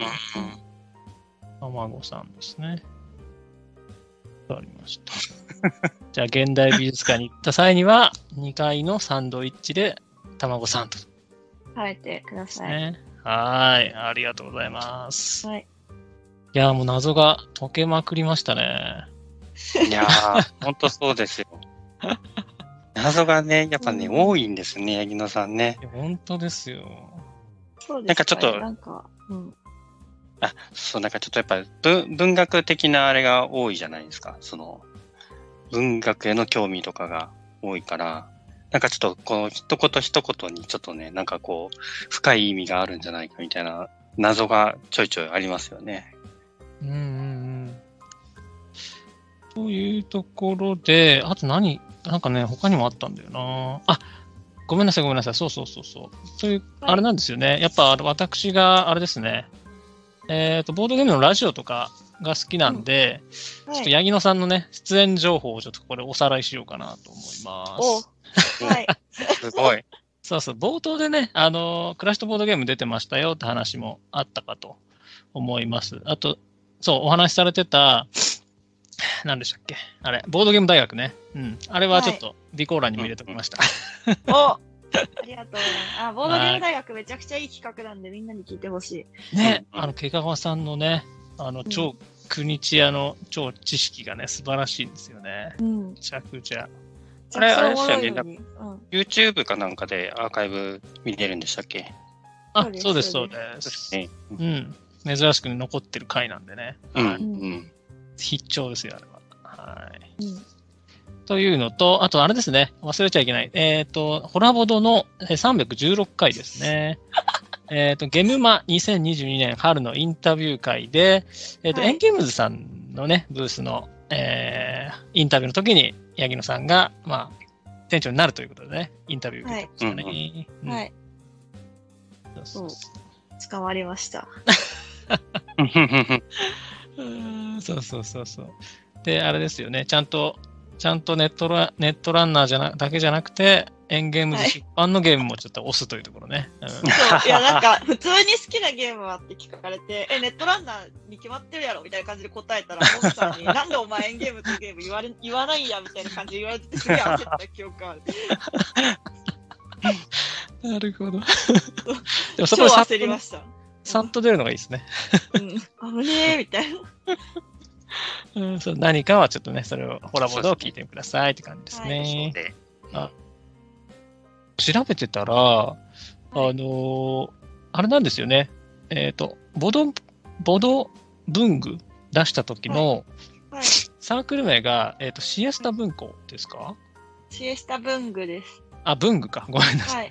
A: 卵さんですね。わかりま した。じゃあ、現代美術館に行った際には、2階のサンドイッチで卵サンド。
B: 食べてください、
A: ね。はーい。ありがとうございます。
B: はい、
A: いやー、もう謎が解けまくりましたね。
C: いや ー、ほんとそうですよ。謎がね、やっぱね、
B: うん
C: 多いんですね、八木野さんね。
A: いや本当ですよ。
B: そうです
C: なんかちょっと
B: なんか、うん、
C: あ、そう、なんかちょっとやっぱり文文学的なあれが多いじゃないですか。その、文学への興味とかが多いから、なんかちょっとこの一言一言にちょっとね、なんかこう、深い意味があるんじゃないかみたいな謎がちょいちょいありますよね。
A: うんうんうん。というところで、あと何、なんかね、他にもあったんだよな。あごめんなさい、ごめんなさい。そうそうそうそう。という、
B: はい
A: あれなんですよね。やっぱあの私が、あれですね。えっ、と、ボードゲームのラジオとかが好きなんで、ちょっと八木野さんのね、出演情報をちょっとこれおさらいしようかなと思います。
B: お はい。
C: すごい。
A: そうそう、冒頭でね、あのークラッシュとボードゲーム出てましたよって話もあったかと思います。あと、そう、お話しされてた、 何でしたっけあれ、ボードゲーム大学ね。うん。あれはちょっと、備考欄にも入れておきました。
B: おありがとうございます。あ、ボードゲーム大学めちゃくちゃいい企画なんでみんなに聞いてほしい。
A: ね、
C: うん
A: あの、毛川さんのね、あの、
B: ん
A: 超国知屋の超知識がね、素晴らしいんですよね。
B: うん
A: め。ちゃくちゃ。
C: あれあれですよね
B: めちゃくちゃおもろいのにうん。
C: YouTube かなんかでアーカイブ見れるんでしたっけ
A: あ
B: そ、うです
A: そうです、そ
B: そうう
A: で。
B: です
C: ね。
A: うん。珍しくね残ってる回なんでね。
C: うん。
A: は
C: う
A: い
C: ん。
A: 必聴ですよ、あれは。はい。
B: うん
A: というのと、あとあれですね、忘れちゃいけない。えっ、と、ホラボドのえー316回です ね。えっと、ゲムマ2022年春のインタビュー会で、えっ、と、
B: はい
A: エンゲームズさんのね、ブースの、えーインタビューの時に、八木野さんが、まあ、店長になるということでね、インタビュー受けてましたね。うん
B: はい。
A: そうそうそう
B: 捕まりました。
A: うーんそうそうそうそう。で、あれですよね、ちゃんと、ちゃんとネットラネットランナーじゃなだけじゃなくて、エンゲームズ
B: はい
A: 出版のゲームもちょっと押すというところね。うん
B: そういや、なんか、普通に好きなゲームはって聞かれて、え、ネットランナーに決まってるやろみたいな感じで答えたら、モンさ んに、なんでお前エンゲームというゲーム言われ言わないんやみたいな感じで言われて、すげえ焦った記憶がある。
A: なるほど。 でもそ
B: 超
A: こでさっと
B: 焦りました。
A: さっと出るのがいいですね。
B: うん。危ねえ、みたいな。
A: うん、そう何かはちょっとね、それをホラボードを聞いてくださいって感じですね。
C: で
A: 調べてたら、あのーあれなんですよね。えっ、と、ボド、ボド文具出した時の
B: はい。
A: サークル名が、えっ、と、シエスタ文庫ですか
B: シエスタ文具です。
A: あ、文具か。ご めんなさい。
B: はい。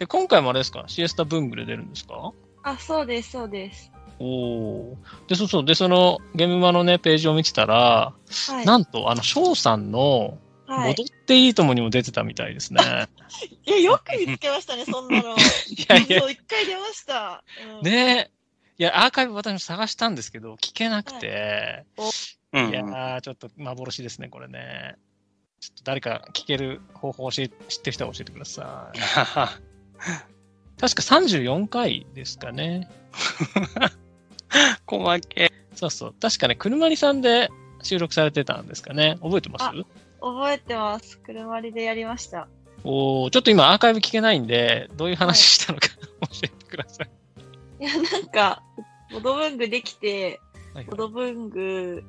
A: で、今回もあれですかシエスタ文具で出るんですか
B: あ、そうです、そうです。
A: おお。で、そうそう。で、そのゲームマのね、ページを見てたら、
B: はい。
A: なんと、あの、翔さんの、
B: は
A: 戻っていいともにも出てたみたいですね。
B: い、いや、よく見つけましたね、そんなの。
A: いやいや
B: そう、一回出ました。うん、
A: ねえ。いや、アーカイブ私も探したんですけど、聞けなくて、
C: うん
A: い、やー、ちょっと幻ですね、これね。ちょっと誰か聞ける方法を教え知ってる人は教えてください。確か34回ですかね。
C: 細け
A: そうそう。確かね、車にさんで収録されてたんですかね。覚えてます
B: あ覚えてます。車りでやりました。
A: おーちょっと今アーカイブ聞けないんで、どういう話したのか 教えてください。
B: いや、なんか、ボド文具できて、
A: はい
B: ボド文具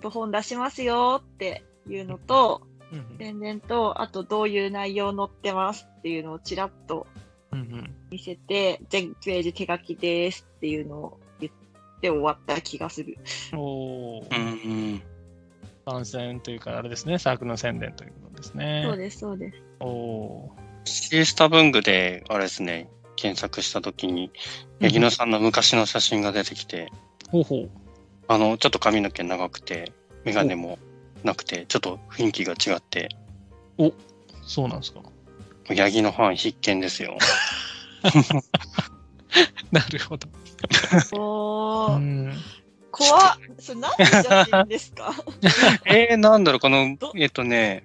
B: と本出しますよっていうのと、
A: うん
B: 宣伝と、あとどういう内容載ってますっていうのをちらっと
A: うんうん
B: 見せて、全ページ手書きですっていうのを言って終わった気がする。
A: うんおー
C: え。 うん。
A: 番宣というか、あれですね、サークルの宣伝ということです
B: そう
A: ね。
B: です、そうです。
A: おー
C: シエスタ文具で、あれですね、検索したときに、八木野さんの昔の写真が出てきて、
A: ほうほう。
C: あの、ちょっと髪の毛長くて、メガネもなくて、ちょっと雰囲気が違って、
A: そうなんですか。
C: 八木のファン必見ですよ。
A: なるほど。
B: お
A: う
B: ー、
A: ん。
B: 怖っ。それ何の写真です か
C: えー、なんだろう、この
B: ど、
C: えっとね、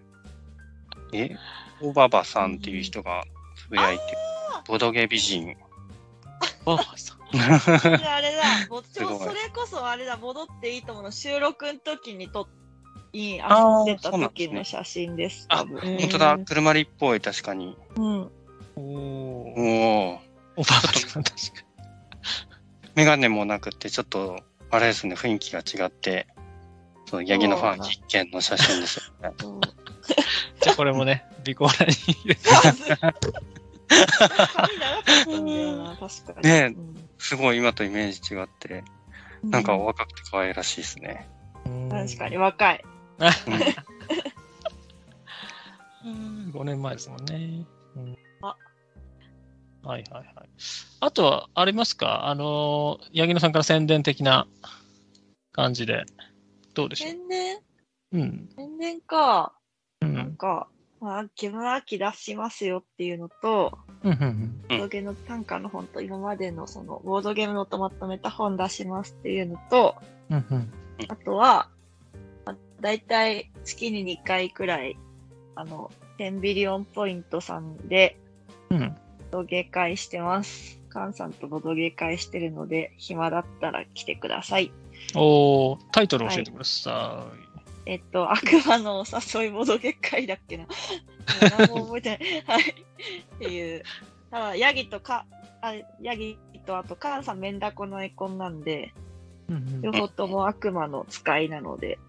C: え、おばばさんっていう人がつぶやいて、ボドゲ美人。
A: わあさん
B: それあれだ、ぼちょ
C: すごい
B: それこそあれだ、戻っていいと思うの収録の時に撮っに遊
C: あ
B: ん
C: ー
B: でた
C: そうなんで
B: 時
C: すね
B: の写真です。
C: あ
B: 多分
A: へー
C: 本当だ、車りっぽい、確かに。
B: うん。
A: お
C: お
A: お。
C: ー。
A: おばあさん、確か
C: メガネもなくて、ちょっと、あれですね、雰囲気が違って、そう、八木のファン必見の写真ですよね。
B: そう
A: に。じゃあこれもね、備考欄に入れて。
B: 髪長かったんだよな、確かに。
C: ねえ
B: うん
C: すごい今とイメージ違って、なんかお若くて可愛らしいですね。
B: 確かに若い。
C: うん
A: 5年前ですもん ね。うん
B: あ
A: はいはいはい。あとは、ありますかあのー、八木野さんから宣伝的な感じで、どうでしょ
B: 天然
A: ううん。
B: 天然か。
A: う
B: なん
A: ん。
B: か、まあ、木村明出しますよっていうのと、
A: うんうん
B: ボードゲームの短歌の本と今までのそのボードゲームのとまとめた本出しますっていうのと、
A: うん。うんうん
B: あとは、まあ、大体月に2回くらい、あの、テンビリオンポイントさんで
A: うん。
B: ボドゲ会してます。カンさんとボドゲ会してるので、暇だったら来てください。
A: おータイトル教えてください。
B: えっと、悪魔のお誘いボドゲ会だっ けな。もう何も覚えてない。はい。っていう。ただ、ヤギとか、あヤギとあとカンさんメンダコのアイコンなんで、
A: うん
B: 両方とも悪魔の使いなので、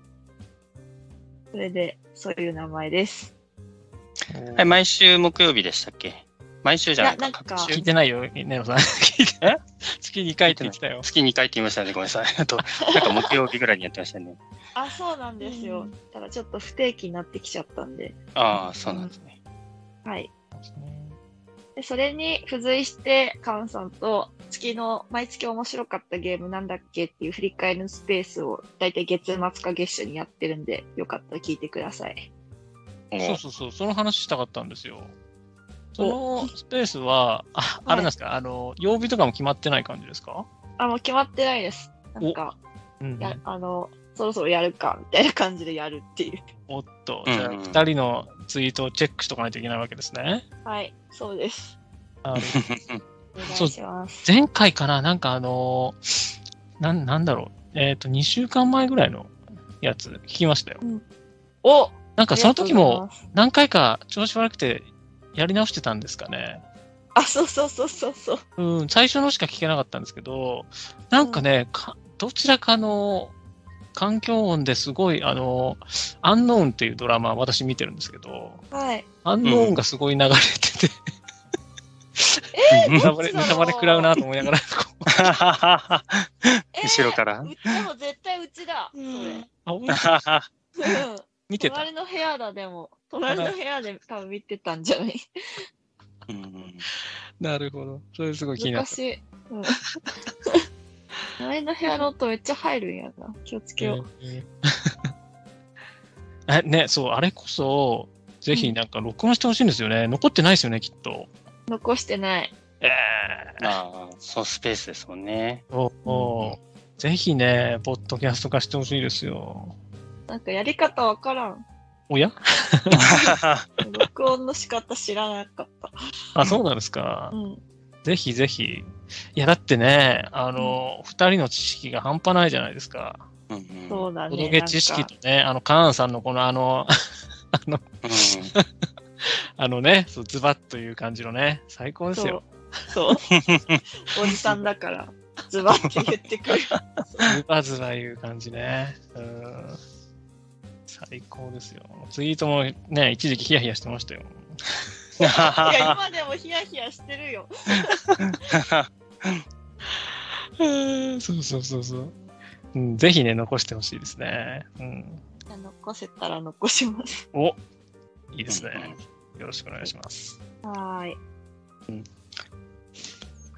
B: それで、そういう名前です。
A: うん
C: はい、毎週木曜日でしたっけ毎週じゃな
B: い
C: い
B: や
C: か、
B: なんか
C: 各
A: 聞
C: 週
A: い。てないよ、ネロさん。 聞いてえ月2回って言ってたよ。
C: 月2回って言いましたね、ごめんなさい。あと、なんか木曜日ぐらいにやってましたね。
B: あ、そうなんですよ。ただちょっと不定期になってきちゃったんで。
C: ああ、そうなんですね。
B: はい。でそれに付随して、カンさんと月の、毎月面白かったゲームなんだっけっていう振り返りのスペースを、だいたい月末か月初にやってるんで、よかったら聞いてください。
A: そうそうそう、その話したかったんですよ。そのスペースは、ああれなんですか、あの、曜日とかも決まってない感じですか
B: あ、もう決まってないです。なんか、
A: うん
B: やあの、そろそろやるか、みたいな感じでやるっていう。
A: おっと、
C: うん
A: じゃあ2人のツイートをチェックしとかないといけないわけですね。
B: はい、そうです。
A: あの
B: お願い
A: そう
B: します。
A: 前回かな、なんかあのなん、なんだろう、えっ、と、2週間前ぐらいのやつ聞きましたよ。
B: お
A: なんかその時
B: ありがとうござい
A: も
B: ます
A: 何回か調子悪くてやり直してたんですかね。
B: あ、そうそうそうそうそう。
A: うん、最初のしか聞けなかったんですけど、なんかね、かどちらかの環境音ですごい、あの、アンノーンっていうドラマ、私見てるんですけど、
B: はい。
A: アンノーンがすごい流れてて、
C: うん
A: ネ タバレ、
B: ど
A: ネ
B: っちだろう
A: タバレ食らうなと思いながら、こう
B: えー
C: 後ろから
B: うでも絶対うちだ。それ。
E: うん
B: うん
A: あうん見てた。
B: 隣の部屋だ、でも。隣の部屋で多分見てたんじゃない
C: うん
A: なるほど。それすごい気になっ
B: 難
A: た。
B: しい。うん隣の部屋の音めっちゃ入るんやな。気をつけよう。
A: えー えね、そう、あれこそ、ぜひなんか録音してほしいんですよね。残ってないですよね、きっと。
B: 残してない。
A: え
C: ああ、そう、スペースですもんね。
A: ー、おおぜひね、ポッドキャスト化してほしいですよ。
B: なんかやり方わからん。
A: おや
B: 録音の仕方知らなかった。
A: あ、そうなんですか
B: う。ん。
A: ぜひぜひ。いや、だってね、あの、二、人の知識が半端ないじゃないですか。
C: うんうん
B: そうだね。
A: 届け知識
B: なんか
A: とね、あの、カーンさんのこのあの、
C: う
A: あのね、そうズバッという感じのね、最高ですよ。
B: そう。そう。おじさんだから、ズバって言っ てくる。
A: ズバズバいう感じね。うん。最高ですよ。ツイートもね、一時期ヒヤヒヤしてましたよ。
B: いや、
C: ん
B: 今でもヒヤヒヤしてるよ。
A: そうそうそうそう。うん、ぜひね、残してほしいですね。うん。
B: 残せたら残します。
A: おいいです ね。よろしくお願いします。
B: はーい。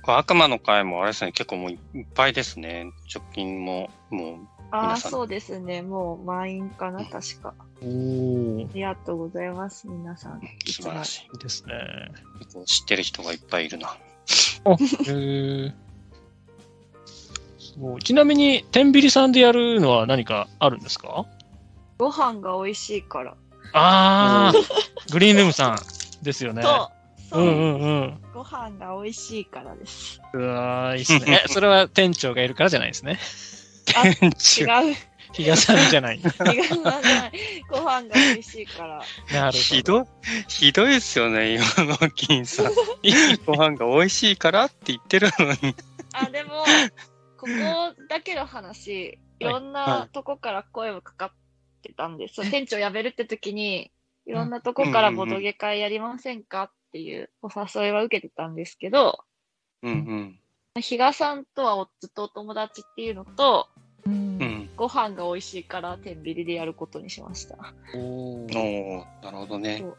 C: これ悪魔の会もあれですね、結構もういっぱいですね。直近も、もう、
B: ああ、
C: 皆さん
B: そうですね。もう満員かな、確か。
A: おお。い
B: ありがとうございます、皆さん。
C: 素晴らしい。
A: いですね。
C: 結構知ってる人がいっぱいいるな。
A: へえすごい。ちなみに、天秤さんでやるのは何かあるんですか
B: ご飯が美味しいから。
A: ああ、グリーンルームさんですよね。
B: そう、そう、
A: んうんうん。
B: ご飯が美味しいからです。
A: うわーいいっすね。え それは店長がいるからじゃないです ね。
B: 違 う、
A: 比嘉さんじゃない。
B: 違うなない。ご飯が美味しいから。
A: なるほど。
C: ひどい、 ひどいですよね、今の金さん。ご飯が美味しいからって言ってるのに。
B: あ、でも、ここだけの話、いろん
C: は
B: なとこから声もかかってたんです。そう店長辞めるって時に、いろんなとこからボドゲ会やりませんかっていうお誘いは受けてたんですけど、
C: うん
B: 比嘉さんとはずっとお友達っていうのと、
E: う。
C: うんん。
B: ご飯が美味しいから天秤でやることにしました。
A: おー
C: おおなるほどね
B: そう。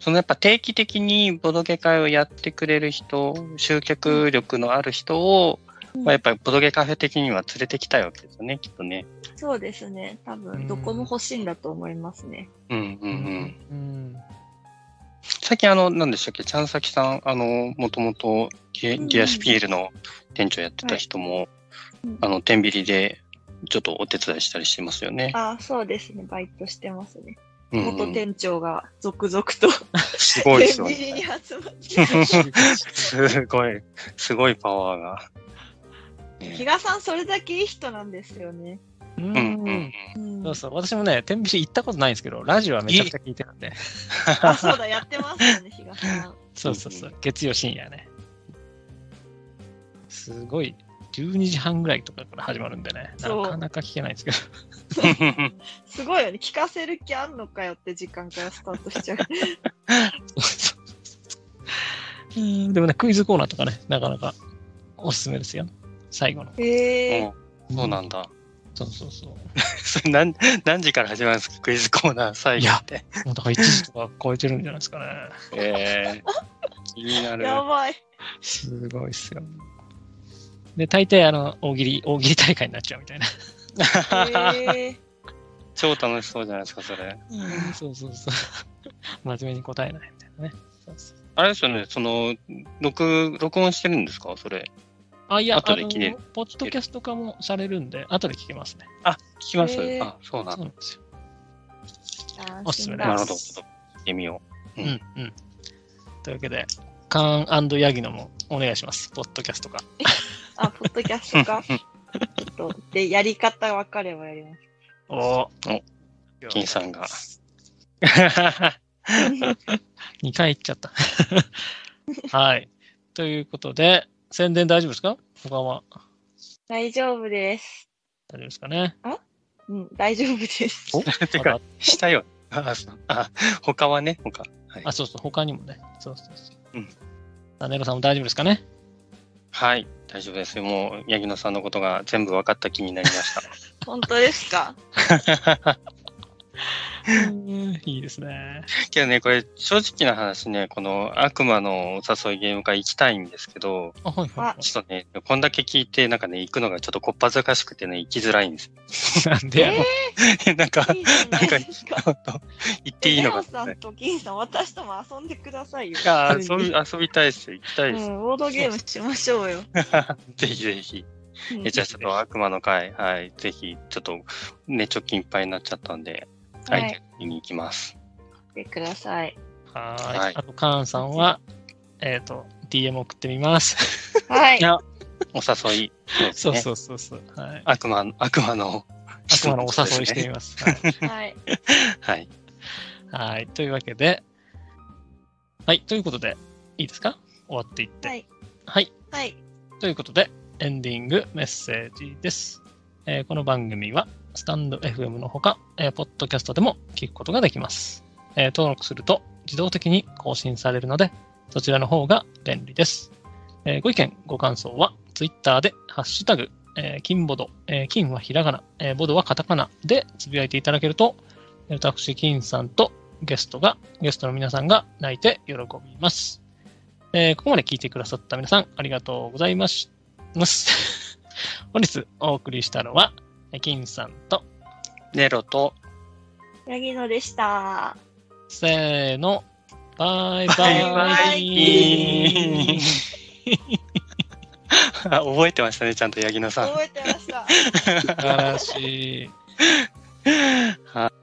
C: そのやっぱ定期的にボドゲ会をやってくれる人、集客力のある人を、
B: うん
C: まあ、やっぱりボドゲカフェ的には連れてきたいわけですよね、きっとね。
B: そうですね。多分、どこも欲しいんだと思いますね。
C: うんうんうん。
A: うん。
C: 最近あの、何でしたっけ、ちゃんさきさん、あの、もともとデ
B: うんうん
C: ィアスピールの店長やってた人も、
B: うん
C: あの、天秤でちょっとお手伝いしたりしてますよね。
B: ああ、そうですね。バイトしてますね。
C: うんうん
B: 元店長が続々と、
C: すご
B: 天
C: いですよ
B: 秤に
C: ね。
B: 集まって。
C: すごい、すごいパワーが。ね
B: 比嘉さん、それだけいい人なんですよね。
A: う
C: うんうんうん
A: ん。。
B: うん
A: そうそう。私もね、天秤行ったことないんですけど、ラジオはめちゃくちゃ聞いてるんで。
B: あ、そうだ、やってますよね、比 嘉さん。
A: そうそうそう。月曜深夜ね。すごい。12時半ぐらいとかから始まるんでね。な
B: そう
A: かなか聞けないんですけど。
B: すごいよね。聞かせる気あんのかよって時間からスタート しちゃう。
A: うんでもね、クイズコーナーとかね、なかなかおすすめですよ。最後の。
B: えー、
C: うん そうなんだ。
A: そうそうそう。も
C: それ何何時から始まるんですかクイズコーナー最後って。
A: うだから1時とか超えてるんじゃないですかね。
C: えー、気になる。
B: やばい。
A: すごいっすよ。で、大抵、あの、大喜利、大喜利大会になっちゃうみたいな。
B: えー、
C: 超楽しそうじゃないですか、それ。
A: そうそうそう。真面目に答えないみたいなね。そうそう
C: あれですよね、その、録、録音してるんですかそれ。
A: あ、いや、
C: 後で聞いて
A: あのポッドキャスト化もされるんで、後で聞けますね。
C: あ、聞きます、
B: えー
C: あ、そうな
A: そ
C: ん
A: う
C: だ。
A: なんですよ。お
B: お
A: すすめ
C: なるほど。
B: す
C: 聞いてみよ
A: う
C: うん
A: う
C: ん
A: ん。というわけで、カーンヤギのもお願いします。ポッドキャスト化。
B: あ、ポッドキャストか。ちょっと、で、やり方分かればやります。
A: おお
C: お。金さ んがう。
A: 2回行っちゃった。 はい。ということで、宣伝大丈夫ですか他は
B: 大丈夫です。
A: 大丈夫ですか ね。
B: うん、大丈夫です。
C: てか、したよ。あ、そうあ他はね、他。はい
A: あ、。そうそう、他にもね。そうそうそう。
C: うん。
A: ダネロさんも大丈夫ですかね
C: はい、大丈夫ですよ。もう、八木野さんのことが全部分かった気になりました。
B: 本当ですか
A: いいですね。
C: けどね、これ、正直な話ね、この悪魔のお誘いゲーム会行きたいんですけど、
A: あ、はいは
C: ちょっとね、こんだけ聞いて、なんかね、行くのがちょっとこっぱずかしくてね、行きづらいんで
A: い。
C: す。
A: なんでやろ
B: え
C: なんか
B: ー、、いいじゃないですか。
C: ちょっと行っていいの
B: レオ
C: か
B: さんと金さん、私とも遊んでくださいよ。
C: あ
B: 普通
C: 遊び
B: に
C: 遊びたいですよ。行きた
B: う
C: い
B: ん、
C: です。
B: ボードゲームしましょうよ。
C: ぜひぜひ。
B: うん
C: えじゃあちょっと悪魔の会、はい。ぜひ、ちょっと、ね、貯金いっぱいになっちゃったんで、は
B: はい
C: い。見に行きます。
B: 来てください。
A: は
C: は
A: ーい
C: い。
A: あと、カーンさんは、えっと、DM 送ってみます。
B: はい。
C: お誘い。
A: そう
C: ですね
A: そうそうそう。はい。
C: 悪魔の、悪魔の、
A: あくまでお誘いしてみます。はい
B: はい。
C: はい。
A: はい。というわけで、はい。ということで、いいですか終わっていって。
B: は
A: はい。
B: い。はい。
A: ということで、エンディングメッセージです。えーこの番組は、スタンド FM のほか、えーポッドキャストでも聞くことができます。えー登録すると自動的に更新されるので、そちらの方が便利です。えーご意見、ご感想は、ツイッターで、ハッシュタグ、えー金ボド、えー金はひらがな、えーボドはカタカナでつぶやいていただけると、えー私、金さんとゲストが、ゲストの皆さんが泣いて喜びます。えーここまで聞いてくださった皆さん、ありがとうございました。 本日お送りしたのは、えー金さんと、
C: ネロと、
B: ヤギノでした。
A: せーの、バイ
C: バ
A: バイ。
C: イバイキンあ覚えてましたね、ちゃんと八木野さん。
B: 覚えてました。
A: 素晴らしい。
C: はい。